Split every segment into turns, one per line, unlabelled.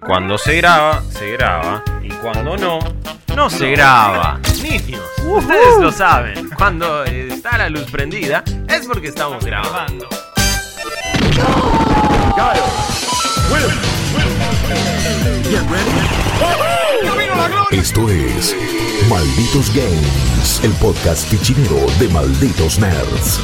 Cuando se graba, se graba. Y cuando no, no se graba. Niños, ustedes lo saben. Cuando eh, está la luz prendida, es porque estamos grabando.
Esto es Malditos Games, el podcast fichinero de Malditos Nerds.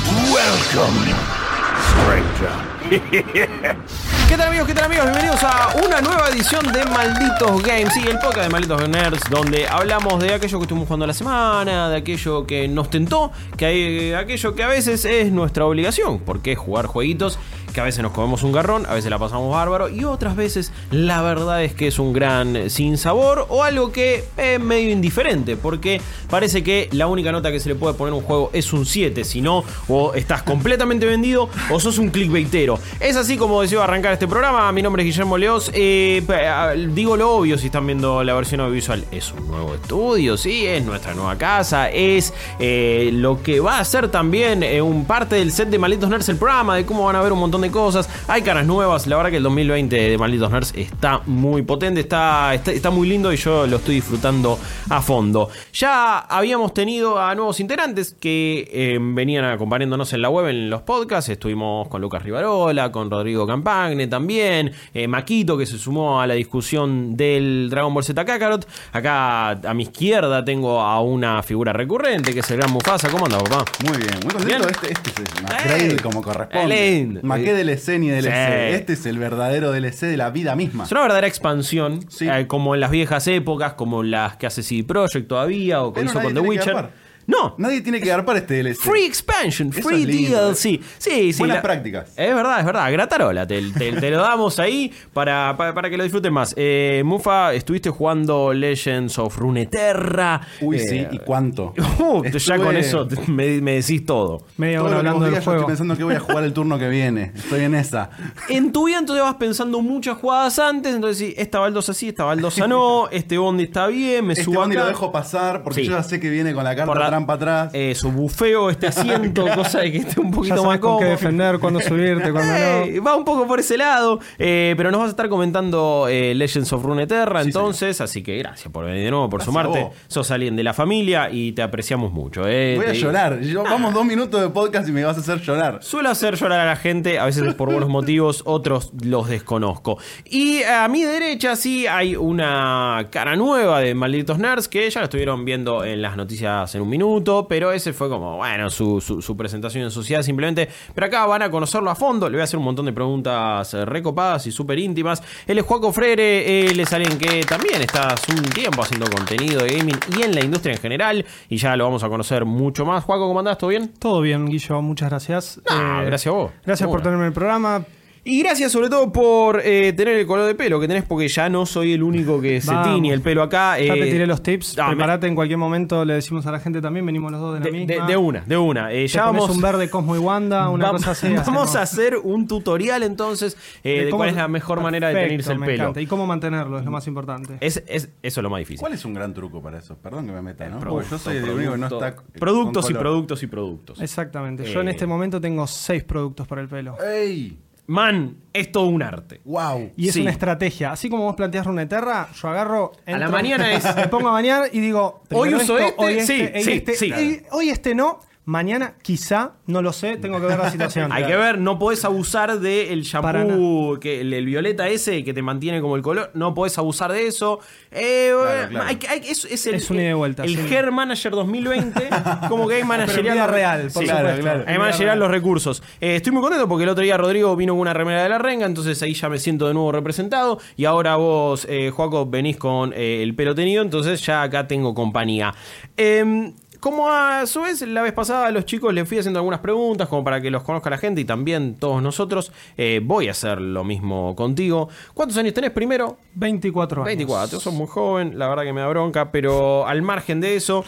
¿Qué tal amigos? ¿Qué tal amigos? Bienvenidos a una nueva edición de Malditos Games. Sí, el podcast de Malditos Nerds, donde hablamos de aquello que estuvimos jugando la semana, de aquello que nos tentó, que hay, eh, aquello que a veces es nuestra obligación, porque es jugar jueguitos que a veces nos comemos un garrón, a veces la pasamos bárbaro y otras veces la verdad es que es un gran sinsabor o algo que es medio indiferente, porque parece que la única nota que se le puede poner a un juego es un 7, si no, o estás completamente vendido o sos un clickbaitero. Es así como decido arrancar este programa. Mi nombre es Guillermo Leos. Eh, pa- ah, digo lo obvio si están viendo la versión audiovisual. Es un nuevo estudio, sí, es nuestra nueva casa. Es eh, lo que va a ser también eh, un parte del set de Malditos Nerds, el programa, de cómo van a ver un montón de cosas. Hay caras nuevas. La verdad que el 2020 de Malditos Nerds está muy potente, está, está, está muy lindo y yo lo estoy disfrutando a fondo. Ya habíamos tenido a nuevos integrantes que eh, venían acompañándonos en la web, en los podcasts. Estuvimos con Lucas Rivarola, con Rodrigo Campagne también, eh, Maquito que se sumó a la discusión del Dragon Ball Z Kakarot. Acá a mi izquierda tengo a una figura recurrente que es el gran Mufasa. ¿Cómo anda, papá?
Muy bien, muy contento.
Bien.
Este, este es el
¡Ey!
Macrail como
¡Qué
corresponde.
lindo!
Maqué DLC ni DLC.
Sí.
Este es el verdadero DLC de la vida misma.
Es una verdadera expansión,
Sí.
eh, como en las viejas épocas, como las que hace CD Projekt todavía o que
Pero
hizo
nadie
con The
tiene que
Witcher.
garpar.
No,
Nadie tiene que garpar este DLC.
Free expansion,
Eso
free
es lindo. eh.
DLC. Sí, sí.
Buenas prácticas.
Es verdad, es verdad. Gratarola, te, te- te lo damos ahí para, para, para que lo disfruten más. Eh, Mufa, estuviste jugando Legends of Runeterra.
Uy,
Eh,
sí, ¿y cuánto?
uh, ya
Estuve-
con eso te- me, me decís todo.
Media
todo lo
hora
que vos
hablando del
digas, yo
juego.
Estoy pensando que voy a jugar el turno que viene. Estoy en esa.
En tu vida entonces vas pensando muchas jugadas antes, entonces sí, esta baldosa sí, esta baldosa no, este bondi está bien, me
Este
subo
bondi
acá.
lo dejo pasar porque
Sí.
yo ya sé que viene con la carta
Por la-
trampa atrás.
Eh, su bufeo, este asiento, cosa de que esté un
Ya
poquito más
sabes con qué
cómodo.
defender, cuándo subirte, cuándo
Eh,
no.
va un poco por ese lado, eh, pero nos vas a estar comentando eh, Legends of Runeterra entonces, así que gracias por venir de nuevo, por
Gracias a
sumarte.
vos.
Sos alguien de la familia y te apreciamos mucho. eh,
voy a
te-
llorar. Yo- vamos dos minutos de podcast y me vas a hacer llorar.
Suelo hacer llorar a la gente, a veces por buenos motivos, otros los desconozco. Y a mi derecha sí hay una cara nueva de Malditos Nerds que ya lo estuvieron viendo en las noticias en un minuto, pero ese fue como, bueno, su, su- su presentación en sociedad simplemente. Pero acá van a conocerlo a fondo, le voy a hacer un montón de preguntas eh, recopadas y súper íntimas. Él es Juaco Freire, él es alguien que también está hace un tiempo haciendo contenido de gaming y en la industria en general, y ya lo vamos a conocer mucho más. Juaco, ¿cómo andás? ¿Todo bien?
Todo bien, Guillo, muchas gracias.
Ah,
Eh,
gracias a vos.
Gracias por
Bueno.
tenerme en el programa.
Y gracias sobre todo por eh, tener el color de pelo que tenés, porque ya no soy el único que se
Vamos.
tiñe el pelo acá.
Ya
eh,
te tiré los tips.
ah, me-
Preparate en cualquier momento, le decimos a la gente también, venimos los dos de la
de, de-
misma.
de una, de una. Eh,
Te
ya
pones
vamos,
un verde Cosmo y Wanda, una
va-
cosa así.
vamos
hacemos.
a hacer un tutorial entonces eh, de,
cómo-
cuál es la mejor manera de
Perfecto,
teñirse el
me
pelo. Eh,
encanta. Y cómo mantenerlo, es lo más importante.
Es, es- eso es lo más difícil.
¿Cuál es un gran truco para eso? Perdón que me meta, ¿no?
Producto,
Porque yo soy el único que no
producto,
está. con
Productos y
color.
productos y productos.
Exactamente. Yo en
Eh.
este momento tengo seis productos para el pelo.
¡Ey!
Man, es todo un arte.
¡Wow!
Y es
Sí.
una estrategia. Así como vos planteás Runeterra, yo agarro.
la mañana es-
Me pongo a bañar y digo. primero
uso este,
hoy
sí,
hoy
sí,
este,
sí.
y- hoy este no, mañana quizá, no lo sé, tengo que ver la situación.
Hay que ver, no podés abusar del
Para
shampoo, que, el, el violeta ese que te mantiene como el color, no podés abusar de eso. Eh, bueno,
claro.
hay que- hay que- es, el,
Es un ida y vuelta,
El
sí.
Hair Manager 2020, como que hay
Pero en
managerial.
vida real, por
Sí,
supuesto.
claro, claro.
En
Hay
vida
managerial
real.
los recursos. Eh, estoy muy contento porque el otro día Rodrigo vino con una remera de la renga, entonces ahí ya me siento de nuevo representado. Y ahora vos, eh, Joaco, venís con eh, el pelo tenido, entonces ya acá tengo compañía. Em, como a su vez, la vez pasada a los chicos les fui haciendo algunas preguntas, como para que los conozca la gente y también todos nosotros, eh, voy a hacer lo mismo contigo. ¿Cuántos años tenés primero?
24 años.
24, sos muy joven, la verdad que me da bronca, pero al margen de eso,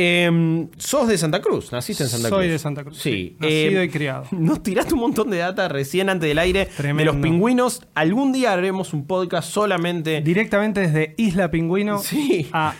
Em, sos de Santa Cruz, naciste en Santa Cruz.
Soy de Santa Cruz,
Sí.
sí. Nacido
Em,
y criado.
Nos tiraste un montón de data recién antes del aire
Tremendo.
de los pingüinos. Algún día haremos un podcast solamente.
Directamente desde Isla Pingüino
Sí.
a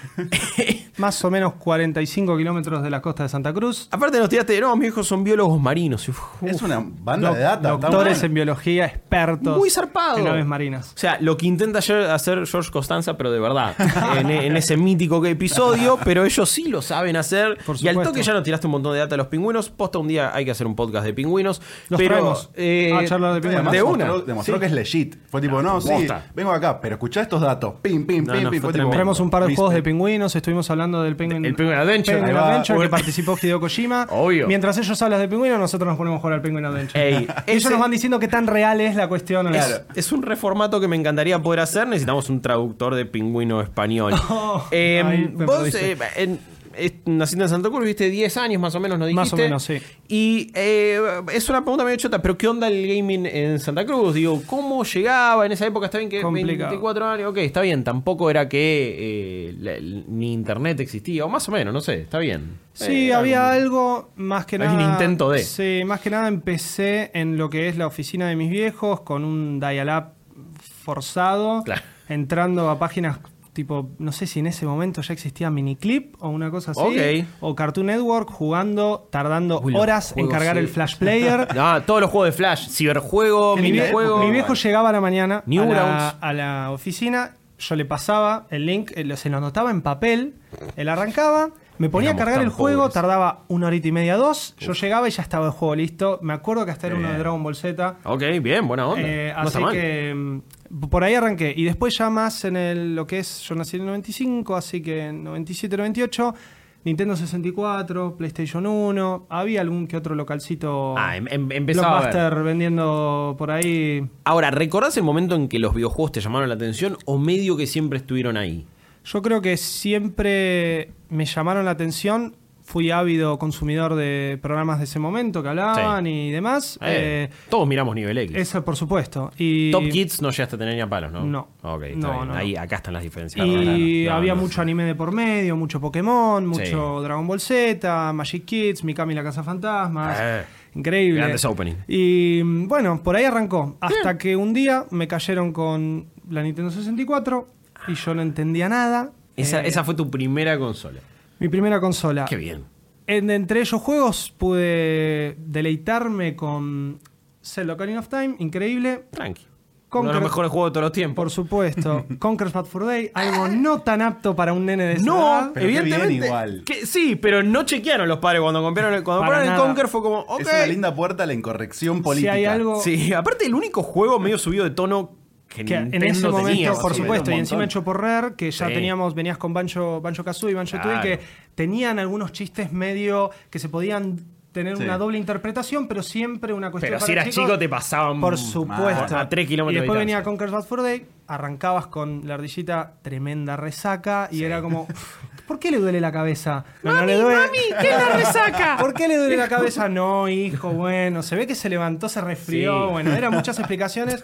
más o menos 45 kilómetros de la costa de Santa Cruz.
Aparte nos tiraste, no, mis hijos son biólogos marinos. Y, uf,
Es una banda de data. está
Doctores
bueno.
en biología, expertos.
Muy zarpado.
En aves marinas.
O sea, lo que intenta ayer hacer George Costanza, pero de verdad, en, e, en ese mítico que episodio, pero ellos sí lo saben hacer.
Por
y al
supuesto.
toque ya nos tiraste un montón de data a los pingüinos. Posta un día hay que hacer un podcast de pingüinos.
Los
pero,
traemos
eh,
a charlar de pingüinos.
Además,
de una.
Demostró, demostró
Sí.
que es legit. Fue tipo, no, sí,
posta.
vengo acá, pero escuchá estos datos. Pim, pim,
No,
pim,
no, fue
pim. Fue tipo,
tremendo.
Traemos un par de
¿viste?
juegos de pingüinos, estuvimos hablando del Penguin,
El Penguin Adventure. Ahí
Penguin
va.
Adventure,
Bueno.
que participó Hideo Kojima.
Obvio.
Mientras ellos hablan de pingüinos, nosotros nos ponemos a jugar al Penguin Adventure.
Ey,
Y ellos
ese-
nos van diciendo qué tan real es la cuestión. o no.
Es, es un reformato que me encantaría poder hacer. Necesitamos un traductor de pingüino español.
Oh,
Eh,
ahí me
vos
perdiste.
eh, en- eh, naciste en Santa Cruz, viste 10 años más o menos, ¿no dijiste?
Más o menos, sí.
Y eh, es una pregunta medio chota, pero ¿qué onda el gaming en Santa Cruz? Digo, ¿cómo llegaba en esa época? Está bien que
Complicado.
24 años, ok, está bien. Tampoco era que eh, la- ni internet existía, o más o menos, no sé, está bien.
Sí,
Eh,
había algo más que
Hay
nada.
un intento de.
Sí, más que nada empecé en lo que es la oficina de mis viejos con un dial-up forzado,
Claro.
entrando a páginas tipo, no sé si en ese momento ya existía Miniclip o una cosa así,
Ok.
o Cartoon Network jugando, tardando
Uy, los
horas en
juegos,
cargar
sí.
el Flash Player.
Ah, todos los juegos de Flash, ciberjuego,
mi, vie-
minijuego.
mi viejo llegaba a la mañana a la,
Newgrounds.
a la oficina, yo le pasaba el link, él lo- se lo anotaba en papel, él arrancaba, me ponía
Éramos
a cargar
tan
el juego,
pobres.
tardaba una horita y media, dos, yo llegaba y ya estaba el juego listo. Me acuerdo que hasta era uno de Dragon Ball Z.
Ok, bien, buena onda.
Eh,
No está
así
mal.
que mm, por ahí arranqué. Y después ya más en el, lo que es, yo nací en el 95, así que en 97, 98, Nintendo 64, PlayStation 1, había algún que otro localcito...
Ah, em- em- empezaba a ver.
Blockbuster vendiendo por ahí.
Ahora, ¿recordás el momento en que los videojuegos te llamaron la atención o medio que siempre estuvieron ahí?
Yo creo que siempre me llamaron la atención. Fui ávido consumidor de programas de ese momento que hablaban y demás.
Eh,
Eh,
todos miramos nivel X.
eso, por supuesto. Y,
Top Kids no llegaste a tener ni a palos, ¿no?
No.
Ok, está
No,
bien.
no,
Ahí,
no.
acá están las diferencias.
y
Claro, claro. No,
había
no,
mucho
no.
anime de por medio, mucho Pokémon, mucho
Sí.
Dragon Ball Z, Magic Kids, Mikami la Casa Fantasmas.
Eh,
Increíble.
grandes opening.
Y mm, bueno, por ahí arrancó. Hasta que un día me cayeron con la Nintendo 64 y yo no entendía nada.
Esa,
Eh,
esa fue tu primera consola.
Mi primera consola.
Qué bien.
En- entre ellos juegos pude deleitarme con Zelda Ocarina of Time, increíble.
Tranqui. Uno de
Conquer-
los mejores juegos de todos los
Por
tiempos.
supuesto, Conker's Bad for Day, algo no tan apto para un nene de esa
No,
edad.
Pero qué
evidentemente.
bien igual.
que- sí, pero no chequearon los padres cuando compraron el, cuando
Para
compraron el
nada.
Conquer. Fue como, ok.
Es una linda puerta a la incorrección política.
Si hay algo
Sí, aparte, el único juego medio subido de tono que,
que en
Nintendo
ese momento,
tenía,
por
sí.
supuesto, y
Un
encima
montón.
hecho por Rare, que ya
Sí.
teníamos, venías con Banjo, Banjo Kazooie y Banjo
Claro.
Tooie, que tenían algunos chistes medio que se podían tener
Sí.
una doble interpretación, pero siempre una cuestión.
Pero si
para
eras chico, te pasaban
Por supuesto.
a tres
Y
kilómetros de
después venía
distancia.
Conker's Bad for Day, arrancabas con la ardillita tremenda resaca y era como. ¿Por qué le duele la cabeza? No, no le duele.
¿Qué la resaca?
¿Por qué le duele la cabeza? No, hijo, bueno, se ve que se levantó, se resfrió,
Sí.
bueno, eran muchas explicaciones.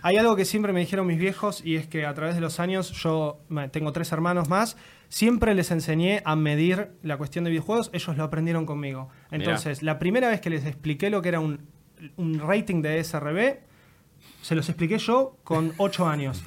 Hay algo que siempre me dijeron mis viejos y es que a través de los años, yo me- tengo tres hermanos más, siempre les enseñé a medir la cuestión de videojuegos, ellos lo aprendieron conmigo. Entonces, la primera vez que les expliqué lo que era un, un rating de SRB, se los expliqué yo con 8 años.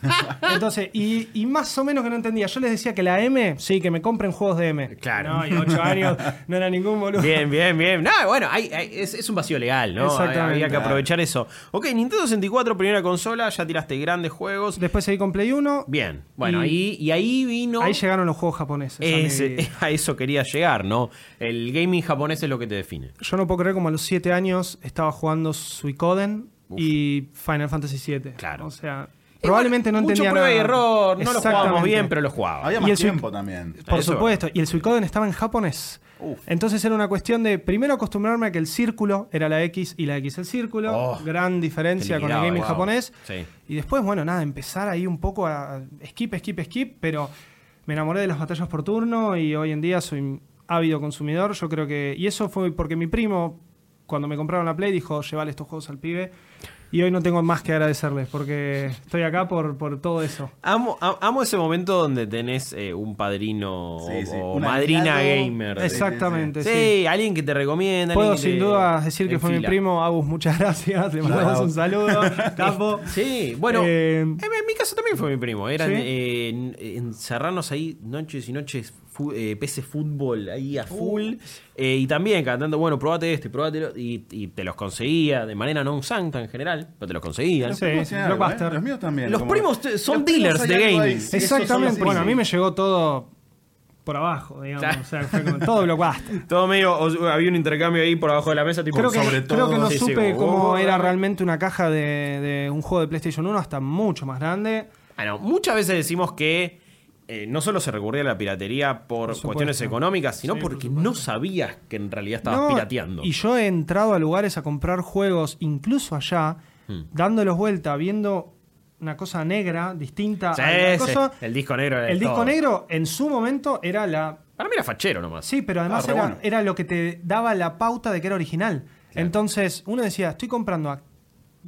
Entonces, y, y más o menos que no entendía. Yo les decía que la M, sí, que me compren juegos de M.
Claro.
No, y 8 años no era ningún boludo.
Bien, bien, bien. No, bueno, hay- hay- es, es un vacío legal, ¿no?
Exactamente.
Había que aprovechar eso. Ok, Nintendo 64, primera consola, ya tiraste grandes juegos.
Después seguí con Play 1.
Bien, bueno,
Y-
y, y ahí vino...
Ahí llegaron los juegos japoneses. a mi
Ese-
vida.
a eso quería llegar, ¿no? El gaming japonés es lo que te define.
Yo no puedo creer como a los 7 años estaba jugando Suicoden y Final Fantasy VII.
Claro.
O sea, probablemente
Igual,
no entendía
Mucho prueba
nada.
y error, no lo jugábamos
Exactamente.
bien, pero lo jugábamos.
Había
Y
más
el
tiempo también.
Por
Eso.
supuesto, y el Suicoden estaba en japonés. Entonces era una cuestión de primero acostumbrarme a que el círculo era la X y la X el círculo.
Oh,
gran diferencia
te
con el
liquidaba,
gaming
wow.
japonés.
Sí.
Y después, bueno, nada, empezar ahí un poco a skip, skip, skip, pero me enamoré de las batallas por turno y hoy en día soy un ávido consumidor. Yo creo que. Y eso fue porque mi primo, cuando me compraron la Play, dijo: llévale estos juegos al pibe. Y hoy no tengo más que agradecerles porque estoy acá por, por todo eso.
Amo, a- amo ese momento donde tenés eh, un padrino
Sí, sí,
o
un
madrina
aliado.
gamer. de-
Exacto.
Exactamente,
Sí,
sí.
alguien que te recomienda.
Puedo
alguien que
sin
te-
duda decir que fue mi
enfila.
primo, Agus, muchas gracias, le mandamos
Claro.
un saludo, capo.
Sí, bueno,
Eh,
en, en mi caso también fue mi primo. Eran
¿Sí?
eh, en- encerrarnos ahí noches y noches, fu- eh, PC fútbol ahí
Uh.
a full. Eh, y también cantando, bueno, probate este, probate lo- y, y te los conseguía de manera no santa en general, pero te los conseguían.
Los
Sí,
primos
sí,
tienen algo,
Blockbuster.
¿eh? Los míos también.
Los
como-
primos te- son
Los primos
dealers
hay
de
algo ahí,
gaming.
sí, esos son los
Exactamente.
primos.
Bueno, a mí me llegó todo por abajo, digamos. O sea, fue como todo blockbuster.
Todo medio, o- había un intercambio ahí por abajo de la mesa, tipo,
Creo que,
sobre todo.
creo que no
Sí, sí,
supe
como,
cómo
oh,
era
dale.
realmente una caja de, de un juego de PlayStation 1 hasta mucho más grande.
Bueno, muchas veces decimos que eh, no solo se recurría a la piratería por,
supuesto.
cuestiones económicas, sino porque no sabías que en realidad estabas
No,
pirateando.
Y yo he entrado a lugares a comprar juegos, incluso allá,
Hmm.
dándolos vuelta, viendo una cosa negra distinta
Sí,
a la
sí,
cosa.
el disco negro era
El disco
todo.
negro en su momento era la
Para mí era fachero nomás.
Sí, pero además
Ah, re
era,
bueno.
era lo que te daba la pauta de que era original. Entonces, uno decía, estoy comprando a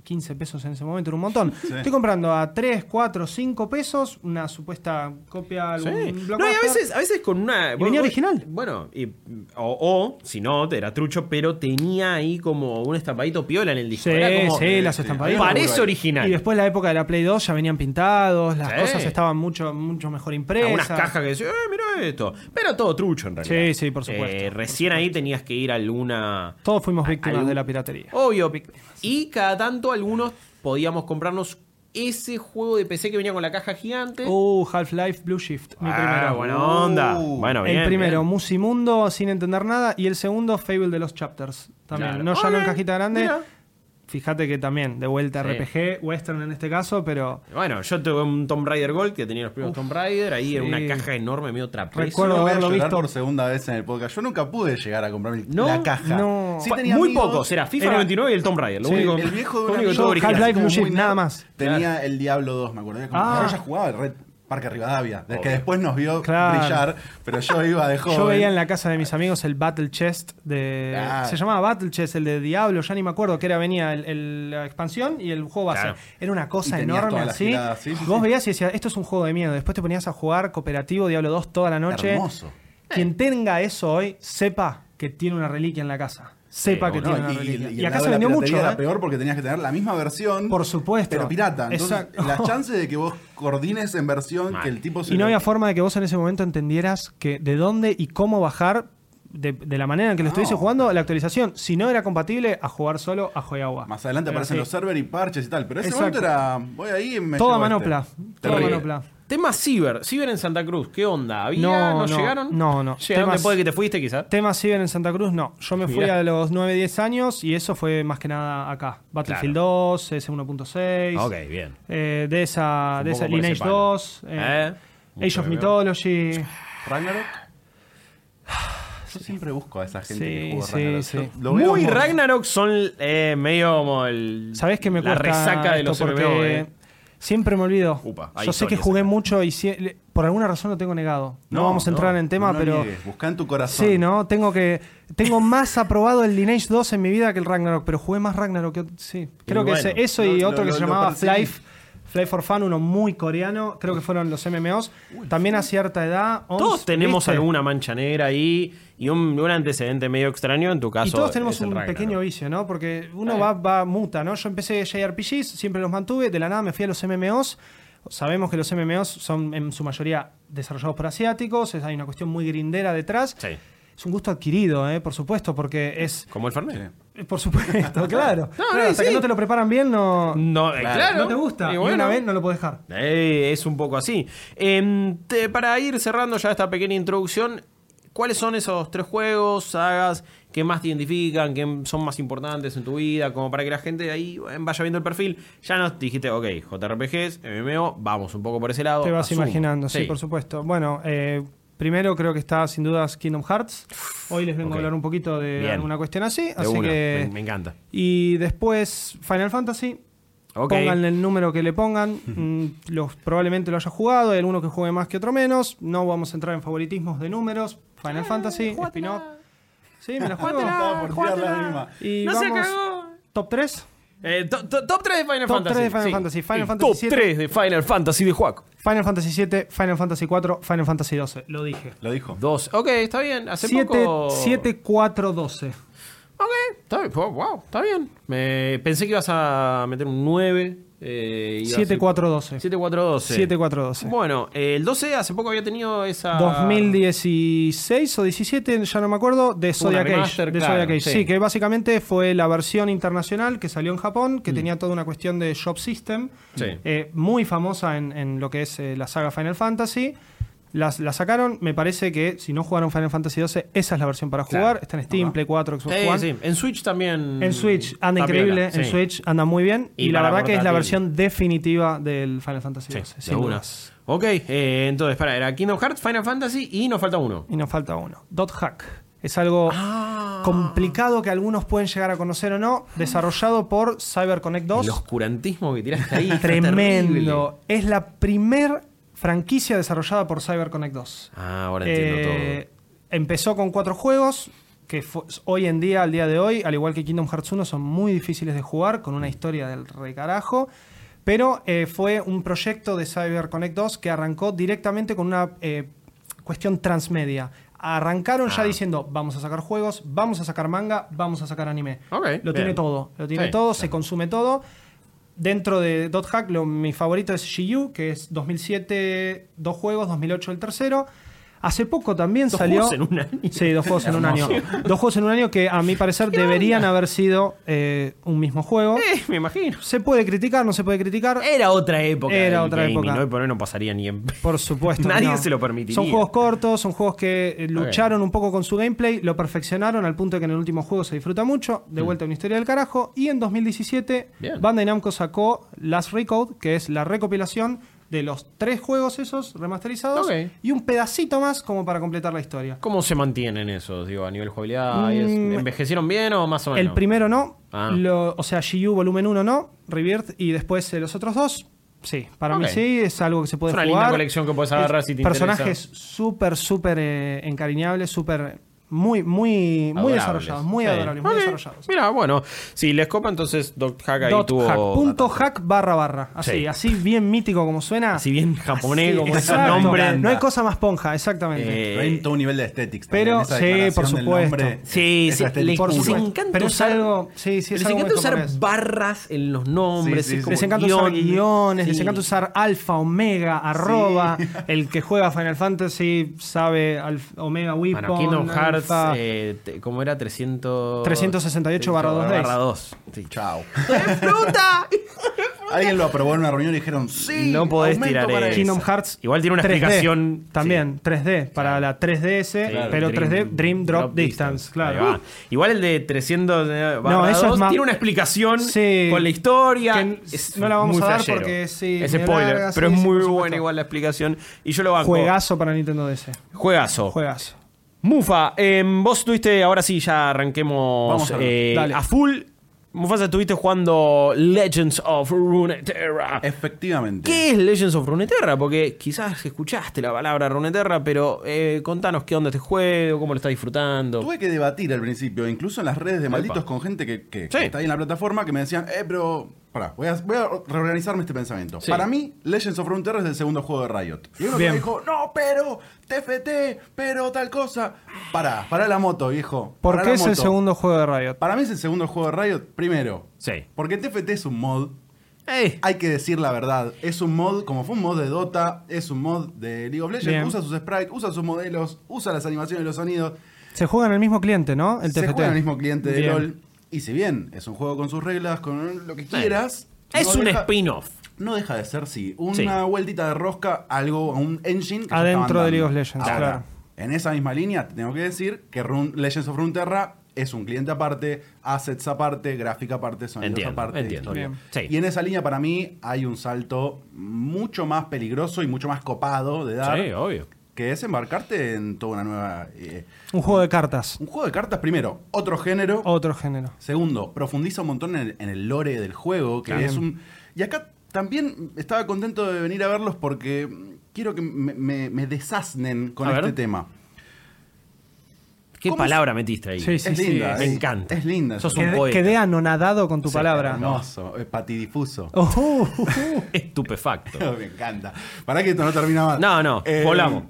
15 pesos en ese momento, era un montón. Estoy comprando a 3, 4, 5 pesos una supuesta copia,
Sí.
algún blockbuster.
No, y a veces, a veces con una.
venía original.
Bueno, y- o, o, si no, te era trucho, pero tenía ahí como un estampadito piola en el disco.
Sí,
Era como-
sí, las estampadillas.
Parece original.
Y después la época de la Play 2 ya venían pintados, las
Sí.
cosas estaban mucho, mucho mejor impresas.
Algunas cajas que decían, eh, mirá esto. Pero todo trucho en realidad.
Sí, sí, por supuesto,
Eh,
por
recién ahí tenías que ir a alguna.
Todos fuimos víctimas
algún-
de la piratería.
Obvio. Y cada tanto algunos podíamos comprarnos ese juego de PC que venía con la caja gigante.
Uh, Half-Life Blue Shift, mi primero.
Ah, buena onda.
Uh.
bueno, bien,
el primero,
bien.
Musimundo, sin entender nada. Y el segundo, Fable de los Chapters. También.
Claro.
No, ya no en
Ok,
cajita grande.
mira.
Fíjate que también, de vuelta
Sí.
RPG, Western en este caso, pero
Bueno, yo tuve un Tomb Raider Gold que tenía los primeros Tomb Raider. Ahí era
sí.
una caja enorme, medio trapecio.
Recuerdo-
Yo voy a
haberlo
llorar
visto.
por segunda vez en el podcast. Yo nunca pude llegar a comprar mi-
No,
la caja.
no.
Sí
Fue-
tenía
muy
amigos,
pocos, era FIFA
era-
99 y el Tomb Raider. Lo
Sí,
único,
El viejo de
lo
un
único
amigo
todo
Yo,
original.
Half-Life
como muy
Blue Shift,
nerd,
nada más.
Tenía el Diablo 2, me acordé. que
Ah.
Yo ya jugaba el Red Parque Rivadavia, del que después nos vio
Claro.
brillar, pero yo iba de joven.
yo veía en la casa de mis amigos el Battle Chest de.
¿eh? Claro.
Se llamaba Battle Chest, el de Diablo, ya ni me acuerdo que era, venía el- el- la expansión y el juego base.
Claro.
Era una cosa
Y tenías
enorme
todas las
así.
tiradas, sí, sí,
Vos
sí.
veías y decías, esto es un juego de miedo. Después te ponías a jugar cooperativo Diablo 2 toda la noche.
Hermoso.
Quien tenga eso hoy, sepa que tiene una reliquia en la casa. Sepa que
No,
tiene una
y,
reliquia.
y
Y,
el
acá
lado
se
de la
vendió
piratería
mucho.
Era
¿eh?
peor porque tenías que tener la misma versión.
Por supuesto.
Pero pirata. Entonces,
Exacto.
las chances de que vos coordines en versión que el tipo se
Y no
lo-
había forma de que vos en ese momento entendieras que de dónde y cómo bajar de, de la manera en que lo estuviese jugando la actualización. Si no era compatible, a jugar solo a Joyawa.
Más adelante
Era
aparecen
así.
los server y parches y tal. Pero ese
Exacto.
momento era. Voy ahí y me
Toda
llevo este.
manopla. Toda
Terrible.
manopla.
Tema Ciber. Ciber en Santa Cruz. ¿Qué onda? ¿Había?
No,
¿No,
no,
llegaron?
no, no.
¿Llegaron
Temas-
después de que te fuiste, quizás?
Temas siguen en Santa Cruz, no. Yo me fui
Mirá.
a los 9, 10 años y eso fue más que nada acá. Battlefield 2, S1.6.
Ok, bien.
eh, de esa,
Un
de
poco
esa
por ese
Lineage
palo.
2.
Eh,
eh, Age
mucho
of
que
Mythology.
Ragnarok. Yo siempre busco a esa gente
Ah, Sí,
que jugó
sí,
Ragnarok.
sí.
Yo lo veo
Muy
como-
Ragnarok son eh, medio como el.
¿Sabés qué me
La
cuesta?
resaca de
esto?
los
porque
MMO, eh.
Siempre me olvido.
Upa, hay
Yo sé que
historias
jugué
acá.
mucho y si- le- por alguna razón lo tengo negado. No,
No,
vamos a entrar
no,
en tema,
no
pero.
niegues, buscá en tu corazón.
Sí, ¿no? Tengo que. Tengo más aprobado el Lineage 2 en mi vida que el Ragnarok, pero jugué más Ragnarok que ot- Sí. Creo que
bueno,
ese- eso y
lo-
otro
lo-
que
lo-
se
lo
llamaba
percibí.
Fly, Fly for Fun, uno muy coreano. Creo que fueron los MMOs. También a cierta edad.
Todos
11,
tenemos
¿viste?
alguna mancha negra ahí y un, un antecedente medio extraño en tu caso.
Y todos tenemos
es el
un
Ragnarok.
pequeño vicio, ¿no? Porque uno va, va muta, ¿no? Yo empecé JRPGs, siempre los mantuve, de la nada me fui a los MMOs. Sabemos que los MMOs son en su mayoría desarrollados por asiáticos, es- hay una cuestión muy grindera detrás.
Sí.
Es un gusto adquirido, ¿eh? por supuesto, porque es...
Como el Fernet.
eh, Por supuesto, claro. Claro,
eh,
hasta que
sí.
no te lo preparan bien, no,
No, eh, claro.
no te gusta.
Y
Y
bueno.
una vez no lo puedes dejar.
Eh, es un poco así. Em, te- para ir cerrando ya esta pequeña introducción, ¿cuáles son esos tres juegos, sagas que más te identifican, que son más importantes en tu vida? Como para que la gente de ahí eh, vaya viendo el perfil. Ya nos dijiste, ok, JRPGs, MMO, vamos un poco por ese lado.
Te vas
asumo.
imaginando, sí, por supuesto. Bueno, eh, primero creo que está sin dudas Kingdom Hearts. Hoy les vengo
Ok.
a hablar un poquito de
Bien.
alguna cuestión así,
De
así
una,
que...
me, me encanta.
Y después Final Fantasy.
Ok.
Pongan el número que le pongan. Mm, los, probablemente lo haya jugado. Hay alguno que juegue más que otro menos. No vamos a entrar en favoritismos de números. Final
Ah,
Fantasy, spin-off. Sí, me la juego.
Estaba por tirar la misma.
y
No se
vamos.
cagó.
Top 3.
Eh, to- to- top 3 de Final
Top
Fantasy.
3 de Final
sí.
Fantasy. Final
El
Fantasy
top
VII.
3 de Final Fantasy de Juaco.
Final Fantasy VII, Final Fantasy IV, Final Fantasy XII. Lo dije.
Lo dijo.
2. Ok, está bien. Hace
7,
poco.
7, 4, 12.
Ok, está bien. Wow, wow, está bien. Me pensé que ibas a meter un 9. Eh,
7, 4, 12.
7 4 12.
7, 4, 12.
Bueno, eh, el 12 hace poco había tenido esa.
2016 o 17, ya no me acuerdo, de Zodiac Age.
remaster,
De
claro,
Zodiac Age.
sí.
Sí. que básicamente fue la versión internacional que salió en Japón, que tenía toda una cuestión de Shop System,
Mm. Sí.
eh, muy famosa en, en lo que es eh, la saga Final Fantasy. Las, la sacaron, me parece que si no jugaron Final Fantasy 12, esa es la versión para jugar. Está en Steam, Play 4, Xbox
Sí,
One.
sí. En Switch también.
En Switch anda
Mm, está
increíble,
piola, sí.
en Switch anda muy bien.
Y
Y, la
para
verdad que es la
portátil.
versión definitiva del Final Fantasy
Sí,
XII.
de
sin
una.
dudas.
Ok, eh, entonces, para, era Kingdom Hearts, Final Fantasy y nos falta uno.
Y nos falta uno. Dot hack. Es algo
Ah.
complicado que algunos pueden llegar a conocer o no. Desarrollado por CyberConnect 2.
El oscurantismo que tiraste ahí. está terrible.
Tremendo. Es la primer franquicia desarrollada por CyberConnect 2.
Ah, ahora entiendo
Eh, Empezó con cuatro juegos que fu- hoy en día, al día de hoy, al igual que Kingdom Hearts 1, son muy difíciles de jugar, con una historia del recarajo. Pero eh, fue un proyecto de CyberConnect 2 que arrancó directamente con una eh, cuestión transmedia. Arrancaron
Ah.
ya diciendo, vamos a sacar juegos, vamos a sacar manga, vamos a sacar anime.
Ok,
lo
bien.
tiene todo, lo tiene
Sí,
todo, se consume todo. Dentro de Dot Hack, lo- mi favorito es Shiyu, que es 2007 dos juegos, 2008 el tercero. Hace poco también
Dos
salió.
juegos en un año.
Sí, dos juegos en un año. Dos juegos en un año que a mi parecer deberían haber sido eh, un mismo juego.
todo. Eh, me imagino.
Se puede criticar, no se puede criticar.
Era otra época.
Era
del
otra
gaming,
época.
¿no? Y por hoy no pasaría ni en.
Por supuesto.
Nadie
no.
se lo permitiría.
Son juegos cortos, son juegos que eh, lucharon un poco con su gameplay, lo perfeccionaron al punto de que en el último juego se disfruta mucho. De vuelta a una historia del carajo. Y en 2017,
Mm. Bien.
Bandai Namco sacó Last Recode, que es la recopilación de los tres juegos esos remasterizados
Ok.
y un pedacito más como para completar la historia.
¿Cómo se mantienen esos, digo, a nivel jugabilidad? y es-
Mm,
¿Envejecieron bien o más o menos?
El primero no.
Ah.
Lo- o sea, GU volumen 1 no. Rebirth y después eh, los otros dos. Sí, para
Ok.
mí sí, es algo que se puede
Es una
jugar. Eh,
linda colección que podés agarrar si te
Personajes
interesa.
súper, súper eh, encariñables, súper. Muy, muy, muy
Adorables.
desarrollados, muy
Sí.
adorables, muy
Ok,
desarrollados.
Mira, bueno, si les copa, entonces Doc Hack ahí
Dot
tuvo.
hack, punto
datos.
hack barra barra. Así,
Sí.
así bien mítico como suena.
Así bien japonés,
Así,
como ese
exacto.
nombre.
No hay cosa más ponja, exactamente.
Eh,
Hay todo un nivel de estética.
pero, sí, por supuesto.
Sí, sí, le-
Por
les
supuesto.
encanta
Pero es
usar-
algo. Sí, sí, es
les
algo
encanta
muy
usar
japonés.
barras en los nombres.
Sí, sí,
es
sí.
como
Les encanta usar
guiones,
guiones, les
sí.
encanta usar alfa, omega, arroba. El que juega Final Fantasy sabe alf- omega, weapon,
Bueno, Kingdom Hearts,
alfa,
eh, te- ¿cómo era? 300...
368 barra 2
barra 2. Sí.
Chao.
¡Fruta!
Alguien lo aprobó en una reunión y dijeron, sí.
No podés
aumento
tirar
para
eso.
Kingdom Hearts.
Igual tiene una
3D,
explicación,
También, 3D, para la 3DS,
Sí,
pero
Dream-
3D, Dream Drop, Distance,
Ahí
claro.
va. Igual el de 300 eh, barra
No, eso es
2
más-
tiene una explicación
Sí.
con la historia.
Que n-
Es
no la vamos
muy
a dar
flashero.
porque sí,
Es
medio
spoiler,
larga,
pero
sí,
es
sí,
muy
por supuesto.
buena igual la explicación. Y yo lo banco.
Uh, Juegazo para Nintendo DS.
Juegazo.
Juegazo.
Mufa, em, vos tuviste, ahora sí, ya arranquemos
Vamos a-
eh,
dale.
a full. Mufasa, estuviste jugando Legends of Runeterra.
Efectivamente.
¿Qué es Legends of Runeterra? Porque quizás escuchaste la palabra Runeterra, pero eh, contanos qué onda este juego, cómo lo estás disfrutando.
Tuve que debatir al principio, incluso en las redes de malditos con gente que, que- que
Sí.
está ahí en la plataforma, que me decían, eh, pero. Pará, voy a, voy a reorganizarme este pensamiento.
Sí.
Para mí, Legends of Frontier es el segundo juego de Riot. Y uno que
Bien.
me dijo, no, pero, TFT, pero tal cosa. Pará, pará la moto, viejo.
¿Por
Pará
qué
la
es el
moto.
segundo juego de Riot?
Para mí es el segundo juego de Riot, primero.
Sí.
Porque TFT es un mod
Eh,
hay que decir la verdad. Es un mod, como fue un mod de Dota, es un mod de League of Legends.
Bien.
Usa sus sprites, usa sus modelos, usa las animaciones y los sonidos.
Se juega en el mismo cliente, ¿no? El
Se
TFT.
juega en el mismo cliente de
Bien.
LOL. Y si bien es un juego con sus reglas, con lo que quieras.
es
no
un
deja-
spin-off.
No deja de ser, sí. Una
Sí.
vueltita de rosca, algo, a un engine. Que ya
Adentro
estaba
de League of
andando.
Legends,
Ahora,
claro.
En esa misma línea, te tengo que decir que Run- Legends of Runeterra es un cliente aparte, assets aparte, gráfica aparte, sonidos
Entiendo,
aparte,
entiendo.
historia.
Bien.
Sí.
Y en esa línea, para mí, hay un salto mucho más peligroso y mucho más copado de dar,
obvio.
que es embarcarte en toda una nueva. eh,
Un juego de cartas.
un juego de cartas, primero, otro género.
Otro género.
Segundo, profundiza un montón en el, en el lore del juego, que es un... Y acá también estaba contento de venir a verlos porque quiero que me, me- me desaznen con
A
este
ver.
tema.
¿Qué
¿Cómo
palabra metiste ahí?
Sí, sí,
es
sí.
linda.
Me
es-
encanta.
Es linda.
Sos un
Quedé,
poeta.
quedé anonadado con tu
Sí,
palabra.
hermoso. eh, patidifuso.
Oh,
Estupefacto.
Me encanta. Para que esto no termina más.
No, no,
Eh,
volamos.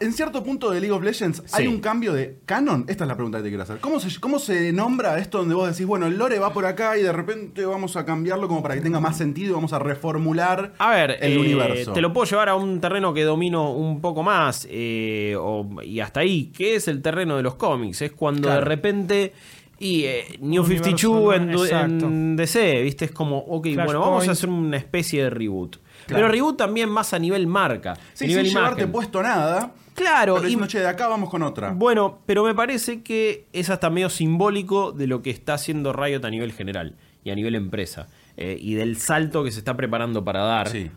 En cierto punto de League of Legends hay
Sí.
un cambio de canon. Esta es la pregunta que te quiero hacer. ¿Cómo se, ¿Cómo se nombra esto donde vos decís, bueno, el lore va por acá y de repente vamos a cambiarlo como para que tenga más sentido y vamos a reformular
A ver,
el
eh,
universo?
te lo puedo llevar a un terreno que domino un poco más eh, o- y hasta ahí, que es el terreno de los cómics. Es cuando de
Claro.
repente... Y eh, New
Universo,
52 en,
¿no? Exacto.
en DC, ¿viste? Es como, ok,
Flashpoint.
bueno, vamos a hacer una especie de reboot. Pero reboot también más a nivel marca.
Sí,
a
sin
nivel
llevarte
imagen.
puesto nada.
Claro, y-
Pero diciendo, che, de acá vamos con otra.
Bueno, pero me parece que es hasta medio simbólico de lo que está haciendo Riot a nivel general y a nivel empresa. eh, y del salto que se está preparando para dar.
Sí.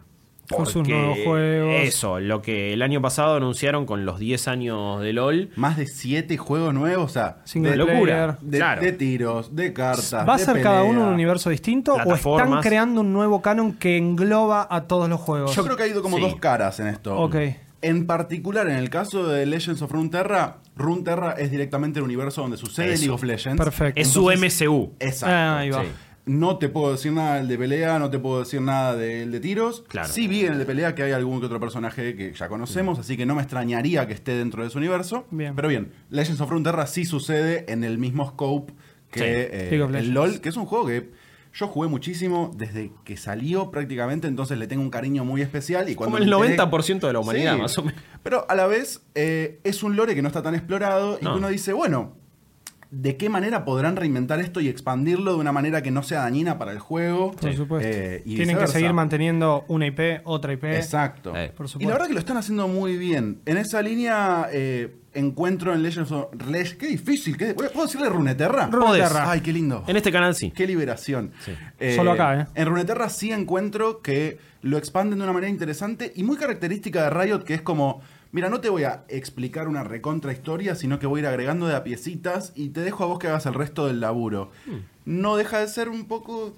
Con sus
Porque
nuevos juegos.
Eso, lo que el año pasado anunciaron con los 10 años de LOL.
Más de siete juegos nuevos, o sea,
Single
de,
Una locura.
de-
Claro.
de tiros, de cartas.
¿Va a
de
ser cada
pelea.
uno un universo distinto o están
Plataformas.
creando un nuevo canon que engloba a todos los juegos?
Yo creo que ha ido como
Sí.
dos caras en esto.
Ok.
En particular, en el caso de Legends of Runeterra, Runeterra es directamente el universo donde sucede
Eso.
League of Legends.
Perfecto.
Es su MCU.
Exacto.
Ah, ahí va.
Sí.
No te puedo decir nada del de pelea, no te puedo decir nada del de tiros.
Claro.
Sí vi en el de pelea que hay algún que otro personaje que ya conocemos, así que no me extrañaría que esté dentro de su universo.
Bien.
Pero bien, Legends of Runeterra sí sucede en el mismo scope que
Sí.
eh,
League of
el
Legends.
LOL, que es un juego que yo jugué muchísimo desde que salió prácticamente, entonces le tengo un cariño muy especial. Y cuando
Como el
me enteré-
90% de la humanidad, más o menos.
Pero a la vez eh, es un lore que no está tan explorado y
No.
que uno dice, bueno, ¿De qué manera podrán reinventar esto y expandirlo de una manera que no sea dañina para el juego?
Por supuesto.
Eh, y
Tienen que
viceversa.
seguir manteniendo una IP, otra IP.
Exacto.
Eh.
Por
Y la
supuesto.
verdad que lo están haciendo muy bien. En esa línea eh, encuentro en Legends of Legends. Qué difícil. qué- ¿Puedo decirle Runeterra?
Runeterra.
Ay, qué lindo.
En este canal sí.
Qué liberación.
Solo acá, ¿eh?
En Runeterra sí encuentro que lo expanden de una manera interesante y muy característica de Riot, que es como, mira, no te voy a explicar una recontra historia, sino que voy a ir agregando de a piecitas y te dejo a vos que hagas el resto del laburo.
Hmm.
No deja de ser un poco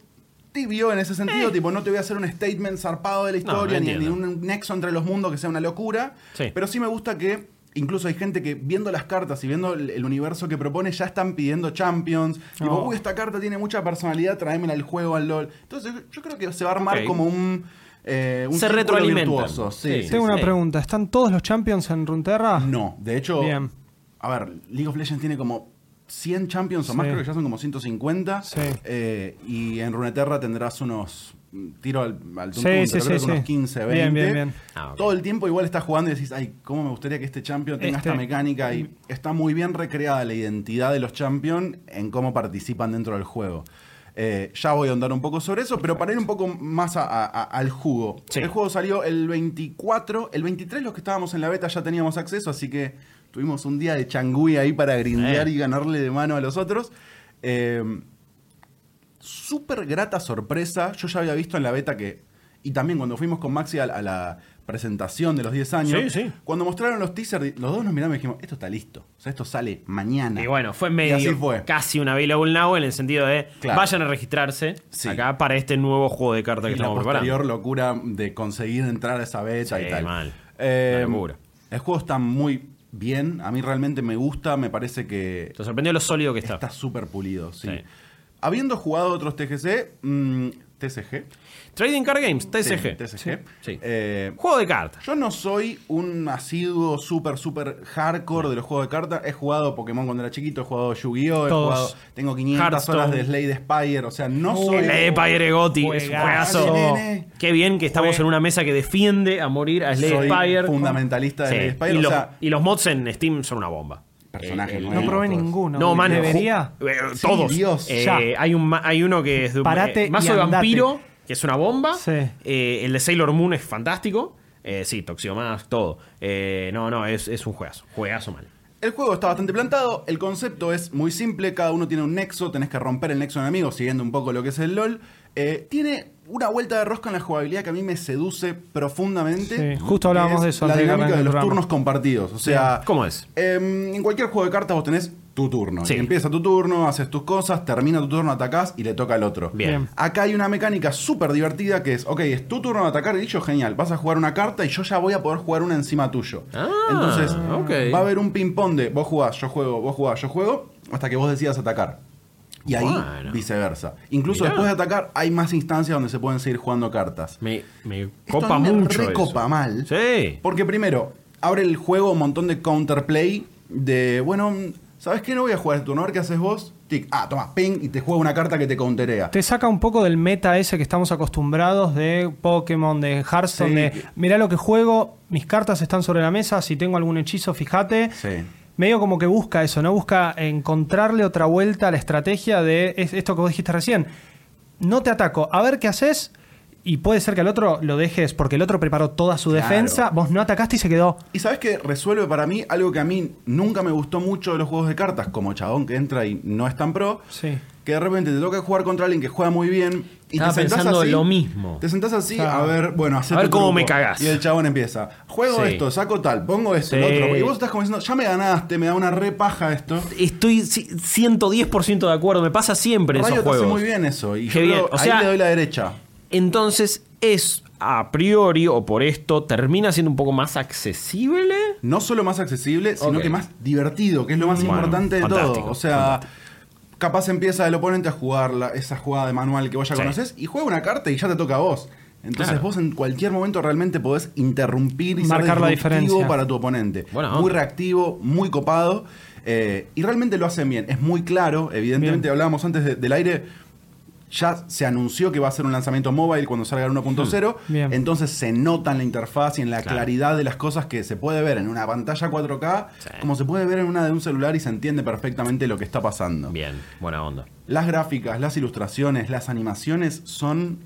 tibio en ese sentido, tipo, no te voy a hacer un statement zarpado de la
Eh. No,
historia,
no
ni- ni,
entiendo.
un nexo entre los mundos que sea una locura,
Sí.
pero sí me gusta que incluso hay gente que viendo las cartas y viendo el, el universo que propone ya están pidiendo champions, tipo,
Oh.
uy, esta carta tiene mucha personalidad, tráemela al juego, al LOL. Entonces, yo- yo creo que se va a armar
Ok.
como un. eh, un
Se
círculo
retroalimentan.
virtuoso. Sí,
Sí.
sí.
Tengo una
sí.
pregunta. ¿Están todos los champions en Runeterra?
No, de hecho.
Bien.
A ver, League of Legends tiene como 100 champions o más,
Sí.
creo que ya son como 150.
Sí.
eh, y en Runeterra tendrás unos. mm, Tiro al, al
Sí,
tum-tum, pero
sí,
creo
sí,
que
sí.
unos 15, 20.
Bien, bien, bien.
Ah, ok.
Todo el tiempo igual estás jugando y decís, ay, cómo me gustaría que este champion tenga
Este.
esta mecánica. Y está muy bien recreada la identidad de los champions en cómo participan dentro del juego. Eh, ya voy a ahondar un poco sobre eso, pero para ir un poco más a- a- a- al jugo.
Sí.
El juego salió el 24, el 23 los que estábamos en la beta ya teníamos acceso, así que tuvimos un día de changui ahí para grindear
Eh.
y ganarle de mano a los otros. Eh, súper grata sorpresa. Yo ya había visto en la beta que. Y también cuando fuimos con Maxi a, la- a la presentación de los 10 años.
Sí, sí.
Cuando mostraron los teasers, di- los dos nos miramos y dijimos, esto está listo. O sea, esto sale mañana.
Y bueno, fue
Y
medio
así fue.
casi una available now en el sentido de
Claro.
vayan a registrarse
Sí.
acá para este nuevo juego de cartas que
Y la
estamos preparando.
posterior locura de conseguir entrar a esa beta
Sí,
y tal.
mal.
Eh,
Una locura.
El juego está muy bien. A mí realmente me gusta. Me parece que
Te sorprendió lo sólido que
está
está.
súper pulido. Sí.
Sí.
Habiendo jugado otros TGC, mm, TCG.
Trading Card Games,
Sí,
TSG.
TCG.
Sí.
Eh,
Juego de cartas.
Yo no soy un asiduo súper, súper hardcore de los juegos de cartas. He jugado Pokémon cuando era chiquito, he jugado Yu-Gi-Oh! He
Todos.
jugado, tengo 500
Hearthstone.
horas de Slade Spire. O sea, no soy.
El Empire Gotti es un
Juegazo.
juegazo.
Nene.
Qué bien que estamos
Jue-
en una mesa que defiende a morir a Slade
Soy
Spire.
fundamentalista de Slay Spire,
Y,
o
los,
sea-
y los mods en Steam son una bomba.
Personaje
El-
nuevo.
No probé
todos.
ninguno.
No, mano.
Debería.
ju- eh,
Sí,
todos.
Dios.
Eh,
Ya.
hay, un, ma- hay uno que es de un
Parate
eh, mazo
y
de
andate.
vampiro, que es una bomba.
Sí.
Eh, el de Sailor Moon es fantástico. Eh, sí, Toxiomask, todo. Eh, no, no, es, es un juegazo. Juegazo mal.
El juego está bastante plantado, el concepto es muy simple, cada uno tiene un nexo, tenés que romper el nexo enemigo, siguiendo un poco lo que es el LOL. Eh, tiene una vuelta de rosca en la jugabilidad que a mí me seduce profundamente.
Sí, justo hablábamos
que es
de eso
La
antes de que
dinámica de
arranque el
los
programa.
turnos compartidos. O sea,
¿Cómo es?
em, en cualquier juego de cartas vos tenés tu turno.
Sí.
Y empieza tu turno, haces tus cosas, termina tu turno, atacás y le toca al otro.
Bien. Bien.
Acá hay una mecánica súper divertida que es, ok, es tu turno de atacar, dicho genial, vas a jugar una carta y yo ya voy a poder jugar una encima tuyo.
Ah,
Entonces,
ok.
va a haber un ping-pong de vos jugás, yo juego, vos jugás, yo juego, hasta que vos decidas atacar. Y ahí
Bueno.
viceversa. Incluso
Mirá.
después de atacar hay más instancias donde se pueden seguir jugando cartas.
Me, me
Esto
copa
a mí me
mucho. eso.
recopa mal.
Sí.
Porque primero, abre el juego un montón de counterplay. De, bueno, ¿sabes qué? No voy a jugar este turno. A ver qué haces vos. Tic, ah, toma, ping, y te juega una carta que te counterea.
Te saca un poco del meta ese que estamos acostumbrados de Pokémon, de Hearthstone,
Sí.
de mirá lo que juego, mis cartas están sobre la mesa, si tengo algún hechizo, fíjate.
Sí.
Medio como que busca eso, ¿no? Busca encontrarle otra vuelta a la estrategia de es- esto que vos dijiste recién. No te ataco, a ver qué haces. Y puede ser que al otro lo dejes porque el otro preparó toda su
Claro.
defensa, vos no atacaste y se quedó.
Y sabes que resuelve para mí algo que a mí nunca me gustó mucho de los juegos de cartas, como Chabón que entra y no es tan pro.
Sí.
Que de repente te toca jugar contra alguien que juega muy bien. Y
Estaba
te sentás
pensando
así,
lo mismo.
Te sentás así a ver, bueno, hacé
A ver
tu
cómo me
truco.
cagás.
Y el chabón empieza. Juego
Sí.
esto, saco tal, pongo esto, lo
Sí.
otro. Y vos estás como diciendo, ya me ganaste, me da una re paja esto.
Estoy ci- 110% de acuerdo. Me pasa siempre en
Riot
esos juegos.
hace muy bien eso. Y
Qué
yo creo-
bien, o sea-
ahí le doy la derecha.
Entonces es a priori o por esto termina siendo un poco más accesible.
No solo más accesible, sino
Ok.
que más divertido, que es lo más
Bueno,
importante de
fantástico,
todo. O sea, capaz empieza el oponente a jugar la- esa jugada de manual que vos ya
Sí.
conoces y juega una carta y ya te toca a vos. Entonces
Claro.
vos en cualquier momento realmente podés interrumpir y
Marcar
ser
la
disruptivo
diferencia.
para tu oponente.
Buena
muy
onda.
reactivo, muy copado. eh, y realmente lo hacen bien. Es muy claro, evidentemente hablábamos antes de- del aire. Ya se anunció que va a ser un lanzamiento mobile cuando salga el 1.0.
Bien.
Entonces se nota en la interfaz y en la
Hmm. Claro.
claridad de las cosas que se puede ver en una pantalla 4K,
Sí.
como se puede ver en una de un celular y se entiende perfectamente lo que está pasando.
Bien, buena onda.
Las gráficas, las ilustraciones, las animaciones son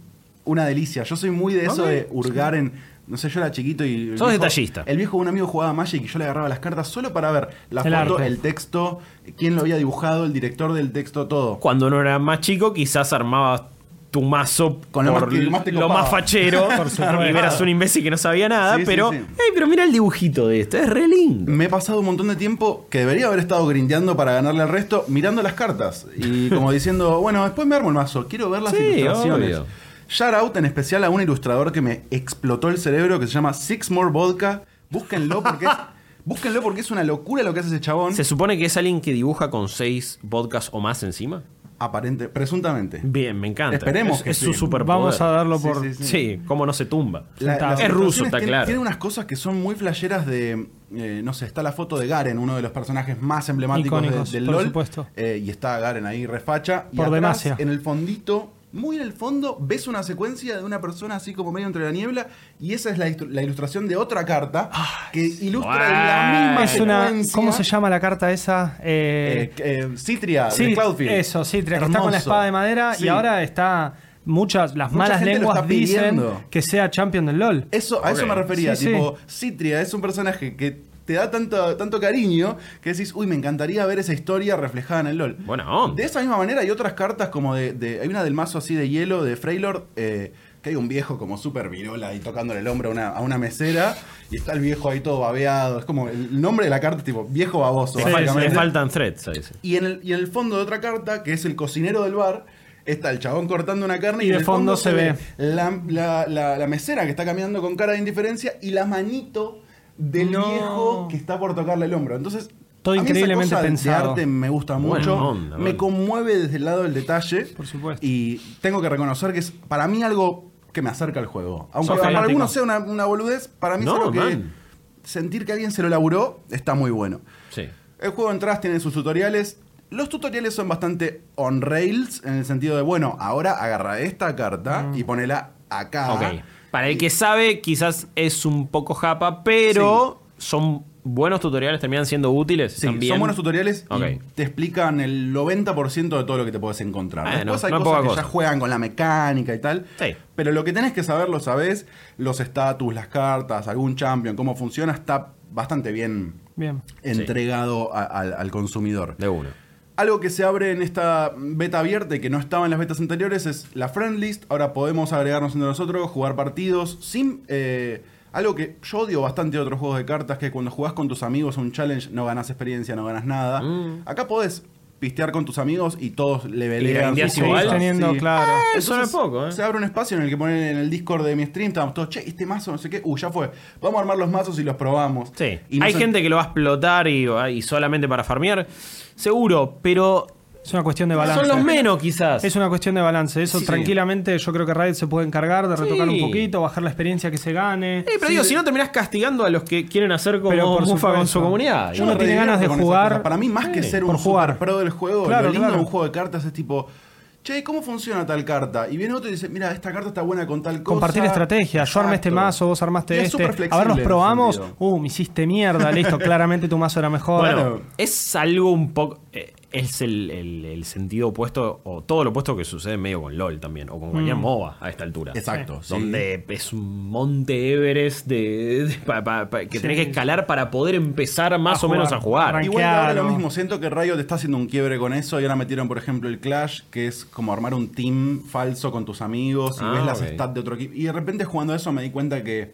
una delicia. Yo soy muy de eso
Ok.
de hurgar en. No sé, yo era chiquito y. el
Sos
viejo-
detallista.
El viejo de un amigo jugaba Magic y yo le agarraba las cartas solo para ver la
El
foto,
arte.
el texto, quién lo había dibujado, el director del texto, todo.
Cuando no era más chico, quizás armabas tu mazo
Con lo más que- más te
lo
copaba.
más fachero y eras un imbécil que no sabía nada,
Sí, sí,
pero
sí.
"Ey, pero mira el dibujito de esto, es re lindo.
Me he pasado un montón de tiempo que debería haber estado grindeando para ganarle al resto, mirando las cartas. Y como diciendo, bueno, después me armo el mazo, quiero ver las
Sí,
ilustraciones.
obvio.
Shout out en especial a un ilustrador que me explotó el cerebro que se llama Six More Vodka. Búsquenlo porque es, búsquenlo porque es una locura lo que hace ese chabón.
Se supone que es alguien que dibuja con seis vodkas o más encima.
Aparente, presuntamente.
Bien, me encanta.
Esperemos
es,
que
es
sí.
su superpoder.
Vamos a darlo por...
Sí, sí,
Sí, cómo no se tumba.
La- las
es ruso,
ilustraciones
está
tiene-
claro.
Tiene unas cosas que son muy flasheras de. eh, no sé, está la foto de Garen, uno de los personajes más emblemáticos de-
Icónicos,
del
por
LOL.
supuesto.
Eh, y está Garen ahí refacha. Y
Por
atrás,
demasia.
en el fondito, muy en el fondo, ves una secuencia de una persona así como medio entre la niebla. Y esa es la, istru- la ilustración de otra carta que ilustra la misma
Es una-
secuencia.
¿Cómo se llama la carta esa? Eh,
Ah, Eh, eh, Citria,
Sí,
de Cloudfield.
eso, sí, que está con
Hermoso.
la espada de madera
Sí.
y ahora está muchas las
Mucha
malas
gente lo
lenguas
está
dicen
pidiendo.
que sea champion del LoL.
Eso, a eso me refería.
Sí,
tipo, Citria es un personaje que te da tanto, tanto cariño que decís, uy, me encantaría ver esa historia reflejada en el LOL.
Buena onda.
De esa misma manera hay otras cartas como de. de- hay una del mazo así de hielo de Freylord. eh, que hay un viejo como súper virola ahí tocándole el hombro a una, a una mesera. Y está el viejo ahí todo babeado. Es como el nombre de la carta, es tipo, viejo baboso.
Le fal-
básicamente.
le faltan threads a ese.
Y en, el, y en el fondo de otra carta, que es el cocinero del bar, está el chabón cortando una carne y,
Y de
en el
fondo se ve.
la, la- la- la mesera que está caminando con cara de indiferencia y la manito del
No.
viejo que está por tocarle el hombro. Entonces,
Todo
a mí esa
increíblemente
cosa de
pensado.
arte me gusta
Buena
mucho.
onda,
me
bueno.
conmueve desde el lado del detalle. Por
supuesto.
Y tengo que reconocer que es para mí algo que me acerca al juego. Aunque
Sos
para
fanático.
algunos sea una, una boludez, para mí es
No,
algo que
man.
sentir que alguien se lo laburó está muy bueno.
Sí.
El juego entras, tiene sus tutoriales. Los tutoriales son bastante on rails, en el sentido de, bueno, ahora agarra esta carta y ponela acá.
Mm. Ok. Para el que sabe, quizás es un poco japa, pero son buenos tutoriales, terminan siendo útiles.
Sí,
también.
son buenos tutoriales y
Ok.
te explican el 90% de todo lo que te puedes encontrar.
Bueno,
Después hay
Ah, no es
cosas que
poca
ya
cosa.
juegan con la mecánica y tal.
Sí.
Pero lo que tenés que saber lo sabés. Los estatus, las cartas, algún champion, cómo funciona, está bastante bien
Bien.
entregado a- al- al consumidor.
De uno.
Algo que se abre en esta beta abierta y que no estaba en las betas anteriores es la friend list. Ahora podemos agregarnos entre nosotros, jugar partidos sin eh, Algo que yo odio bastante de otros juegos de cartas, que cuando jugás con tus amigos a un challenge no ganás experiencia, no ganás nada.
Mm.
Acá podés pistear con tus amigos y todos le
grindeás
Y
Es
seguís
igual.
teniendo, claro.
Eso no es poco, ¿eh?
Se abre un espacio en el que ponen en el Discord de mi stream, estábamos todos, che, este mazo, no sé qué, uh, ya fue. Vamos a armar los mazos y los probamos.
Sí.
Y no
Hay
se-
gente que lo va a explotar y, y solamente para farmear, seguro, pero
Es una cuestión de balance.
son los menos quizás.
Es una cuestión de balance. Eso
Sí.
tranquilamente yo creo que Riot se puede encargar de retocar
Sí.
un poquito, bajar la experiencia que se gane.
Eh, pero digo, si no terminás castigando a los que quieren hacer como
Pero por
Mufa con su
supuesto.
comunidad.
Yo
me
no tiene
redivierto
ganas de
con esas
jugar.
cosas. Para mí, más que
Sí,
ser
por
un
jugar.
super pro del juego,
Claro,
lo lindo
claro.
de un juego de cartas es tipo, che, ¿cómo funciona tal carta? Y viene otro y dice, mira, esta carta está buena con tal cosa.
Compartir estrategia, yo armé este
Exacto.
mazo, vos armaste
Y es
este.
súper flexible
A ver, nos
en ese
probamos.
sentido.
Uh, me hiciste mierda, listo. Claramente tu mazo era mejor.
Bueno,
Claro.
es algo un poco. eh, es el, el- el sentido opuesto, o todo lo opuesto que sucede medio con LOL también, o con cualquier MOBA a esta altura.
Mm. Exacto, sí.
Donde es un monte Everest de, de- pa- pa- pa- que tenés que escalar para poder empezar más o
jugar.
menos a jugar.
Arranque.
Igual ahora
Claro.
lo mismo, siento que Riot está haciendo un quiebre con eso y ahora metieron, por ejemplo, el Clash, que es como armar un team falso con tus amigos y
Ah,
ves las
ok.
stats de otro equipo. Y de repente jugando eso me di cuenta que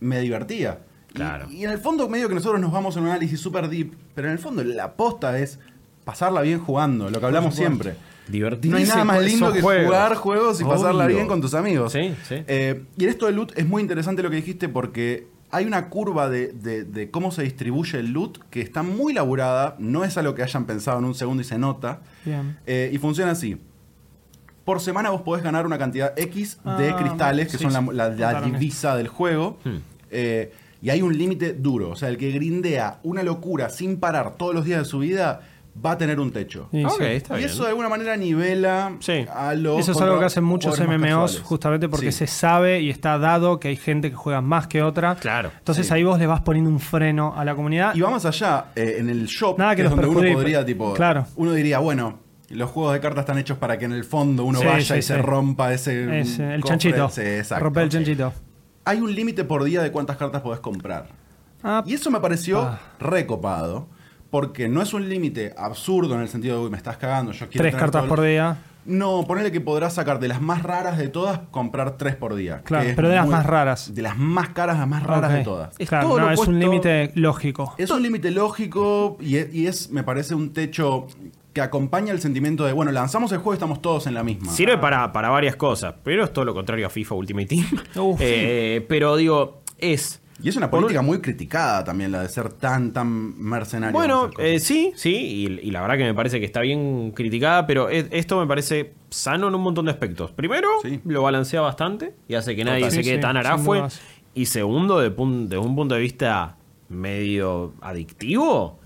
me divertía. Y-
Claro.
Y, en el fondo medio que nosotros nos vamos en un análisis super deep, pero en el fondo la posta es pasarla bien jugando, lo que hablamos siempre.
Divertirse
No hay nada más
con
lindo
pues, esos
que
juegos.
jugar juegos y pasarla
Obvio.
bien con tus amigos.
Sí, sí.
Eh, y en esto del loot es muy interesante lo que dijiste porque hay una curva de, de- de cómo se distribuye el loot que está muy laburada, no es algo que hayan pensado en un segundo y se nota.
Bien.
Eh, y funciona así. Por semana vos podés ganar una cantidad X de
Ah,
cristales, que
sí,
son la,
sí,
la- la
contaron esto.
divisa del juego.
Hmm.
Eh, y hay un límite duro. O sea, el que grindea una locura sin parar todos los días de su vida va a tener un techo.
Y sí.
Ok, está
Y
bien.
eso de alguna manera nivela
Sí.
a los.
Eso es algo que hacen muchos MMOs, justamente porque se sabe y está dado que hay gente que juega más que otra.
Claro.
Entonces
Sí.
ahí vos le vas poniendo un freno a la comunidad.
Y vamos allá, eh, en el shop,
Nada que
es
los
donde uno
perjudique.
podría, tipo.
Claro.
Uno diría, bueno, los juegos de cartas están hechos para que en el fondo uno
Sí,
vaya
sí,
y se
sí.
rompa ese.
Es, eh, el
cofre.
chanchito.
Sí, exacto.
Romper el chanchito.
Hay un límite por día de cuántas cartas podés comprar.
Ah,
Y eso me pareció
Ah.
recopado, porque no es un límite absurdo en el sentido de, uy, me estás cagando, yo quiero...
tres
tener
cartas
todo-
por día.
No, ponele que podrás sacar de las más raras de todas, comprar tres por día.
Claro,
que es
pero de las más raras.
De las más caras, las más raras
Ok.
de todas.
Es Claro,
todo
no,
lo
es un
opuesto-
límite lógico.
Es un límite lógico y es, y es, me parece, un techo que acompaña el sentimiento de, bueno, lanzamos el juego y estamos todos en la misma.
Sirve para, para varias cosas, pero es todo lo contrario a FIFA Ultimate Team.
Uf, sí.
Eh, Pero digo, es.
Y es una
por un-
política muy criticada también, la de ser tan, tan mercenario. en
Bueno,
esas cosas.
eh, sí, sí, y, y la verdad que me parece que está bien criticada, pero es- esto me parece sano en un montón de aspectos. Primero,
Sí.
lo balancea bastante y hace que nadie
Total.
se
Sí,
quede
sí,
tan
sin
arafue.
dudas.
Y segundo, de, pun- de un punto de vista medio adictivo,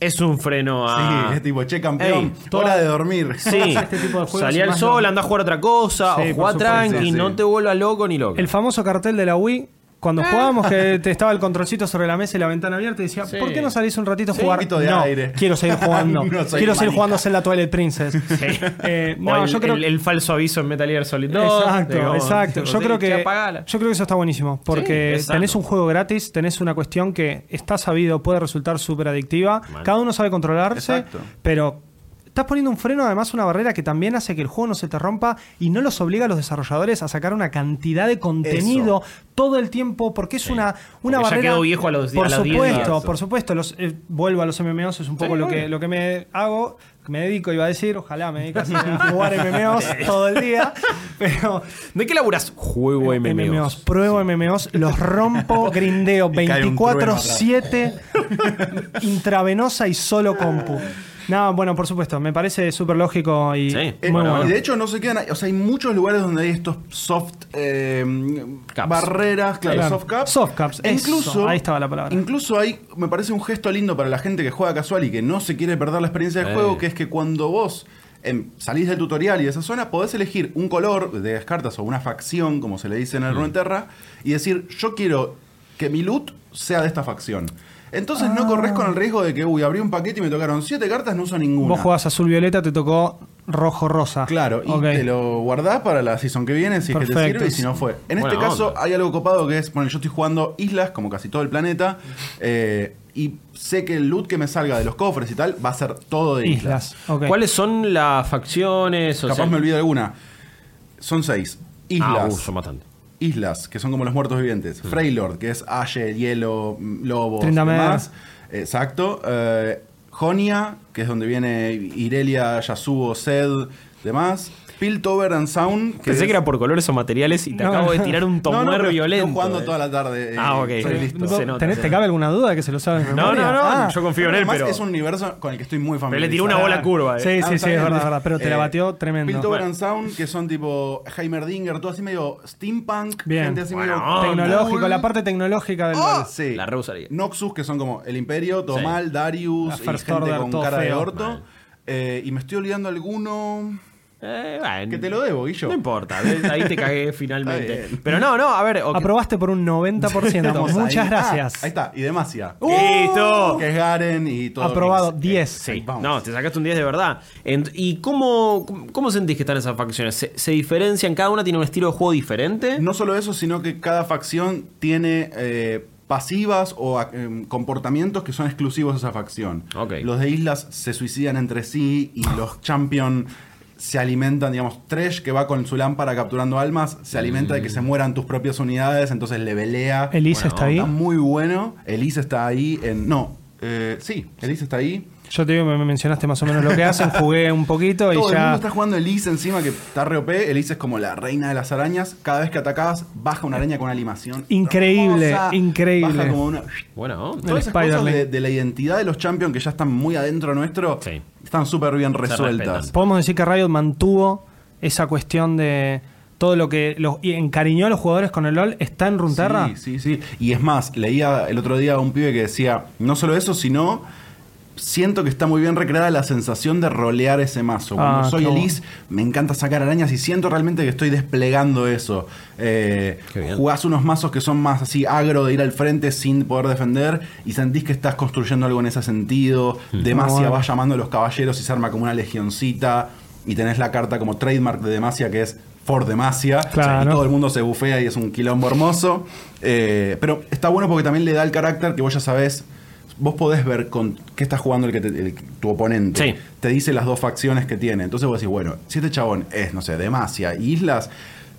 es un freno a...
Sí, es tipo, che, campeón,
Ey,
hora de dormir.
Sí,
Este tipo de juegos
salí al
más
sol,
lo-
anda a jugar otra cosa,
Sí,
o
por
jugá
supuesto,
tranqui,
sí.
no te vuelvas loco ni loco.
El famoso cartel de la Wii, cuando
Ah.
jugábamos, que te estaba el controlcito sobre la mesa y la ventana abierta, y decía,
Sí.
¿por qué no salís un ratito a
Sí,
jugar?
un poquito de
no,
aire.
quiero seguir jugando.
No soy
quiero seguir
manija.
jugando en la Twilight Princess.
Sí.
Eh,
O
no,
el,
yo creo
el- el falso aviso en Metal Gear Solid 2.
Exacto,
digamos,
exacto.
tipo,
Yo
sí,
creo
che,
que
apagala.
yo creo que eso está buenísimo porque
Sí, es
tenés
sano.
un juego gratis, tenés una cuestión que está sabido puede resultar súper adictiva. Cada uno sabe controlarse,
Exacto.
pero estás poniendo un freno, además una barrera que también hace que el juego no se te rompa y no los obliga a los desarrolladores a sacar una cantidad de contenido todo el tiempo porque es una
Porque
una
ya
barrera.
quedó viejo a los-
por
a las 10
supuesto,
días.
por supuesto. Los, eh, vuelvo a los MMOs es un poco lo que lo que me hago, me dedico iba a decir, ojalá me dedicase a jugar MMOs todo el día, pero
¿De qué laburas? Juego MMOs.
MMOs, pruebo MMOs, los rompo, grindeo
Y cae un trueno atrás.
24-7, intravenosa y solo compu. No, bueno, por supuesto, me parece súper lógico y
Sí.
muy
Eh,
bueno.
Y de hecho no se quedan ahí. O sea, hay muchos lugares donde hay estos soft eh,
Caps.
barreras, claro,
Claro.
soft caps.
Soft caps,
E
eso, ahí estaba la palabra.
Incluso hay, me parece un gesto lindo para la gente que juega casual y que no se quiere perder la experiencia del
Eh.
juego, que es que cuando vos em, salís del tutorial y de esa zona, podés elegir un color de las cartas o una facción, como se le dice
Mm.
en el Runeterra, y decir, yo quiero que mi loot sea de esta facción. Entonces no corres con el riesgo de que, uy, abrí un paquete y me tocaron siete cartas, no uso ninguna.
Vos jugás azul violeta, te tocó rojo rosa.
Claro, y
Ah, Ok.
te lo guardás para la season que viene, si es que te
Perfecto.
sirve y si no fue. En
Buena
este caso
onda.
hay algo copado que es, bueno, yo estoy jugando islas, como casi todo el planeta, eh, y sé que el loot que me salga de los cofres y tal va a ser todo de islas.
Islas. ok.
¿Cuáles son las facciones? O
Capaz
sea-
me olvido alguna. Son seis.
Ah,
Islas.
uh, son bastante.
islas, que son como los muertos vivientes. Freylord, que es Aye, hielo, mm, lobos,
Tryndamere.
demás. Exacto. Eh, Jonia, que es donde viene Irelia, Yasuo, Sed, demás. Piltover and Sound.
Pensé que era por colores o materiales y te
No,
acabo de
no.
tirar un
No,
tomuer
no, pero
violento.
estoy jugando
eh.
toda la tarde. eh,
Ah, ok.
soy
Sí.
listo.
Se nota,
¿Tenés-
se
¿Te
nota.
cabe alguna duda que se lo sabes?
No, no, no,
Ah,
yo confío en él,
además
pero.
Es un universo con el que estoy muy familiarizado.
Pero le tiré una bola curva, eh.
Sí,
Ah,
sí,
está
sí, es
bien.
verdad, es verdad. Pero te la
Eh,
batió tremendo.
Piltover and Sound, que son tipo Heimerdinger, todo así medio steampunk,
Bien.
gente así
Bueno,
medio
onda.
Tecnológico,
cool.
la parte tecnológica del
Ah,
LoL.
sí.
La reusaría.
Noxus, que son como el Imperio, Tomal,
La
Darius, y
First
gente
Order,
con
todo
cara de
feo.
orto. Eh, y me estoy olvidando alguno.
Eh, bueno.
Que te lo debo, Guillo.
No importa, ves, ahí te cagué finalmente.
Está bien.
pero no, no, a ver. ok.
Aprobaste por un 90%.
Estamos ahí.
Muchas
Ah,
gracias. Uh.
ahí está, y Demacia.
Uh. ¡Listo!
Que es Garen y todo.
Aprobado,
Eh,
10.
Sí,
vamos.
no, te sacaste un 10 de verdad. Ent- ¿Y cómo, cómo sentís que están esas facciones? ¿Se, se diferencian? ¿Cada una tiene un estilo de juego diferente?
No solo eso, sino que cada facción tiene eh, pasivas o ac- em, comportamientos que son exclusivos a esa facción.
Ok.
Los de islas se suicidan entre sí y los champion se alimentan, digamos, Tresh que va con su lámpara capturando almas, se alimenta de que se mueran tus propias unidades, entonces le velea.
Elisa está ahí.
Está muy bueno. Elise está ahí en... No, eh, sí, Elise está ahí.
Yo te digo, me me mencionaste más o menos lo que hacen, jugué un poquito y
Todo el mundo
ya.
está jugando Elise encima que está re OP. Elise es como la reina de las arañas. Cada vez que atacabas, baja una araña con una animación.
Increíble, increíble.
Baja como una.
Bueno,
El
Todas esas cosas
Spider-Man.
de, de la identidad de los champions que ya están muy adentro nuestro
Sí.
están súper bien resueltas.
respetan.
Podemos decir que Riot mantuvo esa cuestión de todo lo que. Los, y encariñó a los jugadores con el LOL. ¿Está en Runterra?
Sí, sí, sí. Y es más, leía el otro día a un pibe que decía, no solo eso, sino siento que está muy bien recreada la sensación de rolear ese mazo. Cuando
Ah,
soy
qué bueno.
Elise, me encanta sacar arañas y siento realmente que estoy desplegando eso. Eh,
Qué bien.
jugás unos mazos que son más así agro de ir al frente sin poder defender y sentís que estás construyendo algo en ese sentido.
Mm.
Demacia
Ah, Bueno.
va llamando a los caballeros y se arma como una legioncita. Y tenés la carta como trademark de Demacia que es For Demacia.
Claro.
Y todo el mundo se bufea y es un quilombo hermoso. Eh, pero está bueno porque también le da el carácter que vos ya sabés. Vos podés ver con qué está jugando el que te- el- tu oponente.
Sí.
Te dice las dos facciones que tiene. Entonces vos decís, bueno, si este chabón es, no sé, Demacia y Islas,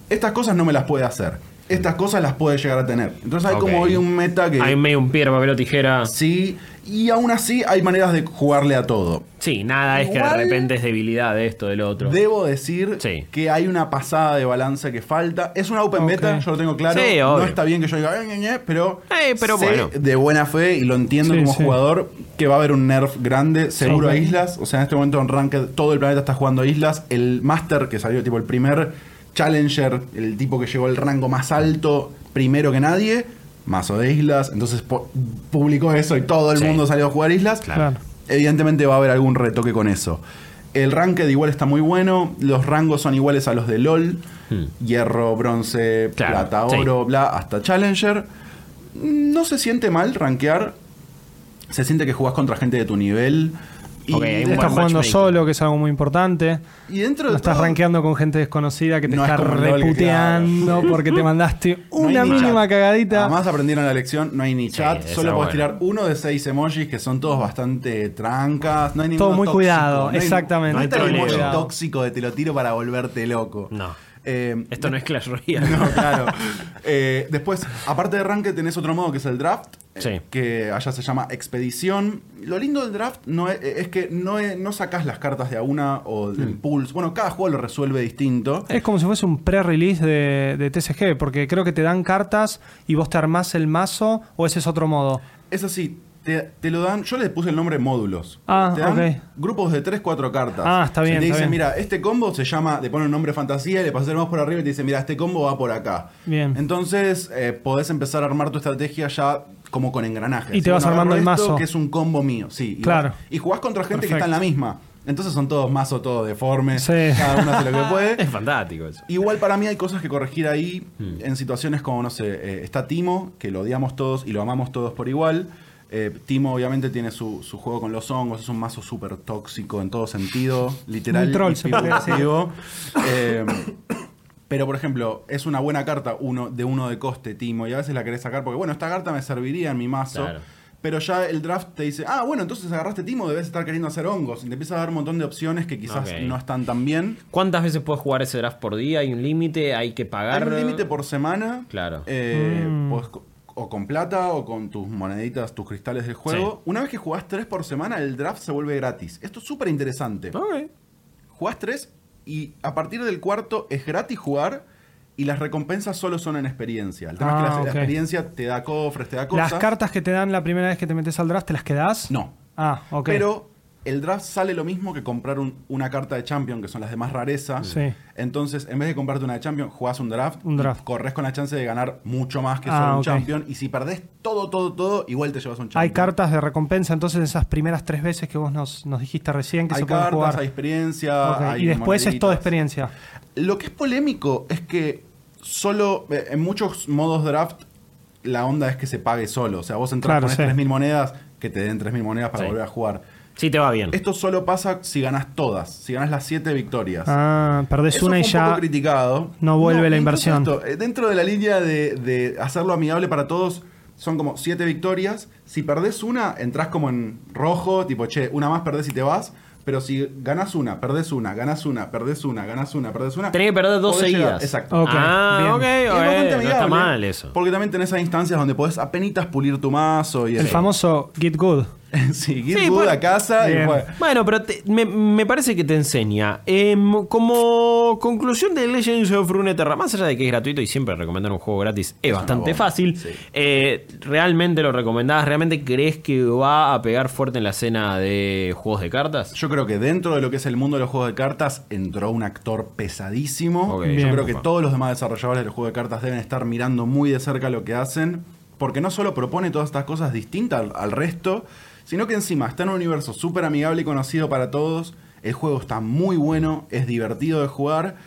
estas cosas no me las puede hacer. Estas cosas las puede llegar a tener. Entonces hay
Mm. Ok.
como hoy un meta que.
Hay medio un piedra, papel o tijera.
Sí, y aún así hay maneras de jugarle a todo.
Sí, nada es que de
Igual-
repente es debilidad de esto, del otro.
Debo decir
Sí.
que hay una pasada de balance que falta. Es una open
Ok.
beta, yo lo tengo claro.
Sí,
no
obvio.
está bien que yo diga, "Eh, ñe, ñe", pero,
Eh, pero
sé
bueno.
de buena fe y lo entiendo
Sí,
como
sí.
jugador que va a haber un nerf grande, seguro
Ok.
a Islas. O sea, en este momento en Ranked todo el planeta está jugando a Islas. El Master, que salió tipo el primer Challenger, el tipo que llegó al rango más alto primero que nadie, mazo de Islas. Entonces po- publicó eso y todo el
Sí.
mundo salió a jugar Islas.
Claro.
Evidentemente va a haber algún retoque con eso. El ranked igual está muy bueno. Los rangos son iguales a los de LOL. Hierro, bronce,
Hmm. Claro,
plata,
sí.
oro, bla, hasta Challenger. No se siente mal rankear. Se siente que jugás contra gente de tu nivel. Y,
Ok, hay un
de-
Estás
buen
jugando
matchmaking.
solo, que es algo muy importante.
y dentro de
No estás
todo,
rankeando con gente desconocida que te
No es
está
como el LOL que,
reputeando porque te mandaste
no hay
una
ni
mínima
chat.
cagadita.
Además aprendieron la lección, no hay ni chat,
esa
solo
buena.
podés tirar uno de seis emojis que son todos bastante trancas, no hay ninguno
Todo muy
tóxico,
cuidado,
no hay-
exactamente.
No hay
Todo
tal emoji
cuidado.
tóxico de te lo tiro para volverte loco.
No.
Eh,
Esto no es Clash Royale.
No, claro. Eh, después, aparte de ranked, tenés otro modo que es el draft. eh,
Sí.
Que allá se llama expedición. Lo lindo del draft no es, es que no, es- no sacás las cartas de a una o de pulse. Bueno, cada juego lo resuelve distinto.
Es como si fuese un pre-release de, de TCG, porque creo que te dan cartas y vos te armás el mazo, o ese es otro modo.
Es así, te, te lo dan. Yo le puse el nombre módulos.
Ah,
te dan
ok.
grupos de 3-4 cartas.
Ah, está bien,
Y te
está
dicen,
bien.
mira, este combo se llama, te pone un nombre fantasía, le pasas el mouse por arriba y te dicen, mira, este combo va por acá.
Bien.
Entonces, eh, podés empezar a armar tu estrategia ya como con engranajes.
Y te vas
bueno,
armando
agarro
el
esto,
mazo.
Que es un combo mío, sí. Y
Claro.
vas- Y jugás contra gente que está
Perfecto.
en la misma. Entonces son todos mazos, todos deformes.
Sí.
Cada uno hace lo que puede.
Es fantástico eso.
Igual para mí hay cosas que corregir ahí
Hmm.
en situaciones como, no sé, eh, está Timo, que lo odiamos todos y lo amamos todos por igual. Eh, Timo obviamente tiene su, su juego con los hongos, es un mazo súper tóxico en todo sentido, literal.
Un troll,
y
se puede decir.
figurativo. Eh, pero por ejemplo, es una buena carta uno, de uno de coste, Timo, y a veces la querés sacar porque, bueno, esta carta me serviría en mi mazo.
Claro.
Pero ya el draft te dice, ah, bueno, entonces agarraste Timo, debes estar queriendo hacer hongos. Y te empieza a dar un montón de opciones que quizás
Ok.
no están tan bien.
¿Cuántas veces puedes jugar ese draft por día? ¿Hay un límite? ¿Hay que
Hay
pagar?
un límite por semana.
Claro.
Eh,
Mm.
podés co- o con plata o con tus moneditas, tus cristales del juego. Una vez que jugás tres por semana, el draft se vuelve gratis. Esto es súper interesante.
Ok.
Jugás tres y a partir del cuarto es gratis jugar y las recompensas solo son en experiencia. El tema es que
Ah,
la, la
ok.
experiencia te da cofres, te da cosas.
Las cartas que te dan la primera vez que te metes al draft, ¿te las quedás?
No.
Ah, ok.
Pero el draft sale lo mismo que comprar un- una carta de Champion, que son las demás rarezas.
Sí.
Entonces, en vez de comprarte una de Champion, jugás un draft.
Un draft.
y Corres con la chance de ganar mucho más que
Ah,
solo un
ok.
Champion. Y si perdés todo, todo, todo, igual te llevas un Champion.
hay cartas de recompensa, entonces esas primeras tres veces que vos nos, nos dijiste recién que
Hay
se pueden
cartas,
jugar.
hay experiencia.
Ok,
hay
Y después es todo
moneditas.
experiencia.
Lo que es polémico es que solo eh, en muchos modos draft la onda es que se pague solo. O sea, vos entras,
Claro,
pones
sí.
3.000 monedas, que te den 3.000 monedas para
Sí.
volver a jugar.
Sí, te va bien.
Esto solo pasa si ganas todas, si ganas las 7 victorias.
Ah, perdés
Eso
una
fue
y
un poco
ya.
criticado.
no vuelve la
incluso
inversión.
esto, eh, dentro de la línea de, de hacerlo amigable para todos, son como 7 victorias. Si perdés una, entras como en rojo, tipo, che, una más perdés y te vas. Pero si ganas una, perdés una, ganas una, perdés una, ganas una, perdés una.
Tenés que perder dos
podés llegar-
seguidas.
Exacto.
Ok,
ah, ok,
Y
bien.
es
ok,
bastante
No está
amigable, ¿eh?
mal eso.
Porque también tenés esas instancias donde podés apenitas pulir tu mazo y
El
eso.
famoso Get Good.
sí, Git
Sí,
Good
por-
a casa y
Bien.
juega.
Bueno, pero te- me, me parece que te enseña. Em, como conclusión de Legends of Runeterra, más allá de que es gratuito y siempre recomendar un juego gratis es, bastante
bomba,
fácil,
sí.
eh, ¿realmente lo recomendás? ¿Realmente crees que va a pegar fuerte en la escena de juegos de cartas?
Yo creo que dentro de lo que es el mundo de los juegos de cartas entró un actor pesadísimo.
Ok.
Yo
Bien.
creo que
Ufa.
todos los demás desarrolladores de los juegos de cartas deben estar mirando muy de cerca lo que hacen, porque no solo propone todas estas cosas distintas al, al resto, sino que encima está en un universo súper amigable y conocido para todos. El juego está muy bueno, es divertido de jugar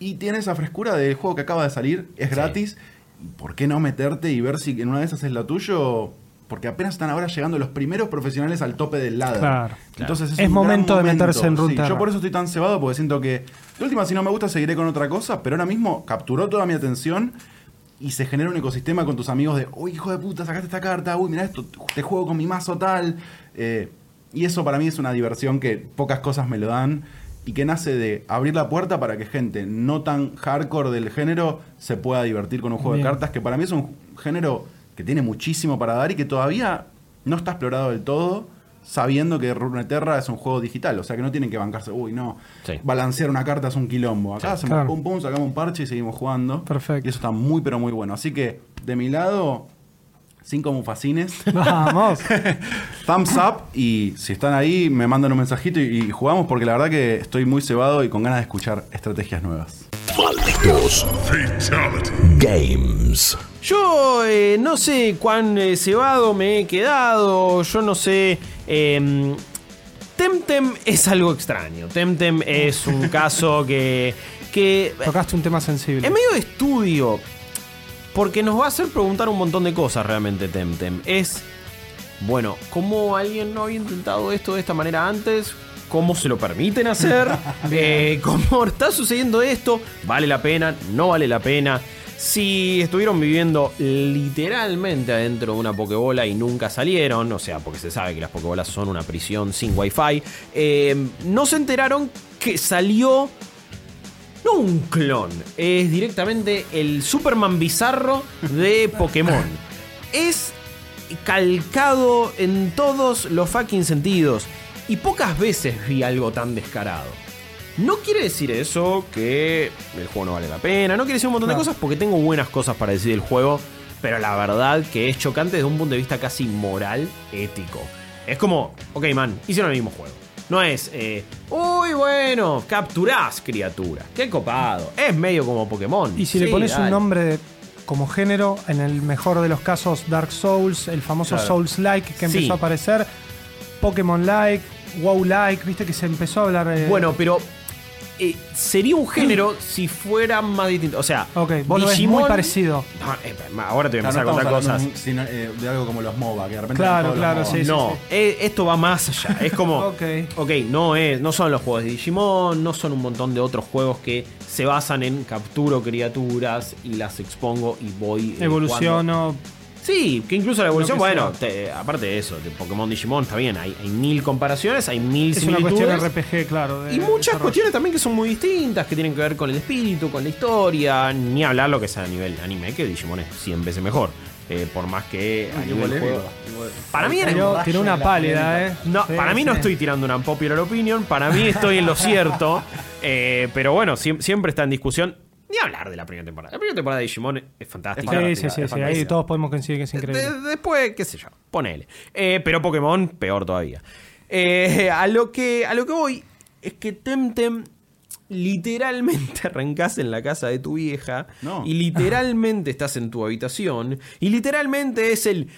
y tiene esa frescura del juego que acaba de salir, es gratis. ¿Y ¿Por qué no meterte y ver si en una de esas es la tuyo? Porque apenas están ahora llegando los primeros profesionales al tope del ladder.
Claro.
Entonces es,
Es
un
momento
gran
de meterse en
momento. Sí,
Runeterra.
yo por eso estoy tan cebado porque siento que de última si no me gusta seguiré con otra cosa, pero ahora mismo capturó toda mi atención y se genera un ecosistema con tus amigos de, uy hijo de puta, sacaste esta carta, uy mira esto, te juego con mi mazo tal. Eh, y eso para mí es una diversión que pocas cosas me lo dan y que nace de abrir la puerta para que gente no tan hardcore del género se pueda divertir con un juego
Bien.
de cartas que para mí es un género que tiene muchísimo para dar y que todavía no está explorado del todo, sabiendo que Runeterra es un juego digital, o sea que no tienen que bancarse, uy, no,
Sí.
balancear una carta es un quilombo. Acá hacemos
Claro.
pum pum, sacamos un parche y seguimos jugando.
Perfecto.
Y eso está muy, pero muy bueno. Así que, de mi lado, cinco mufacines,
Vamos.
thumbs up y si están ahí, me mandan un mensajito y, y jugamos porque la verdad que estoy muy cebado y con ganas de escuchar estrategias nuevas.
Malditos Games.
Yo eh, no sé cuán eh, cebado me he quedado, yo no sé... em, Temtem es algo extraño. Temtem es un caso que... que
Tocaste un tema sensible.
Es medio de estudio. Porque nos va a hacer preguntar un montón de cosas realmente, Temtem. Es. Bueno, ¿cómo alguien no había intentado esto de esta manera antes? ¿Cómo se lo permiten hacer? Eh, ¿Cómo está sucediendo esto? ¿Vale la pena? ¿No vale la pena? Si estuvieron viviendo literalmente adentro de una Pokébola y nunca salieron, o sea, porque se sabe que las Pokébolas son una prisión sin Wi-Fi, eh, no se enteraron que salió no un clon, es directamente el Superman bizarro de Pokémon. Es calcado en todos los fucking sentidos. Y pocas veces vi algo tan descarado. No quiere decir eso que el juego no vale la pena, no quiere decir un montón de
Claro.
cosas porque tengo buenas cosas para decir del juego, pero la verdad que es chocante desde un punto de vista casi moral, ético. Es como, ok man, hicieron el mismo juego. No es, eh, uy bueno, capturás criatura, qué copado. Es medio como Pokémon.
Y si le
Sí,
pones un
dale.
nombre de- como género, en el mejor de los casos Dark Souls, el famoso
Claro.
Souls-like que
Sí.
empezó a aparecer, Pokémon-like, WoW-like, viste que se empezó a hablar... eh,
Bueno, pero eh, sería un género si fuera más distinto. O sea,
Ok, vos lo ves muy parecido.
No, eh, pa- ahora te voy a
O sea,
empezar
no
a contar
estamos
cosas.
hablando de un- sino, eh, de algo como los MOBA, que de repente
Claro,
son todos los
claro,
MOBA.
sí, sí.
no, eh, esto va más allá. Es como.
Ok.
ok, no, es, no son los juegos de Digimon, no son un montón de otros juegos que se basan en capturo criaturas y las expongo y voy. eh, jugando.
Evoluciono,
Sí, que incluso la evolución,
Lo que sea.
bueno, te- aparte de eso, de Pokémon Digimon está bien, hay, hay mil comparaciones, hay mil
Es una
similitudes.
cuestión RPG, claro. de
y muchas
desarrollo.
cuestiones también que son muy distintas, que tienen que ver con el espíritu, con la historia, ni hablar lo que es a nivel anime, que Digimon es 100 veces mejor. Eh, por más que a
Qué
nivel
polémico.
juego. Para mí era
Tiró, tiró una pálida, ¿eh?
no,
Sí,
para mí no
sí.
estoy tirando una popular opinion, para mí estoy en lo cierto. Eh, pero bueno, siem- siempre está en discusión. Ni hablar de la primera temporada. La primera temporada de Digimon es- es
Sí,
fantástica.
sí,
es
sí, sí,
fantástica, es
ahí
fantástica.
todos podemos coincidir que es increíble.
De- después, qué sé yo, ponele. Eh, pero Pokémon, peor todavía. Eh, a, lo que, a lo que voy es que Temtem literalmente arrancás en la casa de tu vieja
No.
y literalmente estás en tu habitación y literalmente es el...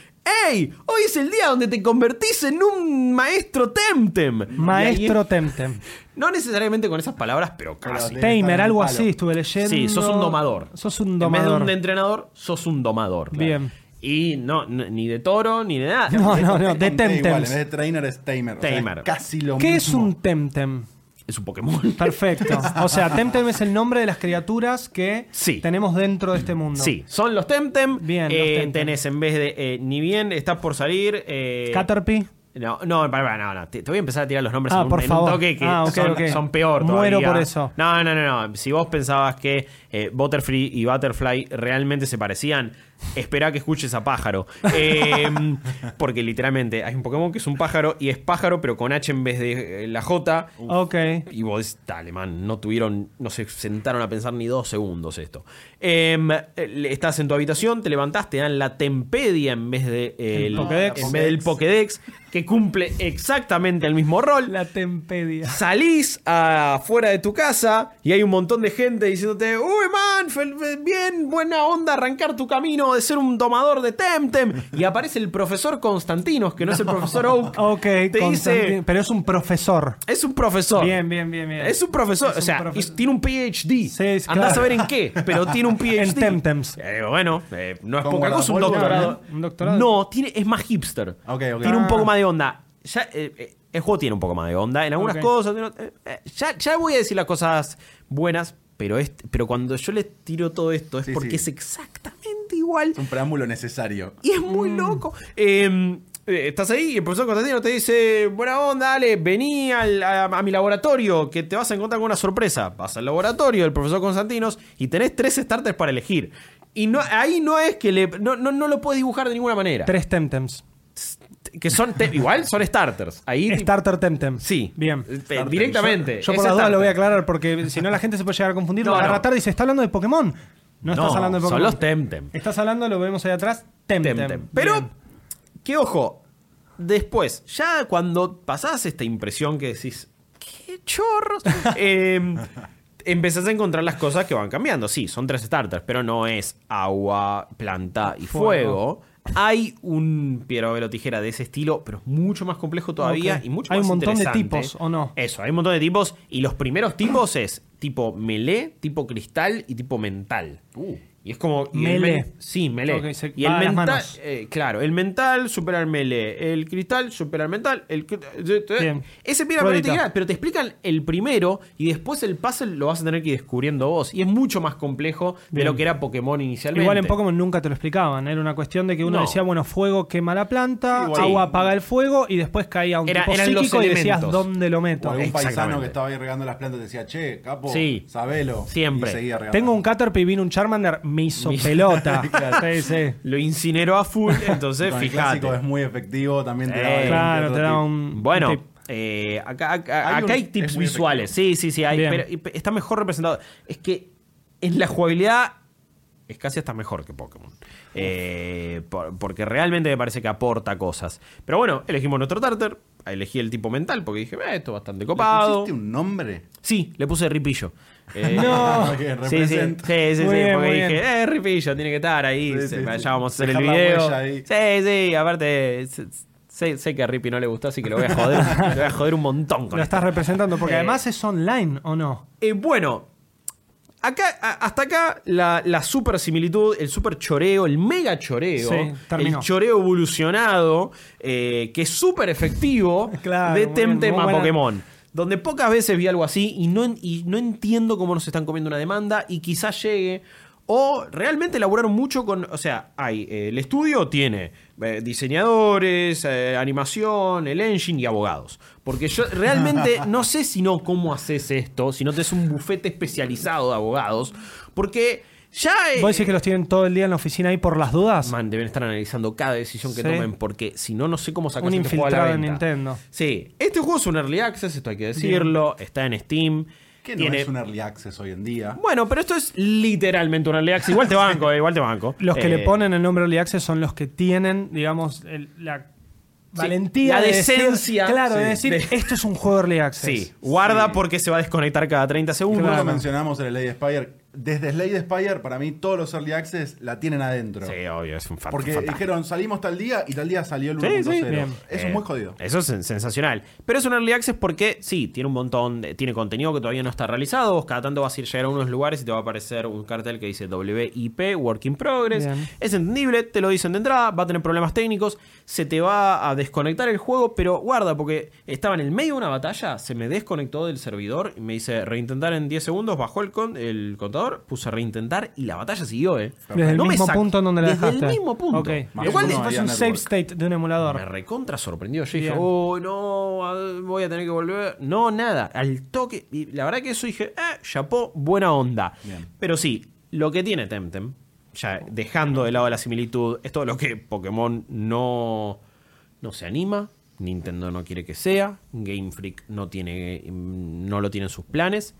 ¡Ey! Hoy es el día donde te convertís en un maestro Temtem. Y
Maestro
ahí-
Temtem.
No necesariamente con esas palabras, pero casi.
Pero
Tamer,
Está en
algo
el palo.
así, estuve leyendo.
Sí, sos un domador.
Sos un
En vez de
domador.
un entrenador, sos un domador.
Bien.
Y no, n- ni de toro, ni de nada.
No, no, no,
Es conté
de
Igual, en
Temtems.
vez de trainer es tamer. o sea,
Tamer.
es casi lo
¿Qué es
mismo.
un Temtem?
Es un Pokémon.
Perfecto. O sea, Temtem es el nombre de las criaturas que
Sí.
tenemos dentro de este mundo.
Sí, son los Temtem.
Bien, los
Eh,
Temtem.
Tenés en vez de. eh, ni bien estás por salir. eh,
Caterpie.
No, no, para, para, no, no. Te, te voy a empezar a tirar los nombres
Ah,
en, un,
por
en un
favor.
toque que
Ah, ok,
son,
ok.
son peor
Muero
todavía.
por eso.
No, no, no, no. Si vos pensabas que eh, Butterfree y Butterfly realmente se parecían, espera que escuches a pájaro. Eh, porque literalmente hay un Pokémon que es un pájaro y es pájaro, pero con H en vez de eh, la J.
Ok.
Y vos decís, dale, man, no tuvieron, no se sentaron a pensar ni dos segundos esto. Em, eh, estás en tu habitación, te levantás, te dan la Tempedia en vez, de, eh, el-
Pokédex.
en vez del Pokédex, que cumple exactamente el mismo rol.
La Tempedia.
Salís afuera de tu casa y hay un montón de gente diciéndote, uy man, fel- fel- bien, buena onda arrancar tu camino de ser un domador de Temtem. Y aparece el profesor Constantinos, que no, es el profesor Oak.
Ok,
te
Constantin-
dice,
Pero es un profesor.
es un profesor.
Bien, bien, bien, bien.
Es un profesor,
Es
o
un
sea,
profe-
es- tiene un PhD.
Sí, es
Andás
claro.
a ver en qué, pero tiene un PhD.
En Temtems.
Eh, bueno, eh, no es
Como
poca
la
cosa un
pólvora,
doctorado.
¿no? Un doctorado.
No, tiene, es más hipster.
Ok, ok.
Tiene un
Ah.
poco más de onda. Ya, eh, eh, el juego tiene un poco más de onda en algunas
Ok.
cosas. en otras- eh, eh, ya, ya voy a decir las cosas buenas, pero, es, pero cuando yo le tiro todo esto es
Sí,
porque
sí.
es exactamente igual
Es un preámbulo necesario.
y es muy
Mm.
loco. Eh, eh, estás ahí y el profesor Constantino te dice, buena onda, dale, vení al- a, a mi laboratorio, que te vas a encontrar con una sorpresa. Vas al laboratorio del profesor Constantinos y tenés tres starters para elegir. Y no, ahí no es que le... No, no, no lo puedes dibujar de ninguna manera.
Tres Temtems.
Que son... te- igual son starters. Ahí...
Starter Temtem.
Sí.
Bien.
Eh, directamente.
Yo
Es
por la duda
starter.
lo voy a aclarar porque si no la gente se puede llegar a confundir.
No,
lo agarra
no.
tarde y dice, está hablando de Pokémon. No, estás
No,
hablando de
son
Pokémon.
los Temtem.
Estás hablando, lo vemos ahí atrás, Temtem.
Temtem. Pero,
Bien.
que ojo, después, ya cuando pasás esta impresión que decís, ¡qué chorros! em, empezás a encontrar las cosas que van cambiando. Sí, son tres starters, pero no es agua, planta y fuego.
Fuego.
Hay un piedra, velo, tijera de ese estilo, pero es mucho más complejo todavía
Ok.
y mucho
Hay
más
un montón de
interesante.
tipos, ¿o no?
Eso, hay un montón de tipos. Y los primeros tipos es tipo melee, tipo cristal y tipo mental.
Uh.
Y es como. y el
Melee.
men- sí, melee.
Ok, se
y
va
el
a las
mental.
manos.
eh, claro, el mental supera al melee. El cristal supera al mental. El, cri-
Bien.
eh, Ese piedra, papel o
Ruedita.
tijera, pero te explican el primero y después el puzzle lo vas a tener que ir descubriendo vos. Y es mucho más complejo de
Bien.
lo que era Pokémon inicialmente.
Igual en Pokémon nunca te lo explicaban. ¿eh? Era una cuestión de que uno
No.
decía, bueno, fuego quema la planta,
Igual.
agua
Sí.
apaga el fuego y después caía un
Era-
tipo
eran los
psíquico y decías,
elementos.
¿dónde lo
O
meto?
algún paisano
Exactamente.
que estaba ahí regando las plantas decía, che, capo,
Sí.
sabelo.
Siempre.
Y seguía regando.
Tengo un Caterpie, vino un Charmander, me hizo
Me-
pelota. Sí, sí.
Lo incineró a full,
Con
entonces
el
fíjate.
clásico es muy efectivo, también te
Eh,
daba
Claro, te da
daba
un... un
Bueno,
tip.
eh, acá, acá-
Hay
acá
un-
hay
es
tips
muy
visuales. Sí, sí, sí. hay,
Bien.
pero- y pe- está mejor representado. Es que en la jugabilidad es casi hasta mejor que Pokémon. Eh, por- porque realmente me parece que aporta cosas. Pero bueno, elegimos nuestro starter. Elegí el tipo mental porque dije, "Eh, esto es bastante copado.
¿Pusiste un nombre?
Sí, le puse ripillo. Eh,
No. Ok,
Sí, sí, sí,
represent.
sí, sí,
Muy bien,
porque
muy bien.
dije, eh, Ripillo, tiene que estar ahí,
Sí,
se-
sí,
ya
sí.
vamos a hacer el
Dejar la
video.
huella ahí.
Sí, sí, aparte, se- sé, sé que a Rippy no le gustó, así que lo voy a joder, lo voy a joder un montón con
Lo
esto.
estás representando porque
Eh.
además es online, ¿o no?
Eh, bueno, acá, a- hasta acá la, la super similitud, el super choreo, el mega choreo,
Sí,
el
terminó.
choreo evolucionado, eh, que es súper efectivo
Claro,
de
muy bien,
Temtem
muy
a
buena.
Pokémon. Donde pocas veces vi algo así y no, en- y no entiendo cómo nos están comiendo una demanda y quizás llegue. O realmente elaboraron mucho con. O sea, hay. eh, el estudio tiene eh, diseñadores, eh, animación, el engine y abogados. Porque yo realmente no sé si no cómo haces esto, si no te es un bufete especializado de abogados. Porque ya. eh,
¿Vos decís que los tienen todo el día en la oficina ahí por las dudas?
Man, deben estar analizando cada decisión que
Sí.
tomen porque si no, no sé cómo sacar
Un
este juego a la
infiltrado en
venta.
Nintendo.
Sí, este juego es un early access, esto hay que decirlo, está en Steam.
Que no
tiene-
es un early access hoy en día.
Bueno, pero esto es literalmente un early access. Igual te banco, eh, igual te banco.
Los que
Eh,
le ponen el nombre Early Access son los que tienen, digamos, el- la valentía.
la
de decir-
decencia,
claro, de
sí,
decir,
de-
esto es un juego Early Access.
Sí, guarda porque se va a desconectar cada 30 segundos.
Nunca
Claro.
mencionamos el Slade Spire. Desde Slade Spire, para mí, todos los early access la tienen adentro.
Sí, obvio, es un fan-
Porque
fantástico.
dijeron, salimos tal día y tal día salió el
Sí,
1.0.
sí,
bien.
Eso
Eh,
es muy jodido.
Eso es sen- sensacional. Pero es un early access porque sí, tiene un montón, de- tiene contenido que todavía no está realizado. Vos Cada tanto vas a ir llegar a unos lugares y te va a aparecer un cartel que dice WIP, Work in Progress.
Bien.
Es entendible, te lo dicen de entrada, va a tener problemas técnicos, se te va a desconectar el juego, pero guarda, porque estaba en el medio de una batalla, se me desconectó del servidor y me dice reintentar en 10 segundos, bajó el, con- el contador, puse reintentar y la batalla siguió, ¿eh?
Desde el
No me
mismo
sac-
punto en donde la
desde el
dejaste.
mismo punto.
Ok.
Más
Lo cual
uno
es-
ahí. había
es un
network.
save state de un emulador.
me recontra sorprendió. Yo dije,
Bien.
oh, no, ah, voy a tener que volver. No, nada, al toque. Y la verdad que eso dije, eh, chapó, buena onda.
Bien.
Pero sí, lo que tiene Temtem, ya dejando de lado la similitud, es todo lo que Pokémon no, no se anima. Nintendo no quiere que sea, Game Freak no, tiene, no lo tiene en sus planes,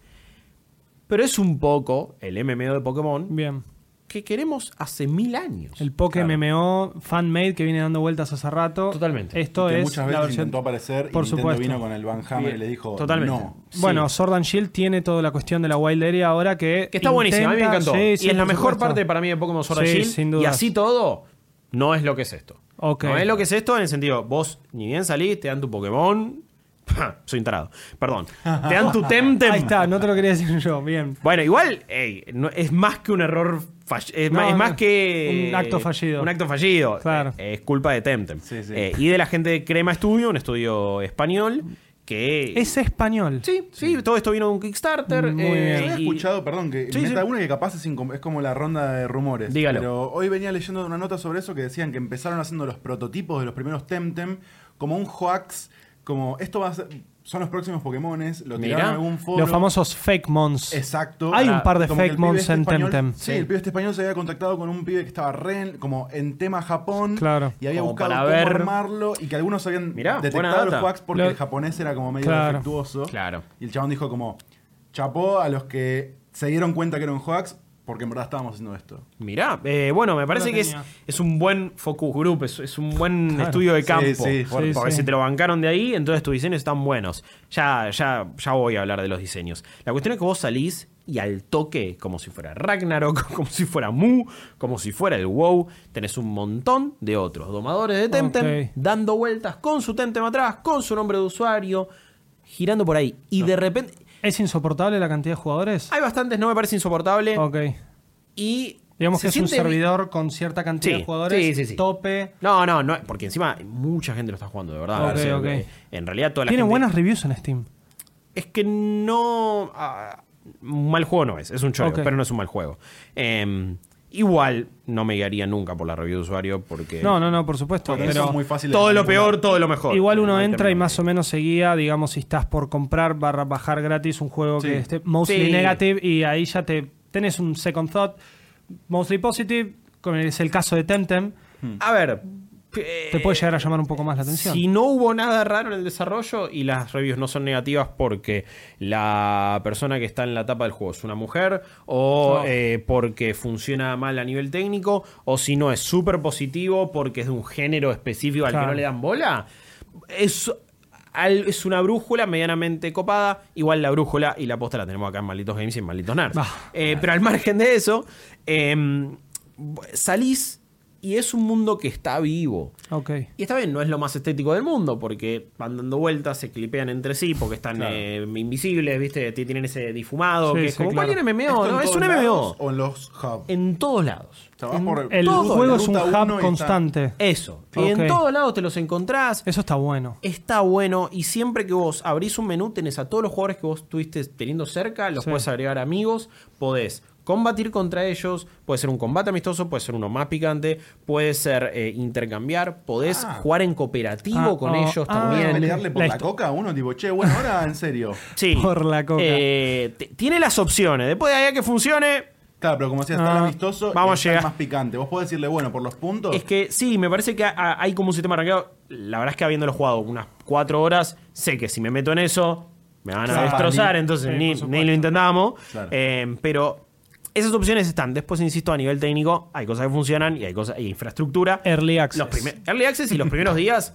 pero es un poco el MMO de Pokémon
Bien.
que queremos hace mil años.
El Poké MMO fan-made que viene dando vueltas hace rato.
Totalmente.
Esto
que
es
muchas
la
veces
versión-
intentó aparecer y
Por
Nintendo
supuesto.
vino con el Van Hammer y le dijo,
Totalmente.
no.
Sí.
Bueno, Sword and Shield tiene toda la cuestión de la Wild Area ahora que.
Que está buenísima, a mí me
intenta-
encantó.
Sí,
y
sí,
es la
por
mejor
supuesto.
parte para mí de Pokémon Sword and
Sí,
Shield.
sin dudas.
Y así todo, no es lo que es esto.
Ok.
No es lo que es esto en el sentido, vos ni bien salís, te dan tu Pokémon. Soy un tarado. Perdón. Te dan tu Temtem.
Ahí está, no te lo quería decir yo. Bien.
Bueno, igual, ey, no- es más que un error fallido. Es,
No,
ma- es
no,
más que.
un acto fallido.
Un acto fallido.
Claro.
Eh, es culpa de Temtem.
Sí, sí.
Eh, y de la gente de Crema Studio, un estudio español, que.
Es español.
Sí, sí, todo esto vino de un Kickstarter.
Muy
eh,
bien.
Había
y-
escuchado, perdón, que
Sí,
meta
sí.
una que capaz es, incom- es como la ronda de rumores.
Dígalo.
Pero hoy venía leyendo una nota sobre eso que decían que empezaron haciendo los prototipos de los primeros Temtem como un hoax, como esto va a ser- son los próximos Pokémones, lo
Mirá,
tiraron en algún foro.
Los famosos fake mons.
Exacto.
Hay un par de
Como que el
fake
pibe
mons
este
en
español-
Temtem.
Sí, el pibe este español se había contactado con un pibe que estaba re en- como en tema Japón.
Claro.
Y había
Como
buscado
para
cómo
ver-
armarlo y que algunos habían
Mirá, buena
detectado los
data.
hacks porque
Lo-
el japonés era como medio
Claro.
defectuoso.
Claro.
Y el chabón dijo como, chapó a los que se dieron cuenta que eran hacks porque en verdad estábamos haciendo esto.
Mirá, eh, bueno, me parece que es,
tenía.
es un buen focus group, es, es un buen
Claro.
estudio de
Sí,
campo.
sí,
Por-
sí,
porque
sí.
si te lo bancaron de ahí, entonces tus diseños están buenos. Ya, ya, ya voy a hablar de los diseños. La cuestión es que vos salís y al toque, como si fuera Ragnarok, como si fuera Mu, como si fuera el WoW, tenés un montón de otros domadores de Temtem
Ok.
dando vueltas con su Temtem atrás, con su nombre de usuario, girando por ahí. Y de repente...
¿Es insoportable la cantidad de jugadores?
Hay bastantes, no me parece insoportable.
Ok.
Y...
Digamos
eh, se
que es un
siente-
servidor con cierta cantidad
Sí,
de jugadores,
sí, sí, sí.
tope.
No, no, no, porque encima mucha gente lo está jugando, de verdad.
Ok,
O sea,
ok.
eh, En realidad toda la
Tiene
gente-
buenas reviews en Steam.
Es que no... ah, un mal juego no es, es un chorro,
Ok.
pero no es un mal juego. Em, igual no me guiaría nunca por la review de usuario porque...
No, no, no, por supuesto.
Porque
pero
eso es muy fácil de
Todo lo
manipular.
peor, todo lo mejor.
Igual uno
No hay
entra y
término
más o
medio.
menos seguía, digamos, si estás por comprar barra bajar gratis un juego
Sí.
que esté mostly
Sí.
negative y ahí ya te tenés un second thought. Mostly positive, como es el caso de Temtem,
A ver...
te puede llegar a llamar un poco más la atención.
Eh, Si no hubo nada raro en el desarrollo y las reviews no son negativas porque la persona que está en la tapa del juego es una mujer o
Oh.
eh, porque funciona mal a nivel técnico o si no es súper positivo porque es de un género específico al
Claro.
que no le dan bola, es, al- es una brújula medianamente copada. Igual la brújula y la posta la tenemos acá en Malditos Games y en Malditos Nerds.
Ah.
Eh, pero al margen de eso, em, salís y es un mundo que está vivo.
Ok.
Y está bien, no es lo más estético del mundo, porque van dando vueltas, se clipean entre sí, porque están
Claro.
eh, invisibles, ¿viste? T- Tienen ese difumado,
Sí,
que es
sí,
como
claro.
cualquier MMO,
Esto en
¿no? Es
todos
un
lados
MMO.
O en los hubs.
En todos lados.
O sea, vas por
El
todo,
juego
la
es un
ruta uno y
hub
está-
constante.
Eso. Y
Ok.
en todos lados te los encontrás.
Eso está bueno.
Está bueno y siempre que vos abrís un menú tenés a todos los jugadores que vos estuviste teniendo cerca, los
Sí.
podés agregar amigos, podés combatir contra ellos, puede ser un combate amistoso, puede ser uno más picante, puede ser eh, intercambiar, podés
Ah.
jugar en cooperativo
Ah,
con
oh,
ellos
ah.
también.
Bien.
Pelearle por
La
la,
histo-
coca a uno, tipo, che, bueno, ahora en serio.
Sí.
Por la coca.
Eh, t- tiene las opciones. Después de ahí a que funcione.
Claro, pero como decía, está el
Ah,
amistoso
vamos a
y está el
llegar.
más picante. Vos podés decirle, bueno, por los puntos.
Es que sí, me parece que ha- ha- hay como un sistema rankeado. La verdad es que habiéndolo jugado unas cuatro horas, sé que si me meto en eso, me van a
Claro.
destrozar.
Ni-
entonces
sí,
ni,
por
ni
supuesto.
lo intentamos.
Claro.
Eh, pero esas opciones están. Después, insisto, a nivel técnico, hay cosas que funcionan y hay cosas. Y infraestructura.
Early access.
Los primer- early access y los primeros días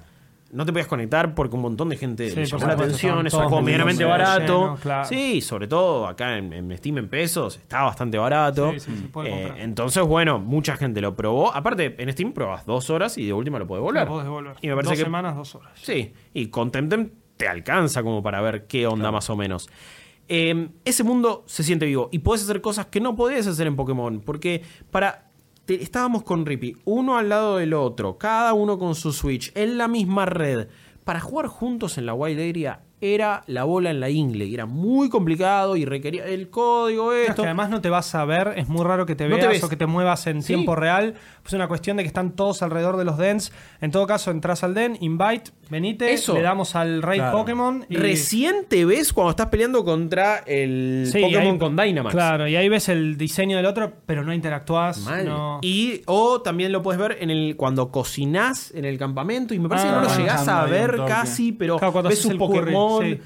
no te podías conectar porque un montón de gente
Sí,
le
por
llamó la
supuesto,
atención.
estaban
Es un
todos
juego medianamente
muriéndose de
barato.
lleno, claro.
Sí, sobre todo acá en, en Steam en pesos, está bastante barato.
Sí, sí, se puede
Eh,
comprar.
entonces, bueno, mucha gente lo probó. Aparte, en Steam probas dos horas y de última lo puedes volver.
Lo podés devolver.
Y me parece
dos
que.
semanas, dos horas.
Sí, y con Temtem te alcanza como para ver qué onda más o menos. Eh, ese mundo se siente vivo y podés hacer cosas que no podías hacer en Pokémon, porque para... te- estábamos con Rippy, uno al lado del otro, cada uno con su Switch, en la misma red. Para jugar juntos en la Wild Area era la bola en la ingle, y era muy complicado y requería el código,
Es
esto.
que además no te vas a ver, es muy raro que te
No te
veas
ves.
o que te muevas en
Sí.
tiempo real. Es una cuestión de que están todos alrededor de los dens. En todo caso, entras al den, invite, venite,
Eso.
le damos al rey
Claro.
Pokémon y.
Recién te ves cuando estás peleando contra el
Sí,
Pokémon
ahí-
con Dynamax.
Claro, y ahí ves el diseño del otro, pero no interactúas.
Mal.
no-
Y o también lo puedes ver en el cuando cocinás en el campamento y me parece
Ah,
que no lo
manejando
llegás a
ahí un
ver
toque.
casi, pero
Claro, cuando
ves
haces
un
el curry,
Pokémon
sí.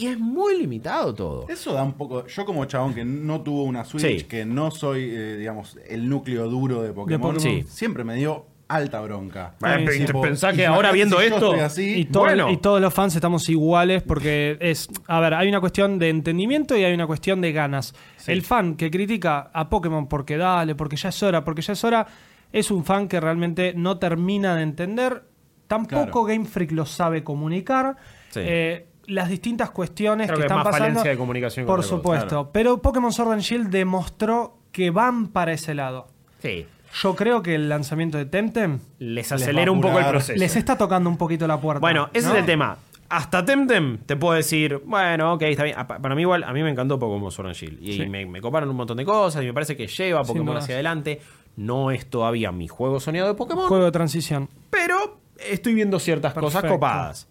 y es muy limitado todo.
Eso da un poco. Yo, como chabón que no tuvo una Switch,
Sí.
que no soy, eh, digamos, el núcleo duro de Pokémon,
Pokémon.
Sí.
siempre me dio alta bronca.
Bueno,
Eh,
pero
tipo,
pensá que
imagínate
ahora viendo
si yo
esto
estoy así,
Y, todo-
bueno.
y todos los fans estamos iguales porque es, a ver, hay una cuestión de entendimiento y hay una cuestión de ganas. El fan que critica a Pokémon porque dale, porque ya es hora, porque ya es hora, es un fan que realmente no termina de entender.
Claro.
Tampoco Game Freak lo sabe comunicar.
Sí.
Eh, las distintas cuestiones
Creo
que,
que es
están
más
pasando.
falencia de comunicación que
por
otra cosa.
supuesto. Pero Pokémon Sword and Shield demostró que van para ese lado.
Sí.
Yo creo que el lanzamiento de Temtem
Les
va a
acelera un poco el
apurar.
proceso.
les está tocando un poquito la puerta.
Bueno, ese
¿no?
es el tema. Hasta Temtem te puedo decir, bueno, ok, está bien. A- Para mí igual, a mí me encantó Pokémon Sword and Shield. Y
Sí.
me, me coparon un montón de cosas y me parece que lleva a
Sin
Pokémon
dudas.
hacia adelante. No es todavía mi juego soñado de Pokémon.
Juego de transición.
pero estoy viendo ciertas cosas
Perfecto.
copadas.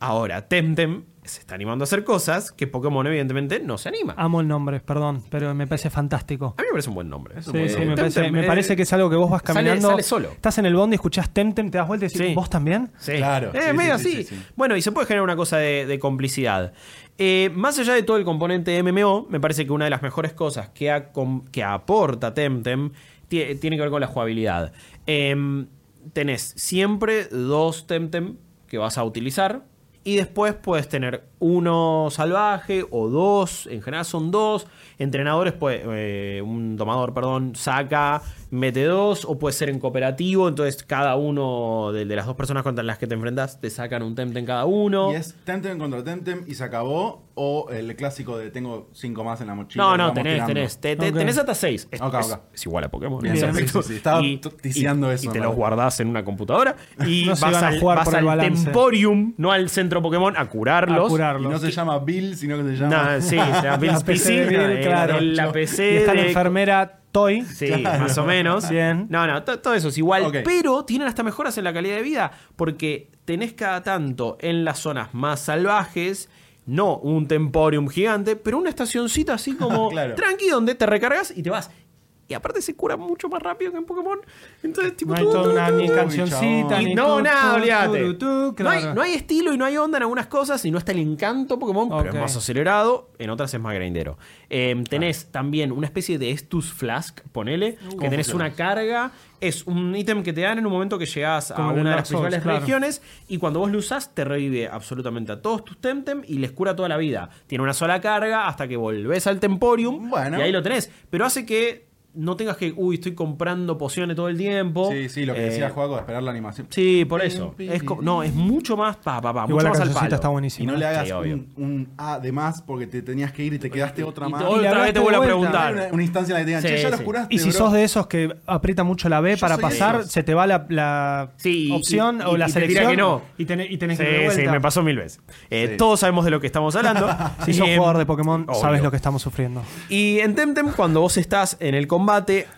Ahora, Temtem se está animando a hacer cosas que Pokémon evidentemente no se anima. A
Amo el nombre, perdón, pero me parece fantástico.
mí me parece un buen nombre. ¿eh?
Sí, sí,
Temtem,
me parece, me
eh,
parece que es algo que vos vas
sale-
caminando.
sale solo.
Estás en el bond y escuchás Temtem, te das vuelta y decís,
Sí.
¿vos también?
Sí.
Claro,
Eh,
sí,
medio
sí, sí,
así.
sí, sí.
Bueno, y se puede generar una cosa de, de complicidad. Eh, más allá de todo el componente MMO, me parece que una de las mejores cosas que, acom- que aporta Temtem tie- tiene que ver con la jugabilidad. Em, tenés siempre dos Temtem que vas a utilizar. Y después puedes tener uno salvaje o dos, en general son dos. Entrenadores, puede, eh, un domador, perdón, saca, mete dos, o puede ser en cooperativo. Entonces, cada uno de, de las dos personas contra las que te enfrentas te sacan un Temtem cada uno.
Y es Temtem contra Temtem y se acabó. O el clásico de tengo cinco más en la mochila.
No,
que
no,
vamos
tenés,
tirando.
tenés. te- te-
Ok.
Tenés hasta 6. Es,
Ok,
es-
ok.
es igual a Pokémon. en
Bien,
ese
sí,
aspecto.
sí, sí, estaba t- ticiando
y-
eso,
Y te
me
los
parece.
guardás en una computadora. Y
No se
vas
van a
al,
jugar
vas
por el
al
balance.
Temporium, no al centro Pokémon, a curarlos.
A curarlos.
Y no se llama Bill, sino que se llama.
No, sí, la, eh,
La PC de Bill, claro.
la
Y
PC
está la
de-
enfermera Toy.
Sí, más o menos.
Bien.
No, no, to- todo eso es igual.
Ok.
Pero tienen hasta mejoras en la calidad de vida. Porque tenés cada tanto en las zonas más salvajes. No un temporium gigante, pero una estacioncita así como
Claro.
tranqui donde te recargas y te vas. Y aparte se cura mucho más rápido que en Pokémon. Entonces, tipo,
No hay
tu, tu,
toda una
tu,
ni
tu.
cancioncita,
Y
ni
no,
tu,
nada,
tu,
olvídate.
tu, tu, tu,
No, hay,
claro.
no hay estilo y no hay onda en algunas cosas y no está el encanto Pokémon, pero
Ok.
es más acelerado, en otras es más grindero. Eh, tenés también una especie de Estus Flask, ponele, que tenés una carga, es un ítem que te dan en un momento que llegás a
Como el de
una de
Dark
las
Souls,
principales
claro.
regiones y cuando vos lo usás te revive absolutamente a todos tus Temtem y les cura toda la vida. Tiene una sola carga hasta que volvés al Temporium
Bueno.
y ahí lo tenés, pero hace que... no tengas que, uy, estoy comprando pociones todo el tiempo.
Sí, sí, lo que
Eh,
decía Juaco de esperar la animación.
Sí, por eso. Es co- no, es mucho más pa, pa, pa,
Igual
mucho
la
más al
cancioncita
palo.
está
Y
buenísima.
no le hagas
obvio.
un, un A de más porque te tenías que ir y te quedaste otra
Y
más.
te-
Y la
otra vez te
hablaste
vuelvo a
de vuelta.
Hay
preguntar.
una, una instancia en la que te digan,
Sí,
che, ya los
sí.
curaste.
Y si
bro".
sos de esos que aprieta mucho la B para
soy de
pasar,
esos.
se te va la, la
Sí, y-
opción
y-
o
y
la
te tira
selección
que no.
y, tenés, y tenés
Sí,
que ir de
sí,
vuelta.
me pasó mil veces. Eh,
Sí.
Todos sabemos de lo que estamos hablando.
Si sos
Eh,
jugador de Pokémon,
obvio.
sabes lo que estamos sufriendo.
Y en Temtem, cuando vos estás en el combate,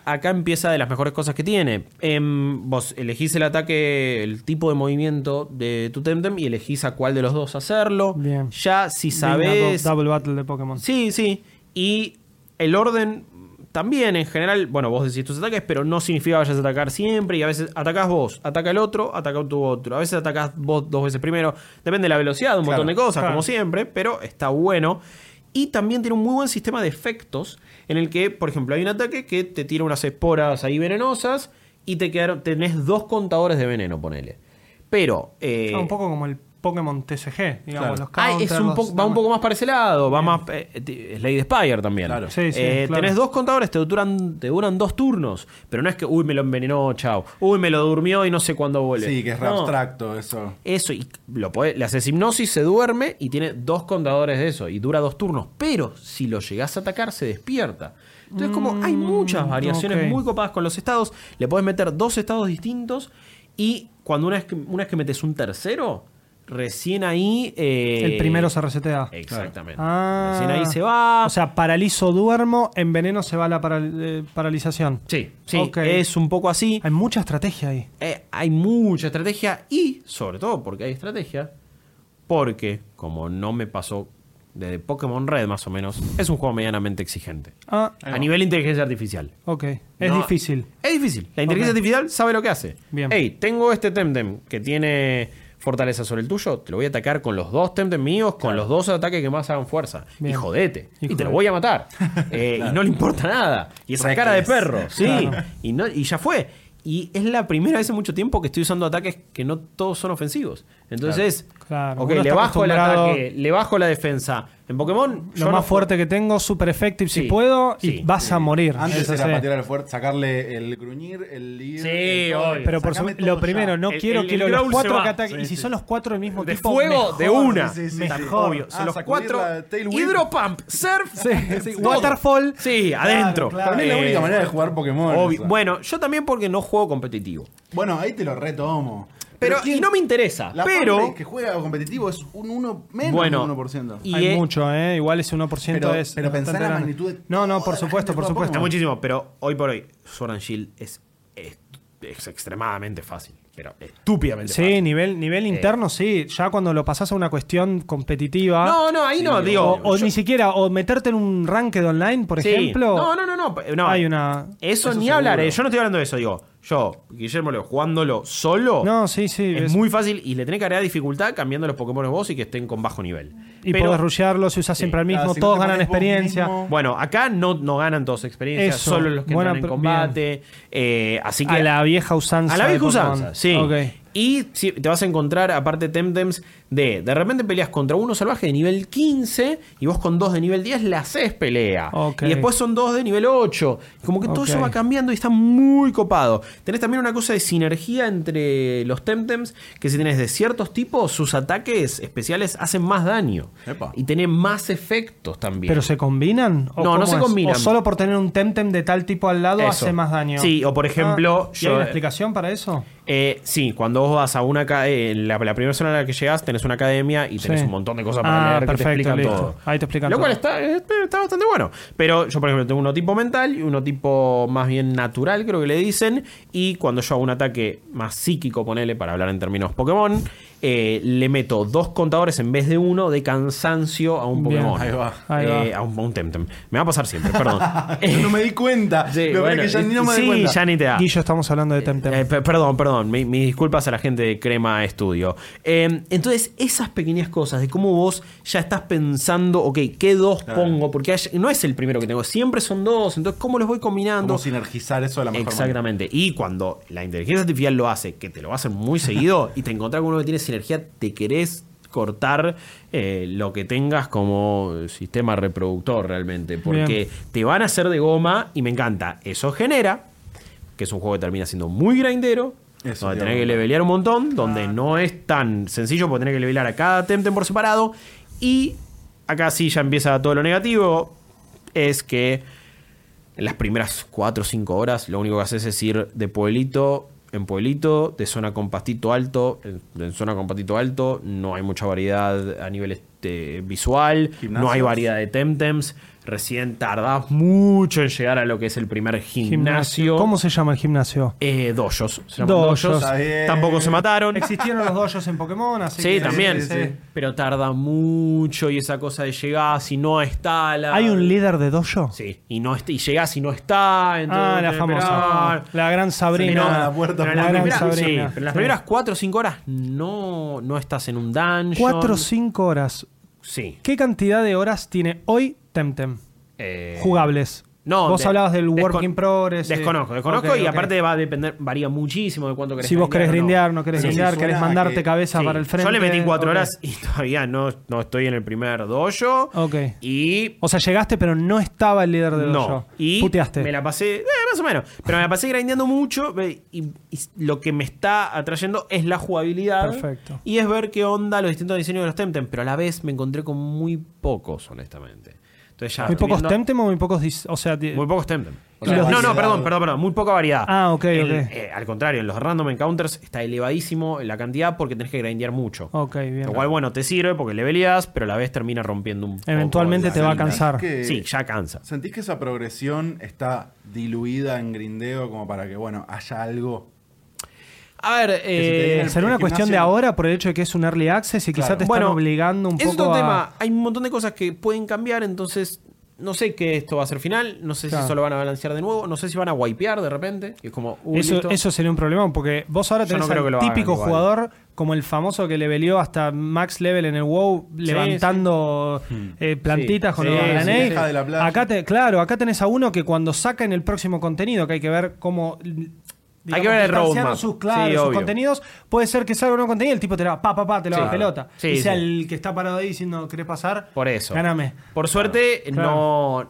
acá empieza de las mejores cosas que tiene. Em, vos elegís el ataque, el tipo de movimiento de tu Temtem y elegís a cuál de los dos hacerlo.
Bien.
Ya si
Venga,
sabés
do- Double Battle de Pokémon.
Sí, sí. Y el orden también, en general, bueno, vos decís tus ataques, pero no significa vayas a atacar siempre. Y a veces atacás vos, ataca el otro, ataca tu otro. A veces atacás vos dos veces primero. Depende de la velocidad, de un montón de cosas,
claro.
como siempre, pero está bueno. Y también tiene un muy buen sistema de efectos en el que, por ejemplo, hay un ataque que te tira unas esporas ahí venenosas y te quedaron, tenés dos contadores de veneno, ponele. Pero... eh,
Ah, un poco como el Pokémon TCG, digamos,
Claro.
los
Ah, es
counters,
un
los-
poco- va un poco más para ese lado, va más eh, t- es Lady Spire también.
Claro.
Sí, sí,
Eh,
claro.
Tenés dos contadores, te duran, te duran dos turnos, pero no es que, uy, me lo envenenó, chao, uy, me lo durmió y no sé cuándo vuelve.
Sí, que es re
No.
abstracto eso.
Eso, y lo podés- le haces hipnosis, se duerme y tiene dos contadores de eso, y dura dos turnos, pero si lo llegás a atacar, se despierta. Entonces, como hay muchas variaciones
Mm, ok.
muy copadas con los estados, le podés meter dos estados distintos y cuando una vez que, una vez que metes un tercero, recién ahí... eh,
El primero se resetea.
Exactamente.
Ah.
Recién ahí se va.
O sea, paralizo, duermo, en veneno se va la paral- eh, paralización.
sí, sí,
Ok.
es un poco así.
Hay mucha estrategia ahí.
Eh, hay mucha estrategia y, sobre todo, porque hay estrategia, porque, como no me pasó desde Pokémon Red más o menos, es un juego medianamente exigente.
Ah,
Ahí va.
A nivel de inteligencia artificial.
ok. Es
No,
difícil.
Es difícil. La inteligencia
Ok.
artificial sabe lo que hace.
Bien.
Hey, tengo este Temtem que tiene fortaleza sobre el tuyo, te lo voy a atacar con los dos Temtem míos, con los dos ataques que más hagan fuerza.
Bien.
Y jodete.
Y
Y, te
jodete.
lo voy a matar. Eh, Y no le importa nada. Y esa cara de
Reckless.
perro. Sí. Y, no, y ya fue. Y es la primera vez en mucho tiempo que estoy usando ataques que no todos son ofensivos. Entonces,
Claro.
ok,
Uno
le
está
bajo el
acostumbrado-
ataque, le bajo la defensa. En Pokémon, yo
Lo
no
más
fu-
fuerte que tengo, super effective
Sí,
si puedo,
sí,
y vas a morir.
Antes
Eso
era
sí.
patear al fuerte, sacarle el gruñir, el ir.
Sí,
el todo.
obvio.
Pero por
Sacame
su-
todo
lo
ya.
primero, no
El-
quiero
el-
que
el
los
growl se
cuatro
va.
que ataquen.
Sí,
y si
sí.
son los cuatro del mismo
de
tipo,
fuego
mejor.
de una.
sí, sí,
Tan
sí.
obvio.
Ah,
Son los
sacudir
cuatro.
la tailwind.
Hidropump, surf,
sí,
todo.
waterfall.
Sí, adentro.
Para mí es la
Eh,
única manera de jugar Pokémon.
obvio.
esa.
Bueno, yo también porque no juego competitivo.
Bueno, ahí te lo retomo.
Pero,
¿quién-
y no me interesa.
La
pero.
fanbase que juega competitivo es un 1 menos
Bueno.
un 1%.
Y
Hay
eh,
mucho, ¿eh? Igual ese 1%
Pero-
es.
pero pensá en la
bastante grande.
magnitud de
No, no,
toda
por
la
supuesto,
gente que
por
juega
supuesto.
Está muchísimo, pero hoy por hoy, Sword and Shield es, es, es extremadamente fácil. Pero estúpidamente fácil.
Sí, nivel, nivel interno, sí. Ya cuando lo pasás a una cuestión competitiva.
No, no, ahí no, digo.
o, o
yo-
ni siquiera, o meterte en un ranked online, por
Sí.
ejemplo.
No, no, no, no. eh, no.
Hay una-
Eso,
Eso
ni
seguro.
hablar. eh, Yo no estoy hablando de eso, digo. Yo, Guillermo Leo, jugándolo solo.
No, sí, sí.
Es
es-
muy fácil y le tenés que agregar dificultad cambiando los Pokémon vos y que estén con bajo nivel.
y
Pero,
podés rushearlo, se usa siempre al mismo,
Claro, si no
todos
te
ganan
pones vos
experiencia.
mismo-
Bueno, acá no, no ganan todos experiencia,
Eso,
solo los que
buena
entran en
pre-
combate. eh, así que
A la vieja usanza.
a la
de
vieja
Pokémon.
usanza, sí.
Ok.
Y si- te vas a encontrar, aparte, Temtems de de repente peleas contra uno salvaje de nivel 15 y vos con dos de nivel 10 la haces pelea.
Ok.
Y después son dos de nivel 8. Como que todo
Ok.
eso va cambiando y está muy copado. Tenés también una cosa de sinergia entre los Temtems, que si tenés de ciertos tipos, sus ataques especiales hacen más daño.
Epa.
Y tienen más efectos también.
¿Pero se combinan? ¿O
No, no
cómo
se
es?
combinan.
¿O solo por tener un Temtem de tal tipo al lado
Eso.
hace más daño?
Sí, o por ejemplo,
Ah, ¿y
yo-
¿Hay una explicación para eso?
Eh, sí, cuando vos vas a una ca- eh, la, la primera zona a la que llegas tenés una academia y tenés
Sí.
un montón de cosas para
Ah,
leer que
perfecto,
te explican
listo.
todo.
Ahí te explican
Lo cual
todo.
está, eh, está bastante bueno. Pero yo, por ejemplo, tengo uno tipo mental y uno tipo más bien natural, creo que le dicen. Y cuando yo hago un ataque más psíquico, ponele, para hablar en términos Pokémon, eh, le meto dos contadores en vez de uno de cansancio a un
Bien.
Pokémon.
Ahí va,
ahí va.
Eh, A, un, a un Temtem. Me va a pasar siempre, perdón.
Yo no me di cuenta.
Sí,
lo peor es
bueno, eh,
que ya ni no me di
sí,
cuenta.
ya ni te da.
Guillo, estamos hablando de Temtem.
Eh, pe- perdón, perdón. Mi- mis disculpas a la gente de Crema Estudio. Eh, entonces, esas pequeñas cosas de cómo vos ya estás pensando, ok, ¿qué dos pongo? Porque hay- no es el primero que tengo, siempre son dos. Entonces, ¿cómo los voy combinando?
Cómo sinergizar eso de la mejor manera.
Exactamente. Y cuando la inteligencia artificial lo hace, que te lo hacen muy seguido, y te encontrás con uno que tiene sinergia, te querés cortar eh, lo que tengas como sistema reproductor realmente. Porque
Bien.
te van a hacer de goma y me encanta. Eso genera, que es un juego que termina siendo muy grindero.
Eso
donde tenés que
te iba a preguntar.
levelear un montón, donde
Ah.
no es tan sencillo porque tenés que levelear a cada Temtem por separado. Y acá sí ya empieza todo lo negativo. Es que en las primeras 4 o 5 horas lo único que haces es ir de pueblito en pueblito, de zona con pastito alto, en, en zona con pastito alto, no hay mucha variedad a nivel este, visual,
Gimnasios.
no hay variedad de temtems, recién tardás mucho en llegar a lo que es el primer gimnasio.
¿Cómo se llama el gimnasio?
Eh, dojos. Se llaman dojos.
Dojos.
Está bien.
Tampoco se mataron.
Existieron los dojos en Pokémon, así
Sí,
que-
también.
sí, sí.
Pero tarda mucho y esa cosa de llegar si no está la...
¿Hay un líder de dojo?
Sí, y, no está, y llegás y no está. entonces
Ah, la
tenés que esperar.
famosa. La gran
Pero-
Sabrina.
a la puerta,
pero en
la
las
gran
primeras-
Sabrina.
sí, pero en las
Sí.
primeras 4 o 5 horas no, no estás en un dungeon.
4 o 5 horas.
Sí.
¿Qué cantidad de horas tiene hoy Temtem?
Eh,
Jugables.
No,
Vos
de-
hablabas del
descon-
Working Progress. eh.
Desconozco, desconozco
Ok,
y
ok.
aparte va a depender, varía muchísimo de cuánto querés
Si vos querés
grindear
grindear,
o
no querés
Sí,
grindear,
suena
querés
a
mandarte
que-
cabeza
Sí.
para el frente.
Yo le metí 4
ok.
horas y todavía no, no estoy en el primer dojo.
Ok.
Y
O sea, llegaste, pero no estaba el líder de
no.
dojo.
Y
Puteaste.
me la pasé, eh, más o menos, pero me la pasé grindeando mucho eh, y, y lo que me está atrayendo es la jugabilidad.
Perfecto.
Y es ver qué onda los distintos diseños de los Temtem, pero a la vez me encontré con muy pocos, honestamente. Entonces ya
Muy
estoy
pocos
viendo-
Temtem o muy pocos. dis- O sea, di-
Muy pocos Temtem.
O
O sea,
los
no, no,
variedad.
perdón, perdón, perdón. Muy poca variedad.
Ah, ok,
El-
ok.
eh, al contrario, en los random encounters está elevadísimo la cantidad porque tenés que grindear mucho.
Ok, bien.
Lo cual, bueno, te sirve porque leveleás, pero a la vez termina rompiendo un poco
Eventualmente
la
te va a
calidad.
cansar.
Que-
Sí, ya cansa.
¿Sentís que esa progresión está diluida en grindeo como para que, bueno, haya algo?
A ver,
se te
eh,
diga el
¿Será una
el
cuestión de
gimnasio-
ahora por el hecho de que es un early access y quizá
Claro.
te están obligando un
es
poco
otro
a-
tema. Hay un montón de cosas que pueden cambiar, entonces no sé qué esto va a ser final, no sé
Claro.
si eso lo van a balancear de nuevo, no sé si van a wipear de repente. Y es como, uy,
Eso,
listo.
eso sería un problema porque vos ahora
Yo
tenés
no creo que
al
lo hagan
típico
igual.
jugador como el famoso que leveleó hasta max level en el WoW levantando eh, plantitas
Sí,
con
sí,
los
sí,
Balanei.
deja de la playa.
Acá te, claro, acá tenés a uno que cuando saca en el próximo contenido, que hay que ver cómo digamos,
que ver el
distanciando
roadmap.
sus,
Sí,
claro, sus
obvio.
contenidos, puede ser que salga un nuevo contenido y el tipo te la pa pa pa te la
Sí.
va a pelota.
Sí,
y sea
sí.
el que está parado ahí diciendo, "¿Querés pasar?"
Por eso.
Gáname.
Por suerte,
Claro.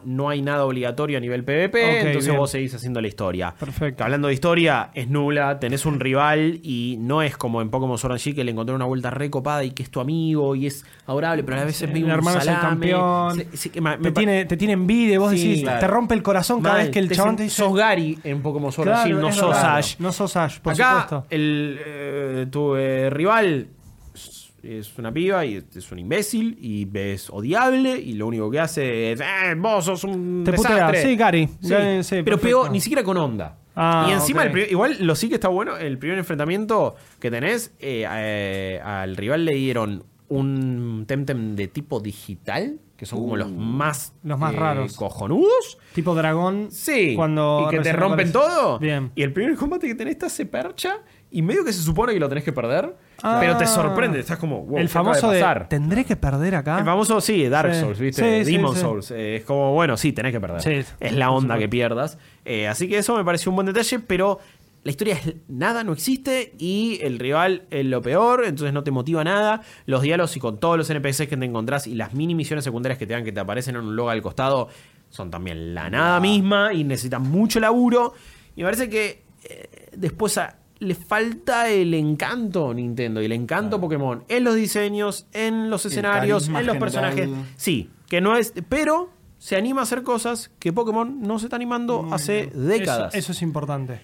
No, no hay nada obligatorio a nivel PvP,
Ok,
entonces
bien.
vos seguís haciendo la historia.
Perfecto.
Hablando de historia, es nula, tenés un rival y no es como en Pokémon Sword and Shield que le encontré una vuelta recopada y que es tu amigo y es adorable, pero a veces
Sí,
medio
mi
un
hermano es el
salame.
campeón.
Sí, sí, que ma-
Te
me pa-
tiene, te tiene envidia, y vos
Sí,
decís,
claro.
te rompe el corazón cada
Mal,
vez que el chabón te
sen-
dice.
Sos Gary en Pokémon Sword and
Claro,
Shield, no
es
sos
verdad.
Ash.
No sos Ash, por
Acá,
supuesto.
El, eh, tu eh, rival es- es una piba y es un imbécil y es odiable y lo único que hace es "Eh, vos sos un
Te putea,
desastre".
sí, Gary.
Sí,
Gary, sí,
pero
perfecto.
peor ni siquiera con onda
Ah,
y encima
ok.
el pri- igual lo sí que está bueno el primer enfrentamiento que tenés eh, eh, al rival le dieron un temtem de tipo digital que son como los más
Uh. Los más
eh,
raros.
cojonudos
Tipo dragón.
Sí.
Cuando
y que te
recién
rompen
aparece.
todo.
Bien.
Y el primer combate que tenés te hace percha y medio que se supone que lo tenés que perder,
Ah.
pero te sorprende, estás como, wow,
el
¿qué acaba
famoso
de
de,
pasar?
Tendré que perder acá.
El famoso, sí, Dark
Sí.
Souls, ¿viste?
Sí, sí,
Demon
sí.
Souls. Eh, es como, bueno, sí, tenés que perder.
Sí.
Es la onda que pierdas. Eh, así que eso me pareció un buen detalle, pero la historia es nada, no existe y el rival es lo peor, entonces no te motiva nada. Los diálogos y con todos los NPCs que te encontrás y las mini misiones secundarias que te dan que te aparecen en un log al costado son también la nada misma y necesitan mucho laburo. Y me parece que eh, después a- le falta el encanto Nintendo y el encanto Pokémon en los diseños, en los escenarios, en
carisma
los
general.
personajes. Sí, que no es. Pero se anima a hacer cosas que Pokémon no se está animando hace décadas.
Eso, eso es importante.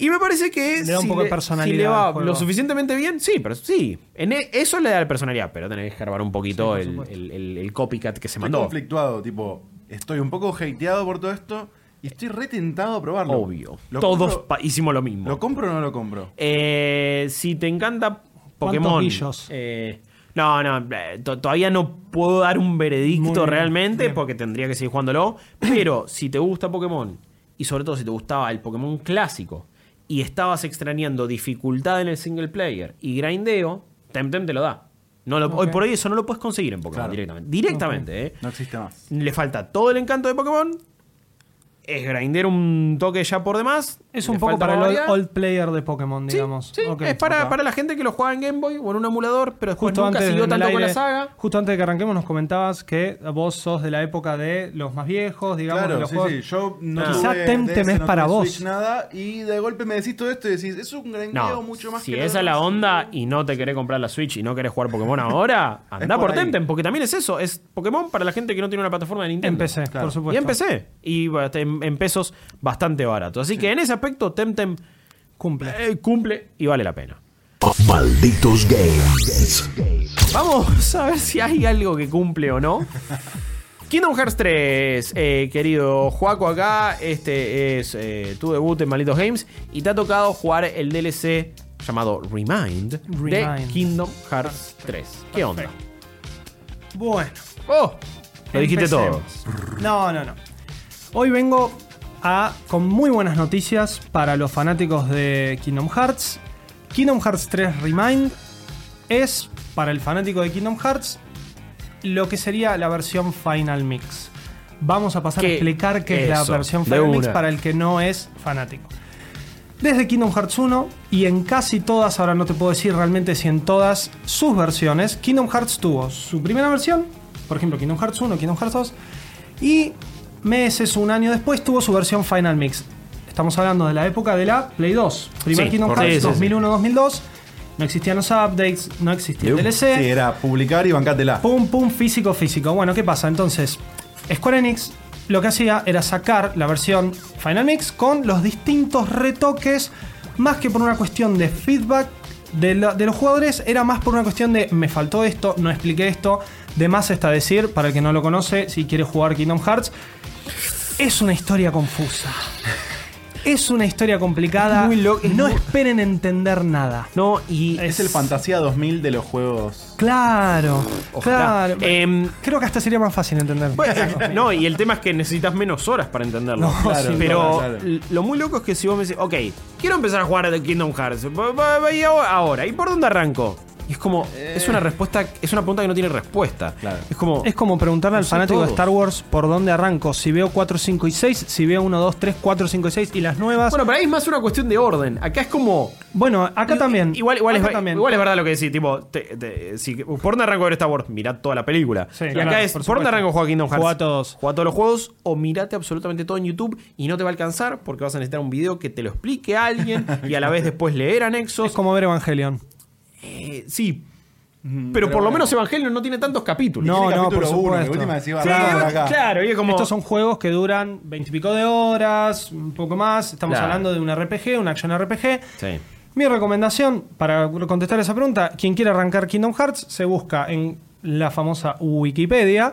Y me parece que
Le da un
si
poco de
le-
personalidad
si le va
al juego.
lo suficientemente bien, sí, pero sí. En e- eso le da la personalidad, pero tenés que escarbar un poquito
por
el-
supuesto.
el, el- el copycat que se
Estoy
mandó.
conflictuado, tipo, estoy un poco hateado por todo esto y estoy retentado a probarlo.
Obvio.
Lo
Todos
compro-
pa- hicimos lo mismo.
¿Lo compro o no lo compro?
Eh, si te encanta
¿Cuántos
Pokémon.
billos?
eh, no, no, eh, to- todavía no puedo dar un
Muy
veredicto
bien,
realmente
bien.
porque tendría que seguir jugándolo. Pero si te gusta Pokémon y sobre todo si te gustaba el Pokémon clásico y estabas extrañando dificultad en el single player y grindeo, Temtem te lo da. No lo- Hoy por hoy eso no lo puedes conseguir en Pokémon
Claro.
directamente. Directamente, eh.
No existe más.
Le falta todo el encanto de Pokémon. Es grinder un toque ya por demás.
Es un
le
poco
falta
para el old,
variedad.
old player de Pokémon,
Sí,
digamos.
sí,
Ok,
es para,
acá.
para la gente que lo juega en Game Boy o en un emulador, pero después
Justo
nunca
antes,
siguió
en el
tanto con la
aire-
saga.
justo antes de que arranquemos nos comentabas que vos sos de la época de los más viejos, digamos, de
Claro,
los
sí,
juegos.
sí. Yo no
Quizá
tuve
Temtem
DS,
es
no
para
tuve
vos.
Switch, nada, y de golpe me decís todo esto y decís, es un grindeo
No,
mucho más
si
que
esa es la
demás.
onda y no te querés comprar la Switch y no querés jugar Pokémon ahora, anda
por
por,
ahí.
Temtem, porque también es eso, es Pokémon para la gente que no tiene una plataforma de Nintendo.
Empecé, por
Y
supuesto.
empecé, y bast- en, en pesos bastante baratos. Así que en ese aspecto Temtem
Cumple.
eh, cumple y vale la pena.
Malditos Games.
Vamos a ver si hay algo que cumple o no. Kingdom Hearts 3, eh, querido Juaco acá, este es eh, tu debut en Malditos Games y te ha tocado jugar el DLC llamado Remind, de
Remind.
Kingdom Hearts 3. ¿Qué onda?
Bueno.
¡Oh! Lo dijiste todo.
empecemos. No, no, no. Hoy vengo a, con muy buenas noticias para los fanáticos de Kingdom Hearts. Kingdom Hearts 3 Remind es, para el fanático de Kingdom Hearts, lo que sería la versión Final Mix. Vamos a pasar a
¿Qué?
explicar qué es
Eso,
la versión
de
Final Mix
una.
para el que no es fanático. Desde Kingdom Hearts 1 y en casi todas, ahora no te puedo decir realmente si en todas sus versiones, Kingdom Hearts tuvo su primera versión, por ejemplo Kingdom Hearts 1, Kingdom Hearts 2, y meses, un año después tuvo su versión Final Mix. Estamos hablando de la época de la Play 2. Primer
Sí,
Kingdom
correcto.
Hearts
Sí, sí, sí.
2001-2002. No existían los updates, no existía el DLC.
Sí, era publicar y bancátela.
Pum, pum, físico, físico. Bueno, ¿qué pasa? Entonces, Square Enix lo que hacía era sacar la versión Final Mix con los distintos retoques, más que por una cuestión de feedback de, la- de los jugadores, era más por una cuestión de me faltó esto, no expliqué esto. De más está decir, para el que no lo conoce, si quiere jugar Kingdom Hearts, es una historia confusa. Es una historia complicada.
Muy lo- es
no
muy-
esperen entender nada.
No, y.
Es el Fantasía 2000 de los juegos.
Claro,
Ojalá.
claro.
Em,
Creo que hasta sería más fácil entender.
no, y el tema es que necesitas menos horas para entenderlo.
No,
Claro, sí,
pero
claro, claro.
l- lo muy loco es que si vos me decís, ok, quiero empezar a jugar a The Kingdom Hearts, va- va- va- y aho- ahora, ¿y por dónde arranco? Y es como, es una respuesta, es una pregunta que no tiene respuesta.
Eh. Claro.
Es como,
Es como preguntarle al
sé
fanático de
todo.
Star Wars por dónde arranco. Si veo 4, 5 y 6, si veo 1, 2, 3, 4, 5 y 6 y las nuevas.
bueno,
Bueno,
para mí es más una cuestión de orden. Acá es como,
acá también.
Igual, igual,
Acá
es,
también.
igual es verdad lo que decís, tipo, te- te- si, ¿por dónde arranco a ver Star Wars? Mirá toda la película.
Sí,
y
claro,
acá es,
por
¿por, dónde
supuesto.
arranco a jugar Kingdom Hearts?
Juega a todos.
Juega a todos los juegos o mirate absolutamente todo en YouTube y no te va a alcanzar porque vas a necesitar un video que te lo explique a alguien y a la vez después leer anexos.
es como ver Evangelion.
Eh, sí. Pero por lo menos Evangelio no tiene tantos capítulos.
Mm, No,
Tiene
no,
capítulo
por
uno,
supuesto.
de última decís,
Sí,
"Arrancamos por acá".
claro, y es como.
Estos son juegos que duran 20 y pico de horas, un poco más. Estamos
Claro.
hablando de un RPG, un action RPG.
Sí.
Mi recomendación para contestar esa pregunta, quien quiera arrancar Kingdom Hearts se busca en la famosa Wikipedia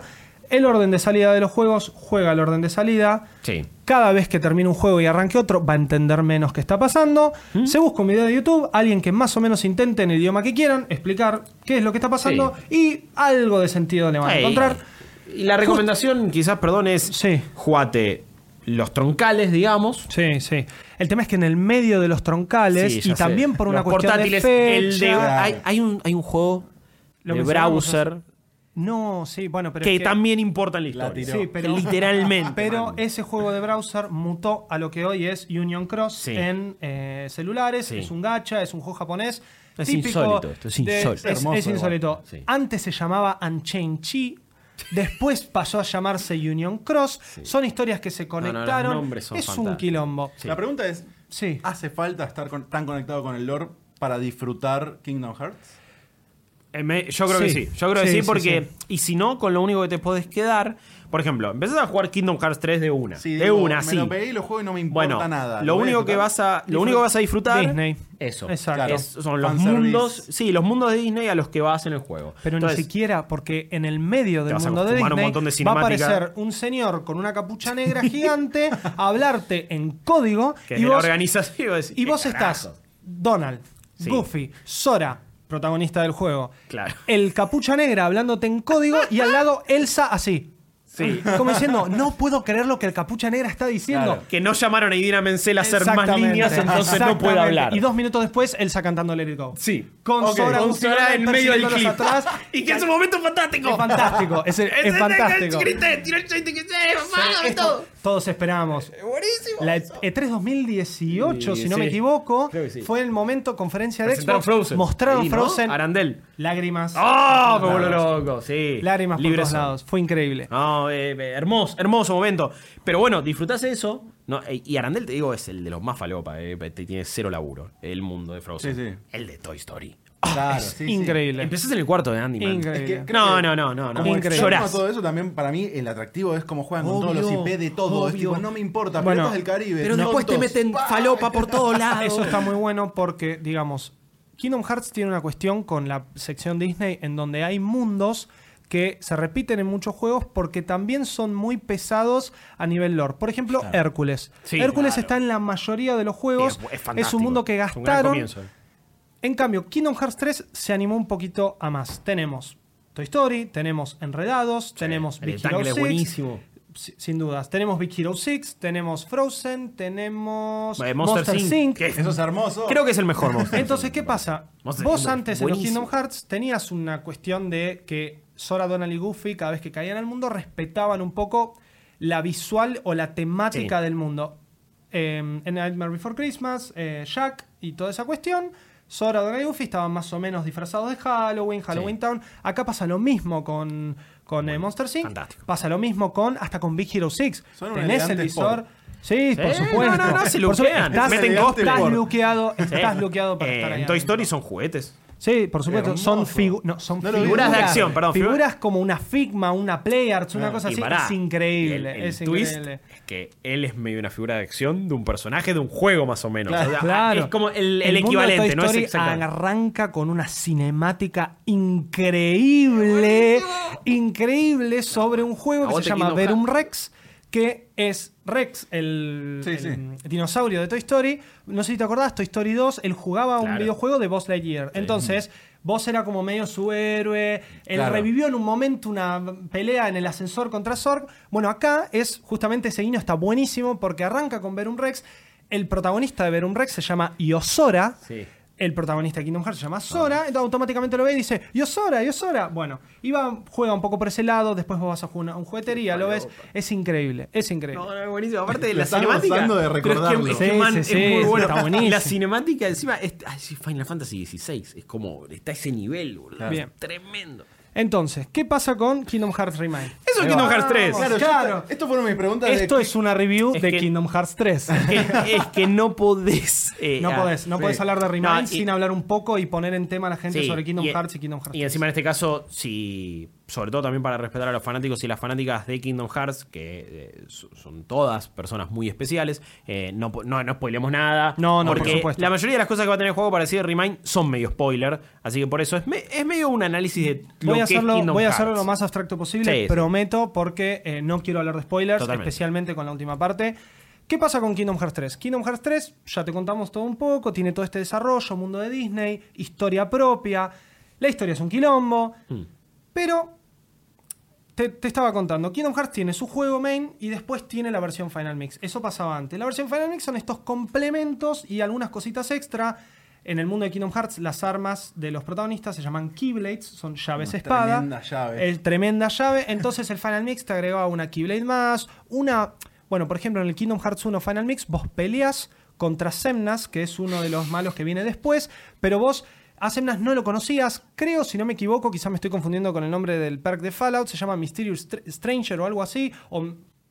el orden de salida de los juegos, juega el orden de salida.
Sí.
Cada vez que termine un juego y arranque otro, va a entender menos qué está pasando.
¿Mm?
Se busca un video de YouTube, alguien que más o menos intente en el idioma que quieran explicar qué es lo que está pasando y algo de sentido le van a
Ey.
encontrar.
Y la recomendación, quizás, perdón, es.
Sí.
Juate los troncales, digamos.
Sí, sí. El tema es que en el medio de los troncales
Sí, ya
y
sé.
también por una
Los
cuestión
portátiles,
de fecha,
el de- hay, hay un, hay un juego
Lo
de
mencionábamos
browser
No, sí, bueno, pero
que,
es que-
también importa en la historia.
Sí, pero-
Literalmente.
Pero
man.
ese juego de browser mutó a lo que hoy es Union Cross
Sí.
en eh, celulares.
Sí.
Es un gacha, es un juego japonés.
Es
típico
insólito esto, es
de-
insólito.
es-
Hermoso
es insólito.
igual, sí.
Antes se llamaba Unchained Chi. Después pasó a llamarse Union Cross. Son historias que se
no, los
conectaron.
nombres son
es un
fantásticos.
quilombo. Sí.
La pregunta es, ¿hace falta estar con- tan conectado con el lore para disfrutar Kingdom Hearts?
Eh, me- yo creo
Sí.
que sí. Yo creo que
Sí,
sí,
sí,
porque. Y si no, con lo único que te podés quedar. Por ejemplo, empezás a jugar Kingdom Hearts 3 de una.
Sí,
de
digo,
una,
me
sí.
lo pegué y lo juego y no me importa
Bueno,
nada.
lo
voy
único que
disfrutar.
vas a. Lo único que vas a disfrutar.
Disney.
Eso.
Exacto.
Claro.
Es- son los
Fanservice.
mundos. Sí, los mundos de Disney a los que vas en el juego.
Pero
Entonces,
ni siquiera, porque en el medio del
vas a
mundo de
fumar un
Disney
montón de
va a
cinemática.
aparecer un señor con una capucha negra gigante a hablarte en código
Que es
y
de la
vos,
organización. decís,
y
¿qué
vos
carajo?
estás Donald,
Sí.
Goofy, Sora, protagonista del juego.
Claro.
El capucha negra hablándote en código y al lado Elsa así.
Sí.
Como diciendo, no puedo creer lo que el capucha negra está diciendo.
Claro.
Que no llamaron a Idina Menzel a hacer más
Exactamente,
líneas, entonces no puede
exactamente.
hablar.
Y dos minutos después, Elsa cantando Let It Go.
Sí.
Con
Ok.
Sora,
Con
Goofy,
Sora
Donald
en medio del clip.
persiguiéndolos atrás.
y que es un momento fantástico.
Es fantástico, es, es
Ese-
fantástico.
grité, tiró el chiste que se
Esto- Todos esperamos.
Buenísimo.
La E E3 2018,
Sí,
si no me
sí.
equivoco,
Creo que sí.
fue el momento conferencia de
Presentaron
Xbox.
Frozen.
Mostraron
Ahí, ¿no?
Frozen.
Arandel.
Lágrimas.
¡Ah! me
Lágrimas.
vuelvo loco, sí.
Lágrimas por
Libre
todos
soy.
lados. Fue increíble.
No, eh, eh, hermoso, hermoso momento. Pero bueno, disfrutás eso. No, eh, y Arandel, te digo, es el de los más falopa. eh, te- tiene cero laburo. El mundo de Frozen.
Sí, sí.
El de Toy Story.
Claro,
Es
sí, sí.
increíble.
Empezás en el cuarto de Andy, man.
Increíble.
Es que creo
No,
que
no, no, no.
Como
no.
Increíble.
Llorás.
Llorás.
todo eso también, para mí el atractivo es como juegan con todos
Obvio,
los IP de todo. Es
obvio.
tipo, no me importa,
Bueno,
piratas del Caribe.
Pero después te
tontos.
meten falopa por todos lados.
Eso está muy bueno porque, digamos, Kingdom Hearts tiene una cuestión con la sección Disney en donde hay mundos que se repiten en muchos juegos porque también son muy pesados a nivel lore. Por ejemplo, Hércules.
Sí,
Hércules
claro.
está en la mayoría de los juegos.
es
es
fantástico.
un mundo que
Es un gran
gastaron.
comienzo.
En cambio, Kingdom Hearts 3 se animó un poquito a más. Tenemos Toy Story, tenemos Enredados, tenemos
el
Big
Tangle
Hero
es
6.
buenísimo.
si- Sin dudas. Tenemos Big Hero 6, tenemos Frozen, tenemos
Eh, Monster Inc.
Inc.
que-
Eso es hermoso.
Creo que es el mejor Monster.
Entonces, ¿qué pasa?
Monster
Vos
Kingdom,
antes en los
buenísimo.
Kingdom Hearts tenías una cuestión de que Sora, Donald y Goofy, cada vez que caían al mundo, respetaban un poco la visual o la temática
Sí.
del mundo. Eh, en Nightmare Before Christmas, eh, Jack y toda esa cuestión. Sora, Donald y Goofy estaban más o menos disfrazados de Halloween, Halloween Town. Acá pasa lo mismo con, con eh, Monster Inc.
fantástico.
Pasa lo mismo con hasta con Big Hero 6.
Son un
Tenés el
elegante
visor.
sport.
Sí, por
no,
supuesto.
no, no, se
Por supuesto,
luquean.
Estás,
Meten
estás
gospel.
luqueado, estás
Sí.
luqueado para
Eh,
estar ahí
En Toy
adentro.
Story son juguetes.
Sí, por supuesto.
Hermoso.
Son, figu- no, son
No lo vi.
figuras.
Figuras de
acción, perdón, figu-
Figuras como una Figma, una PlayArts, una cosa
Y
así.
pará,
es increíble.
el- el
es
twist
increíble.
es que él es medio una figura de acción de un personaje de un juego, más o menos. O sea,
Claro.
Es como el, el
mundo de Toy
equivalente, ¿no? Es
Story
exactamente.
arranca con una cinemática increíble, increíble sobre un juego que
Aguante
se llama
Kingdom
Verum Rex, que es Rex, el,
Sí,
el
sí.
dinosaurio de Toy Story. No sé si te acordás, Toy Story 2, él jugaba un
Claro.
videojuego de Buzz Lightyear. Entonces, Buzz era como medio su héroe, él
Claro.
revivió en un momento una pelea en el ascensor contra Zorg. Bueno, acá es justamente ese guiño está buenísimo porque arranca con Verum Rex. El protagonista de Verum Rex se llama Iosora.
Sí. Ah.
El protagonista de Kingdom Hearts se llama Sora, entonces automáticamente lo ve y dice, Iosora, Iosora. Bueno, iba, juega un poco por ese lado, después vos vas a jugar a un juguetería, lo ves. Es increíble, es increíble.
No, eh. no, buenísimo. Aparte de
Te
la
estás
cinemática.
gozando de
pero es que-
recordarlo.
es que,
Sí,
man,
sí,
es
sí,
muy
sí,
bueno.
está buenísimo.
La cinemática encima es ay, sí, Final Fantasy XVI. Es como. Está a ese nivel, boludo.
Claro. Bien.
Tremendo.
Entonces, ¿qué pasa con Kingdom Hearts Remake?
Eso es Kingdom Hearts 3.
Claro, yo-
Claro.
Esto fueron mis preguntas
Esto
de.
es una review
Es
de
que-
Kingdom Hearts 3.
es, es que no podés. eh,
No
ah,
podés, no
sí.
podés hablar de Remake
No, y-
sin hablar un poco y poner en tema a la gente
Sí,
Este sobre Kingdom
y- e-
Hearts y Kingdom Hearts
Y
3.
encima en este caso, si, sobre todo también para respetar a los fanáticos y las fanáticas de Kingdom Hearts, que eh, so- son todas personas muy especiales, eh, no, po- no, no spoilemos nada.
No, no, por
porque
supuesto.
La mayoría de las cosas que va a tener el juego para decir Remind son medio spoiler, así que por eso es, me- es medio un análisis de lo
Voy
que es
a, hacerlo,
Kingdom
voy a
Hearts.
hacerlo lo más abstracto posible,
Sí, sí.
prometo, porque eh, no quiero hablar de spoilers,
Totalmente.
especialmente con la última parte. ¿Qué pasa con Kingdom Hearts 3? Kingdom Hearts 3, ya te contamos todo un poco, tiene todo este desarrollo, mundo de Disney, historia propia, la historia es un quilombo,
Mm.
pero te, te estaba contando, Kingdom Hearts tiene su juego main y después tiene la versión Final Mix. Eso pasaba antes. La versión Final Mix son estos complementos y algunas cositas extra. En el mundo de Kingdom Hearts, las armas de los protagonistas se llaman Keyblades, son llaves
Una
espada.
tremenda llave.
Es tremenda llave. Entonces el Final Mix te agregaba una Keyblade más, una... Bueno, por ejemplo, en el Kingdom Hearts 1 Final Mix vos peleas contra Semnas, que es uno de los malos que viene después, pero vos a Semnas no lo conocías, creo, si no me equivoco, quizás me estoy confundiendo con el nombre del perk de Fallout, se llama Mysterious Str- Stranger o algo así, o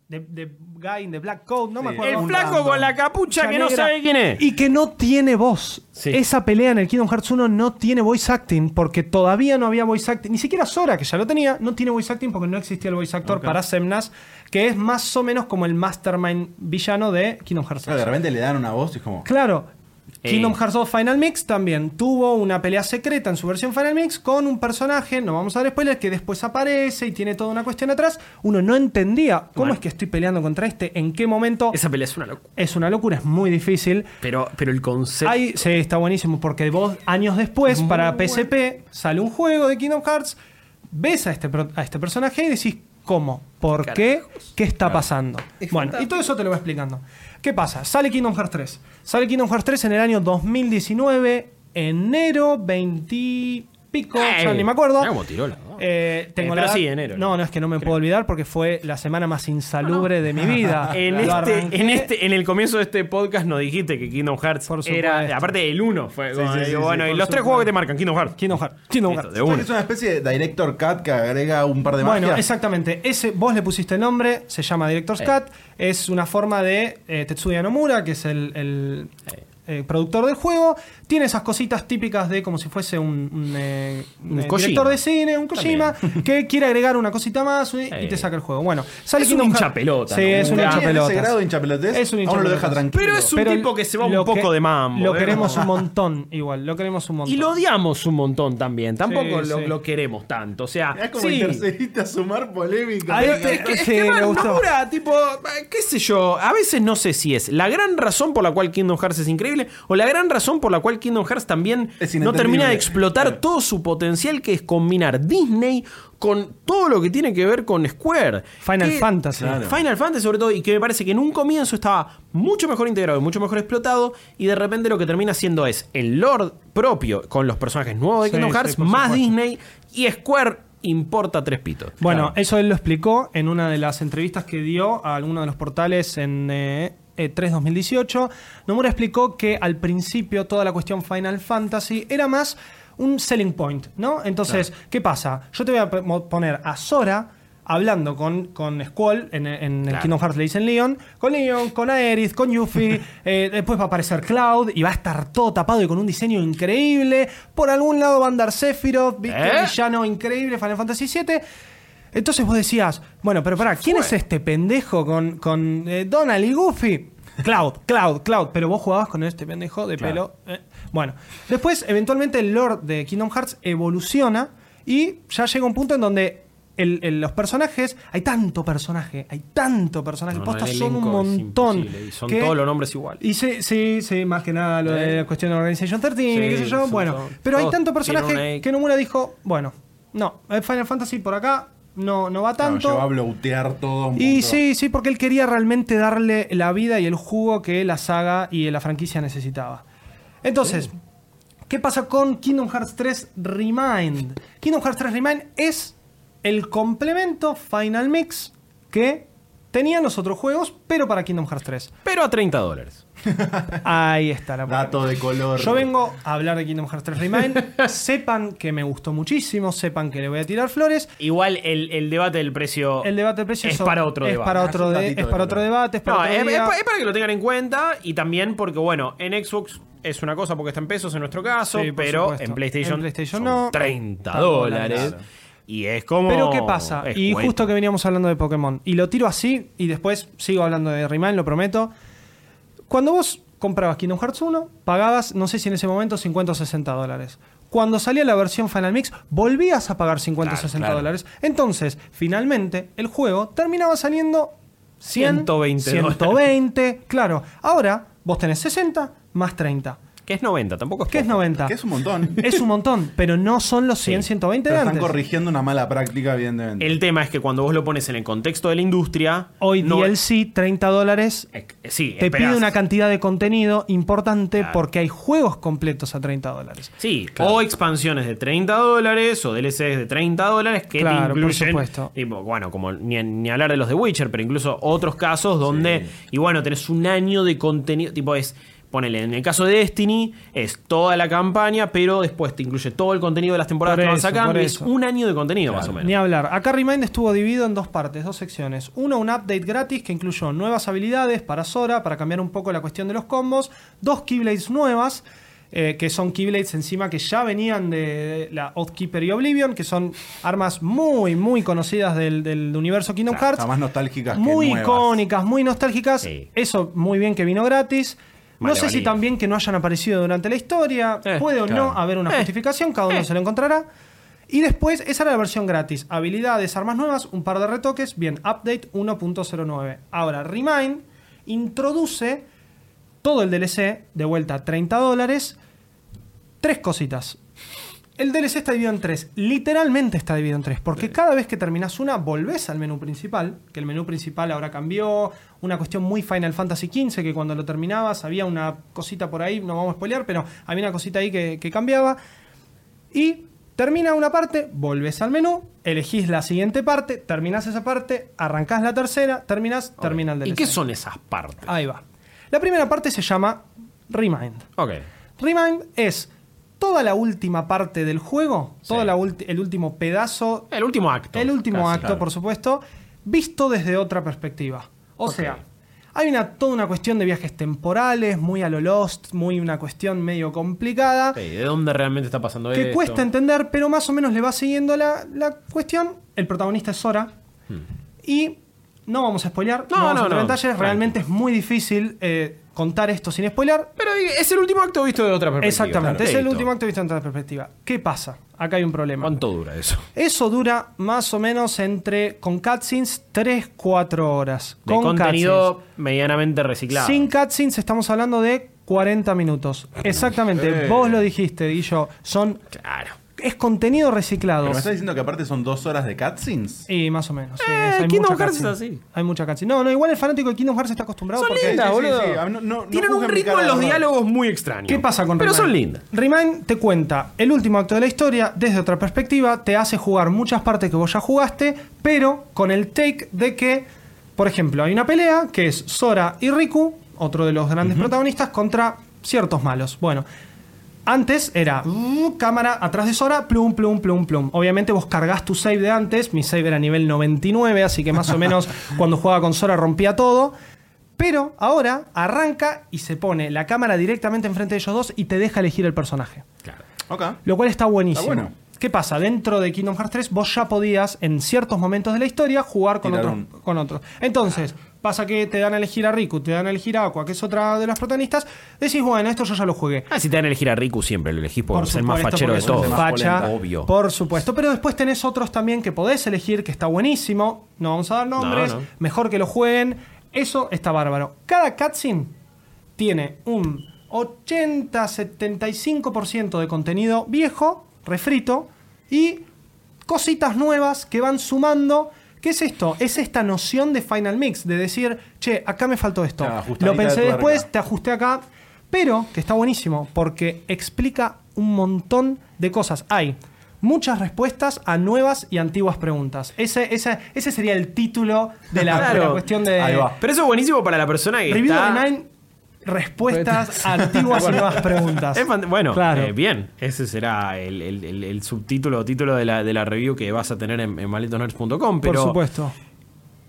The, the Guy in the Black Coat, no me
Sí.
acuerdo.
El flaco con la capucha que no
negra.
sabe quién es.
Y que no tiene voz.
Sí.
Esa pelea en el Kingdom Hearts 1 no tiene voice acting porque todavía no había voice acting. Ni siquiera Sora, que ya lo tenía, no tiene voice acting porque no existía el voice actor para Semnas, que es más o menos como el mastermind villano de Kingdom Hearts 2.
Claro, de repente le dan una voz y es como.
Claro.
Eh.
Kingdom Hearts 2 Final Mix también tuvo una pelea secreta en su versión Final Mix con un personaje, no vamos a dar spoilers, que después aparece y tiene toda una cuestión atrás. Uno no entendía cómo
Bueno.
es que estoy peleando contra este, en qué momento.
Esa pelea es una locura.
Es una locura, es muy difícil.
Pero, pero el concepto.
Ahí sí, está buenísimo, porque vos años después, para PSP, sale un juego de Kingdom Hearts, ves a este, pro- a este personaje y decís, ¿cómo? ¿Por qué? ¿Qué está pasando? bueno, y todo eso te lo va explicando. ¿Qué pasa? Sale Kingdom Hearts 3. Sale Kingdom Hearts 3 en el año 2019, enero 20 pico,
Ey,
ya ni me acuerdo.
mirá cómo tiró la-
Eh, tengo
Eh,
la
pero
edad-
sí, enero.
No, no, es que no me puedo olvidar porque fue la semana más insalubre de mi vida.
En,
Lo
este,
arranqué-
en, este, en el comienzo de este podcast nos dijiste que Kingdom Hearts
Por supuesto.
era. Aparte, el 1 fue.
Sí,
como,
sí, sí,
digo,
sí,
bueno, y
por
los tres
supuesto.
juegos que te marcan: Kingdom Hearts.
Kingdom Hearts. Kingdom
Listo,
Hearts.
de una.
Es una especie de director cut que agrega un par de
Bueno,
magias.
exactamente. Ese, vos le pusiste el nombre, se llama Director's Cut. Es una forma de eh, Tetsuya Nomura, que es el, el, eh, productor del juego. Tiene esas cositas típicas de como si fuese un, un, eh,
Un
eh,
Kojima.
director de cine, un Kojima, que quiere agregar una cosita más y, y
Eh.
te saca el juego. Bueno, sale
Es
Kingdom
un
Hearts.
hinchapelota,
Sí,
¿no?
es un
Tiene
Tiene ese
hinchapelotas.
grado de hinchapelotez,
Es un
a uno lo deja
hinchapelotas.
tranquilo.
Pero es un tipo que se va un
lo
poco de mambo,
Lo
¿eh?
queremos
Como-
un montón, igual. Lo queremos un montón.
Y lo odiamos un montón también. Tampoco
Sí,
lo,
sí.
lo queremos tanto. O sea,
Es como
sí.
intercediste a sumar polémica.
Ahí-
Venga,
Es que, es
Sí,
que
me
Van
gustó.
Nomura, tipo, eh, qué sé yo, a veces no sé si es la gran razón por la cual Kingdom Hearts es increíble o la gran razón por la cual Kingdom Hearts también
Es
no termina de
inentendible.
explotar
Claro.
todo su potencial que es combinar Disney con todo lo que tiene que ver con Square.
Final
Que-
Fantasy.
Claro. Final Fantasy sobre todo y que me parece que en un comienzo estaba mucho mejor integrado y mucho mejor explotado y de repente lo que termina siendo es el lore propio con los personajes nuevos de
Sí,
Kingdom
sí,
Hearts
por
más
supuesto.
Disney y Square importa tres pitos.
Bueno, eso él lo explicó en una de las entrevistas que dio a alguno de los portales en eh, E3 2018. Nomura explicó que al principio toda la cuestión Final Fantasy era más un selling point, ¿no? Entonces, ¿qué pasa? Yo te voy a p- mo- poner a Sora hablando con, con Squall, en, en el Kingdom Hearts le dicen Leon, con Leon, con Aerith, con Yuffie, eh, después va a aparecer Cloud y va a estar todo tapado y con un diseño increíble. Por algún lado va a andar Sephiroth, ¿viste?
¿Eh?
villano increíble, Final Fantasy VII. Entonces vos decías, bueno, pero pará, ¿quién es este pendejo con, con eh, Donald y Goofy? Cloud, Cloud, Cloud. Pero vos jugabas con este pendejo de pelo. eh. Bueno, después, eventualmente, el lore de Kingdom Hearts evoluciona y ya llega un punto en donde el- el- los personajes, hay tanto personaje, hay tanto personaje,
No, no,
postas
el
son un
elenco es
montón.
imposible y son
que-
todos los nombres iguales.
Y sí, sí, sí, más que nada lo
Eh.
de la cuestión de Organization 13, y qué sé yo.
son
Bueno,
todos-
pero hay
todos
tanto
tienen una
personaje
E.
que Nomura dijo, bueno, no, el Final Fantasy por acá no, no va
Claro,
tanto.
llegó a bloquear todo un
y
punto.
sí, sí, porque él quería realmente darle la vida y el jugo que la saga y la franquicia necesitaba. Entonces, ¿qué pasa con Kingdom Hearts 3 Remind? Kingdom Hearts 3 Remind es el complemento Final Mix que tenían los otros juegos, pero para Kingdom Hearts 3.
Pero a 30 dólares.
Ahí está la polémica.
Dato de color.
Yo vengo a hablar de Kingdom Hearts 3 Remind. sepan que me gustó muchísimo, sepan que le voy a tirar flores.
Igual el, el debate del precio.
El debate de precios
Es para otro
es
debate.
Para otro
Es un
de-
datito
es
de
para otro
color.
debate, es para
No,
otro
es, es
día.
pa- es para que lo tengan en cuenta y también porque, bueno, en Xbox es una cosa porque está en pesos en nuestro caso,
Sí, por
pero
supuesto.
en PlayStation,
En PlayStation
son
no.
30
Claro.
dólares. Y es como.
Pero ¿qué pasa?
es
Y
cuento.
justo que veníamos hablando de Pokémon. Y lo tiro así y después sigo hablando de Remind, lo prometo. Cuando vos comprabas Kingdom Hearts 1, pagabas, no sé si en ese momento, 50 o 60 dólares. Cuando salía la versión Final Mix, volvías a pagar 50 o 60 dólares. Entonces, finalmente, el juego terminaba saliendo 100,
120 dólares.
120, claro. Ahora, vos tenés 60 más 30,
Que es 90, tampoco es.
que es
poco.
90.
Que es un montón.
Es un montón, pero no son los 100, 120
Pero
de
están
antes.
corrigiendo una mala práctica, evidentemente.
El tema es que cuando vos lo pones en el contexto de la industria.
Hoy
no-
DLC, 30 dólares.
Eh, Sí,
Te
esperás.
pide una cantidad de contenido importante
Claro.
porque hay juegos completos a 30 dólares.
Sí, o expansiones de 30 dólares o DLCs de 30 dólares que
Claro,
te
por
incluyen.
supuesto.
tipo, bueno, como ni, ni hablar de los de Witcher, pero incluso otros casos donde. Y bueno, tenés un año de contenido. Tipo, es. Ponele, en el caso de Destiny, es toda la campaña, pero después te incluye todo el contenido de las temporadas
Por
que van
eso,
sacando.
por
y Es
eso.
un año de contenido, más o menos.
Ni hablar. Acá Remind estuvo dividido en dos partes, dos secciones. Uno, un update gratis que incluyó nuevas habilidades para Sora, para cambiar un poco la cuestión de los combos. Dos Keyblades nuevas, eh, que son Keyblades encima que ya venían de la Oathkeeper y Oblivion, que son armas muy, muy conocidas del, del universo Kingdom Hearts.
Jamás nostálgicas. que
muy
nuevas.
icónicas, muy nostálgicas.
Sí.
Eso muy bien que vino gratis. No
Vale,
sé si
valía.
también que no hayan aparecido durante la historia.
Eh,
Puede o
claro.
no haber una
Eh,
justificación, cada uno
eh.
se lo encontrará. Y después, esa era la versión gratis. Habilidades, armas nuevas, un par de retoques. Bien, update 1.09. Ahora, Remind introduce todo el DLC, de vuelta a 30 dólares. Tres cositas. El DLC está dividido en tres. Literalmente está dividido en tres. Porque cada vez que terminás una, volvés al menú principal. Que el menú principal ahora cambió. Una cuestión muy Final Fantasy XV, que cuando lo terminabas había una cosita por ahí, no vamos a spoilear, pero había una cosita ahí que, que cambiaba. Y Termina una parte, volvés al menú, elegís la siguiente parte, terminás esa parte, arrancás la tercera, terminás, termina el DLC.
¿Y qué son esas partes?
Ahí va. La primera parte se llama Remind.
Ok.
Remind es toda la última parte del juego, todo
Sí.
el último pedazo,
El último acto.
el último
Casi,
acto,
claro.
por supuesto, visto desde otra perspectiva. O sea, hay una, toda una cuestión de viajes temporales, muy a lo Lost, muy una cuestión medio complicada,
Sí, ¿De dónde realmente está pasando
que
esto?
cuesta entender, pero más o menos le va siguiendo la, la cuestión. El protagonista es Sora. Y no vamos a spoilear,
Hmm. No,
no, vamos
no,
a entrar en
no,
detalles, realmente es muy difícil eh, contar esto sin spoilear.
Pero diga, es el último acto visto de otra perspectiva.
Exactamente, es el
Perfecto.
último acto visto en otra perspectiva. ¿Qué pasa? Acá hay un problema.
¿Cuánto dura eso?
Eso dura más o menos entre, con cutscenes, 3-4 horas.
De
con
contenido medianamente reciclado.
cutscenes. Sin cutscenes estamos hablando de 40 minutos. Exactamente, vos lo dijiste, Guillo. Son,
Claro.
es contenido reciclado.
¿Pero me estás diciendo que aparte son dos horas de cutscenes?
Y más o menos. sí,
Eh,
es- hay
Kingdom
mucha
Hearts
cutscene.
es así.
Hay mucha cutscene. No, no, igual el fanático de Kingdom Hearts está acostumbrado
Son
porque-
lindas,
sí, sí,
boludo.
sí, a mí no- no- no
Tienen un
juzguen mi
ritmo
cara,
en los
la verdad.
diálogos muy extraño.
¿Qué pasa con
Pero
Remind?
son lindas.
Remind te cuenta el último acto de la historia desde otra perspectiva, te hace jugar muchas partes que vos ya jugaste, pero con el take de que, por ejemplo, hay una pelea que es Sora y Riku, otro de los grandes protagonistas, contra ciertos malos. Bueno. Antes era uh, cámara atrás de Sora, plum, plum, plum, plum. Obviamente vos cargás tu save de antes, mi save era nivel 99, así que más o menos cuando jugaba con Sora rompía todo. Pero ahora arranca y se pone la cámara directamente enfrente de ellos dos y te deja elegir el personaje.
Ok.
Lo cual está buenísimo.
Está bueno.
¿Qué pasa? Dentro de Kingdom Hearts 3 vos ya podías en ciertos momentos de la historia jugar con
Tirar
otros.
un-
Con otros. Entonces, pasa que te dan a elegir a Riku, te dan a elegir a Aqua, que es otra de las protagonistas. Decís, bueno, esto yo ya lo jugué.
Ah, si te dan a elegir a Riku siempre, lo elegís por, ser más
supuesto,
fachero
porque
de
es un
todo.
facha,
Obvio.
Por supuesto. Pero después tenés otros también que podés elegir, que está buenísimo. No vamos a dar nombres.
no.
Mejor que lo jueguen. Eso está bárbaro. Cada cutscene tiene un 80-75% de contenido viejo, refrito, y cositas nuevas que van sumando. ¿Qué es esto? Es esta noción de final mix, de decir, che, acá me faltó esto.
Ah, ajustadita
Lo pensé
de tuerca.
después, te ajusté acá, pero que está buenísimo porque explica un montón de cosas. Hay muchas respuestas a nuevas y antiguas preguntas. Ese, ese, ese sería el título de la, de la
Claro.
cuestión de
Ahí va.
Pero eso es buenísimo para la persona que
Review
está...
de Nine, respuestas a antiguas y nuevas preguntas.
Es fant- bueno,
Claro.
eh, bien. Ese será el, el- el- el subtítulo o título de la, de la review que vas a tener en, en malditos nerds punto com,
por
Pero
supuesto.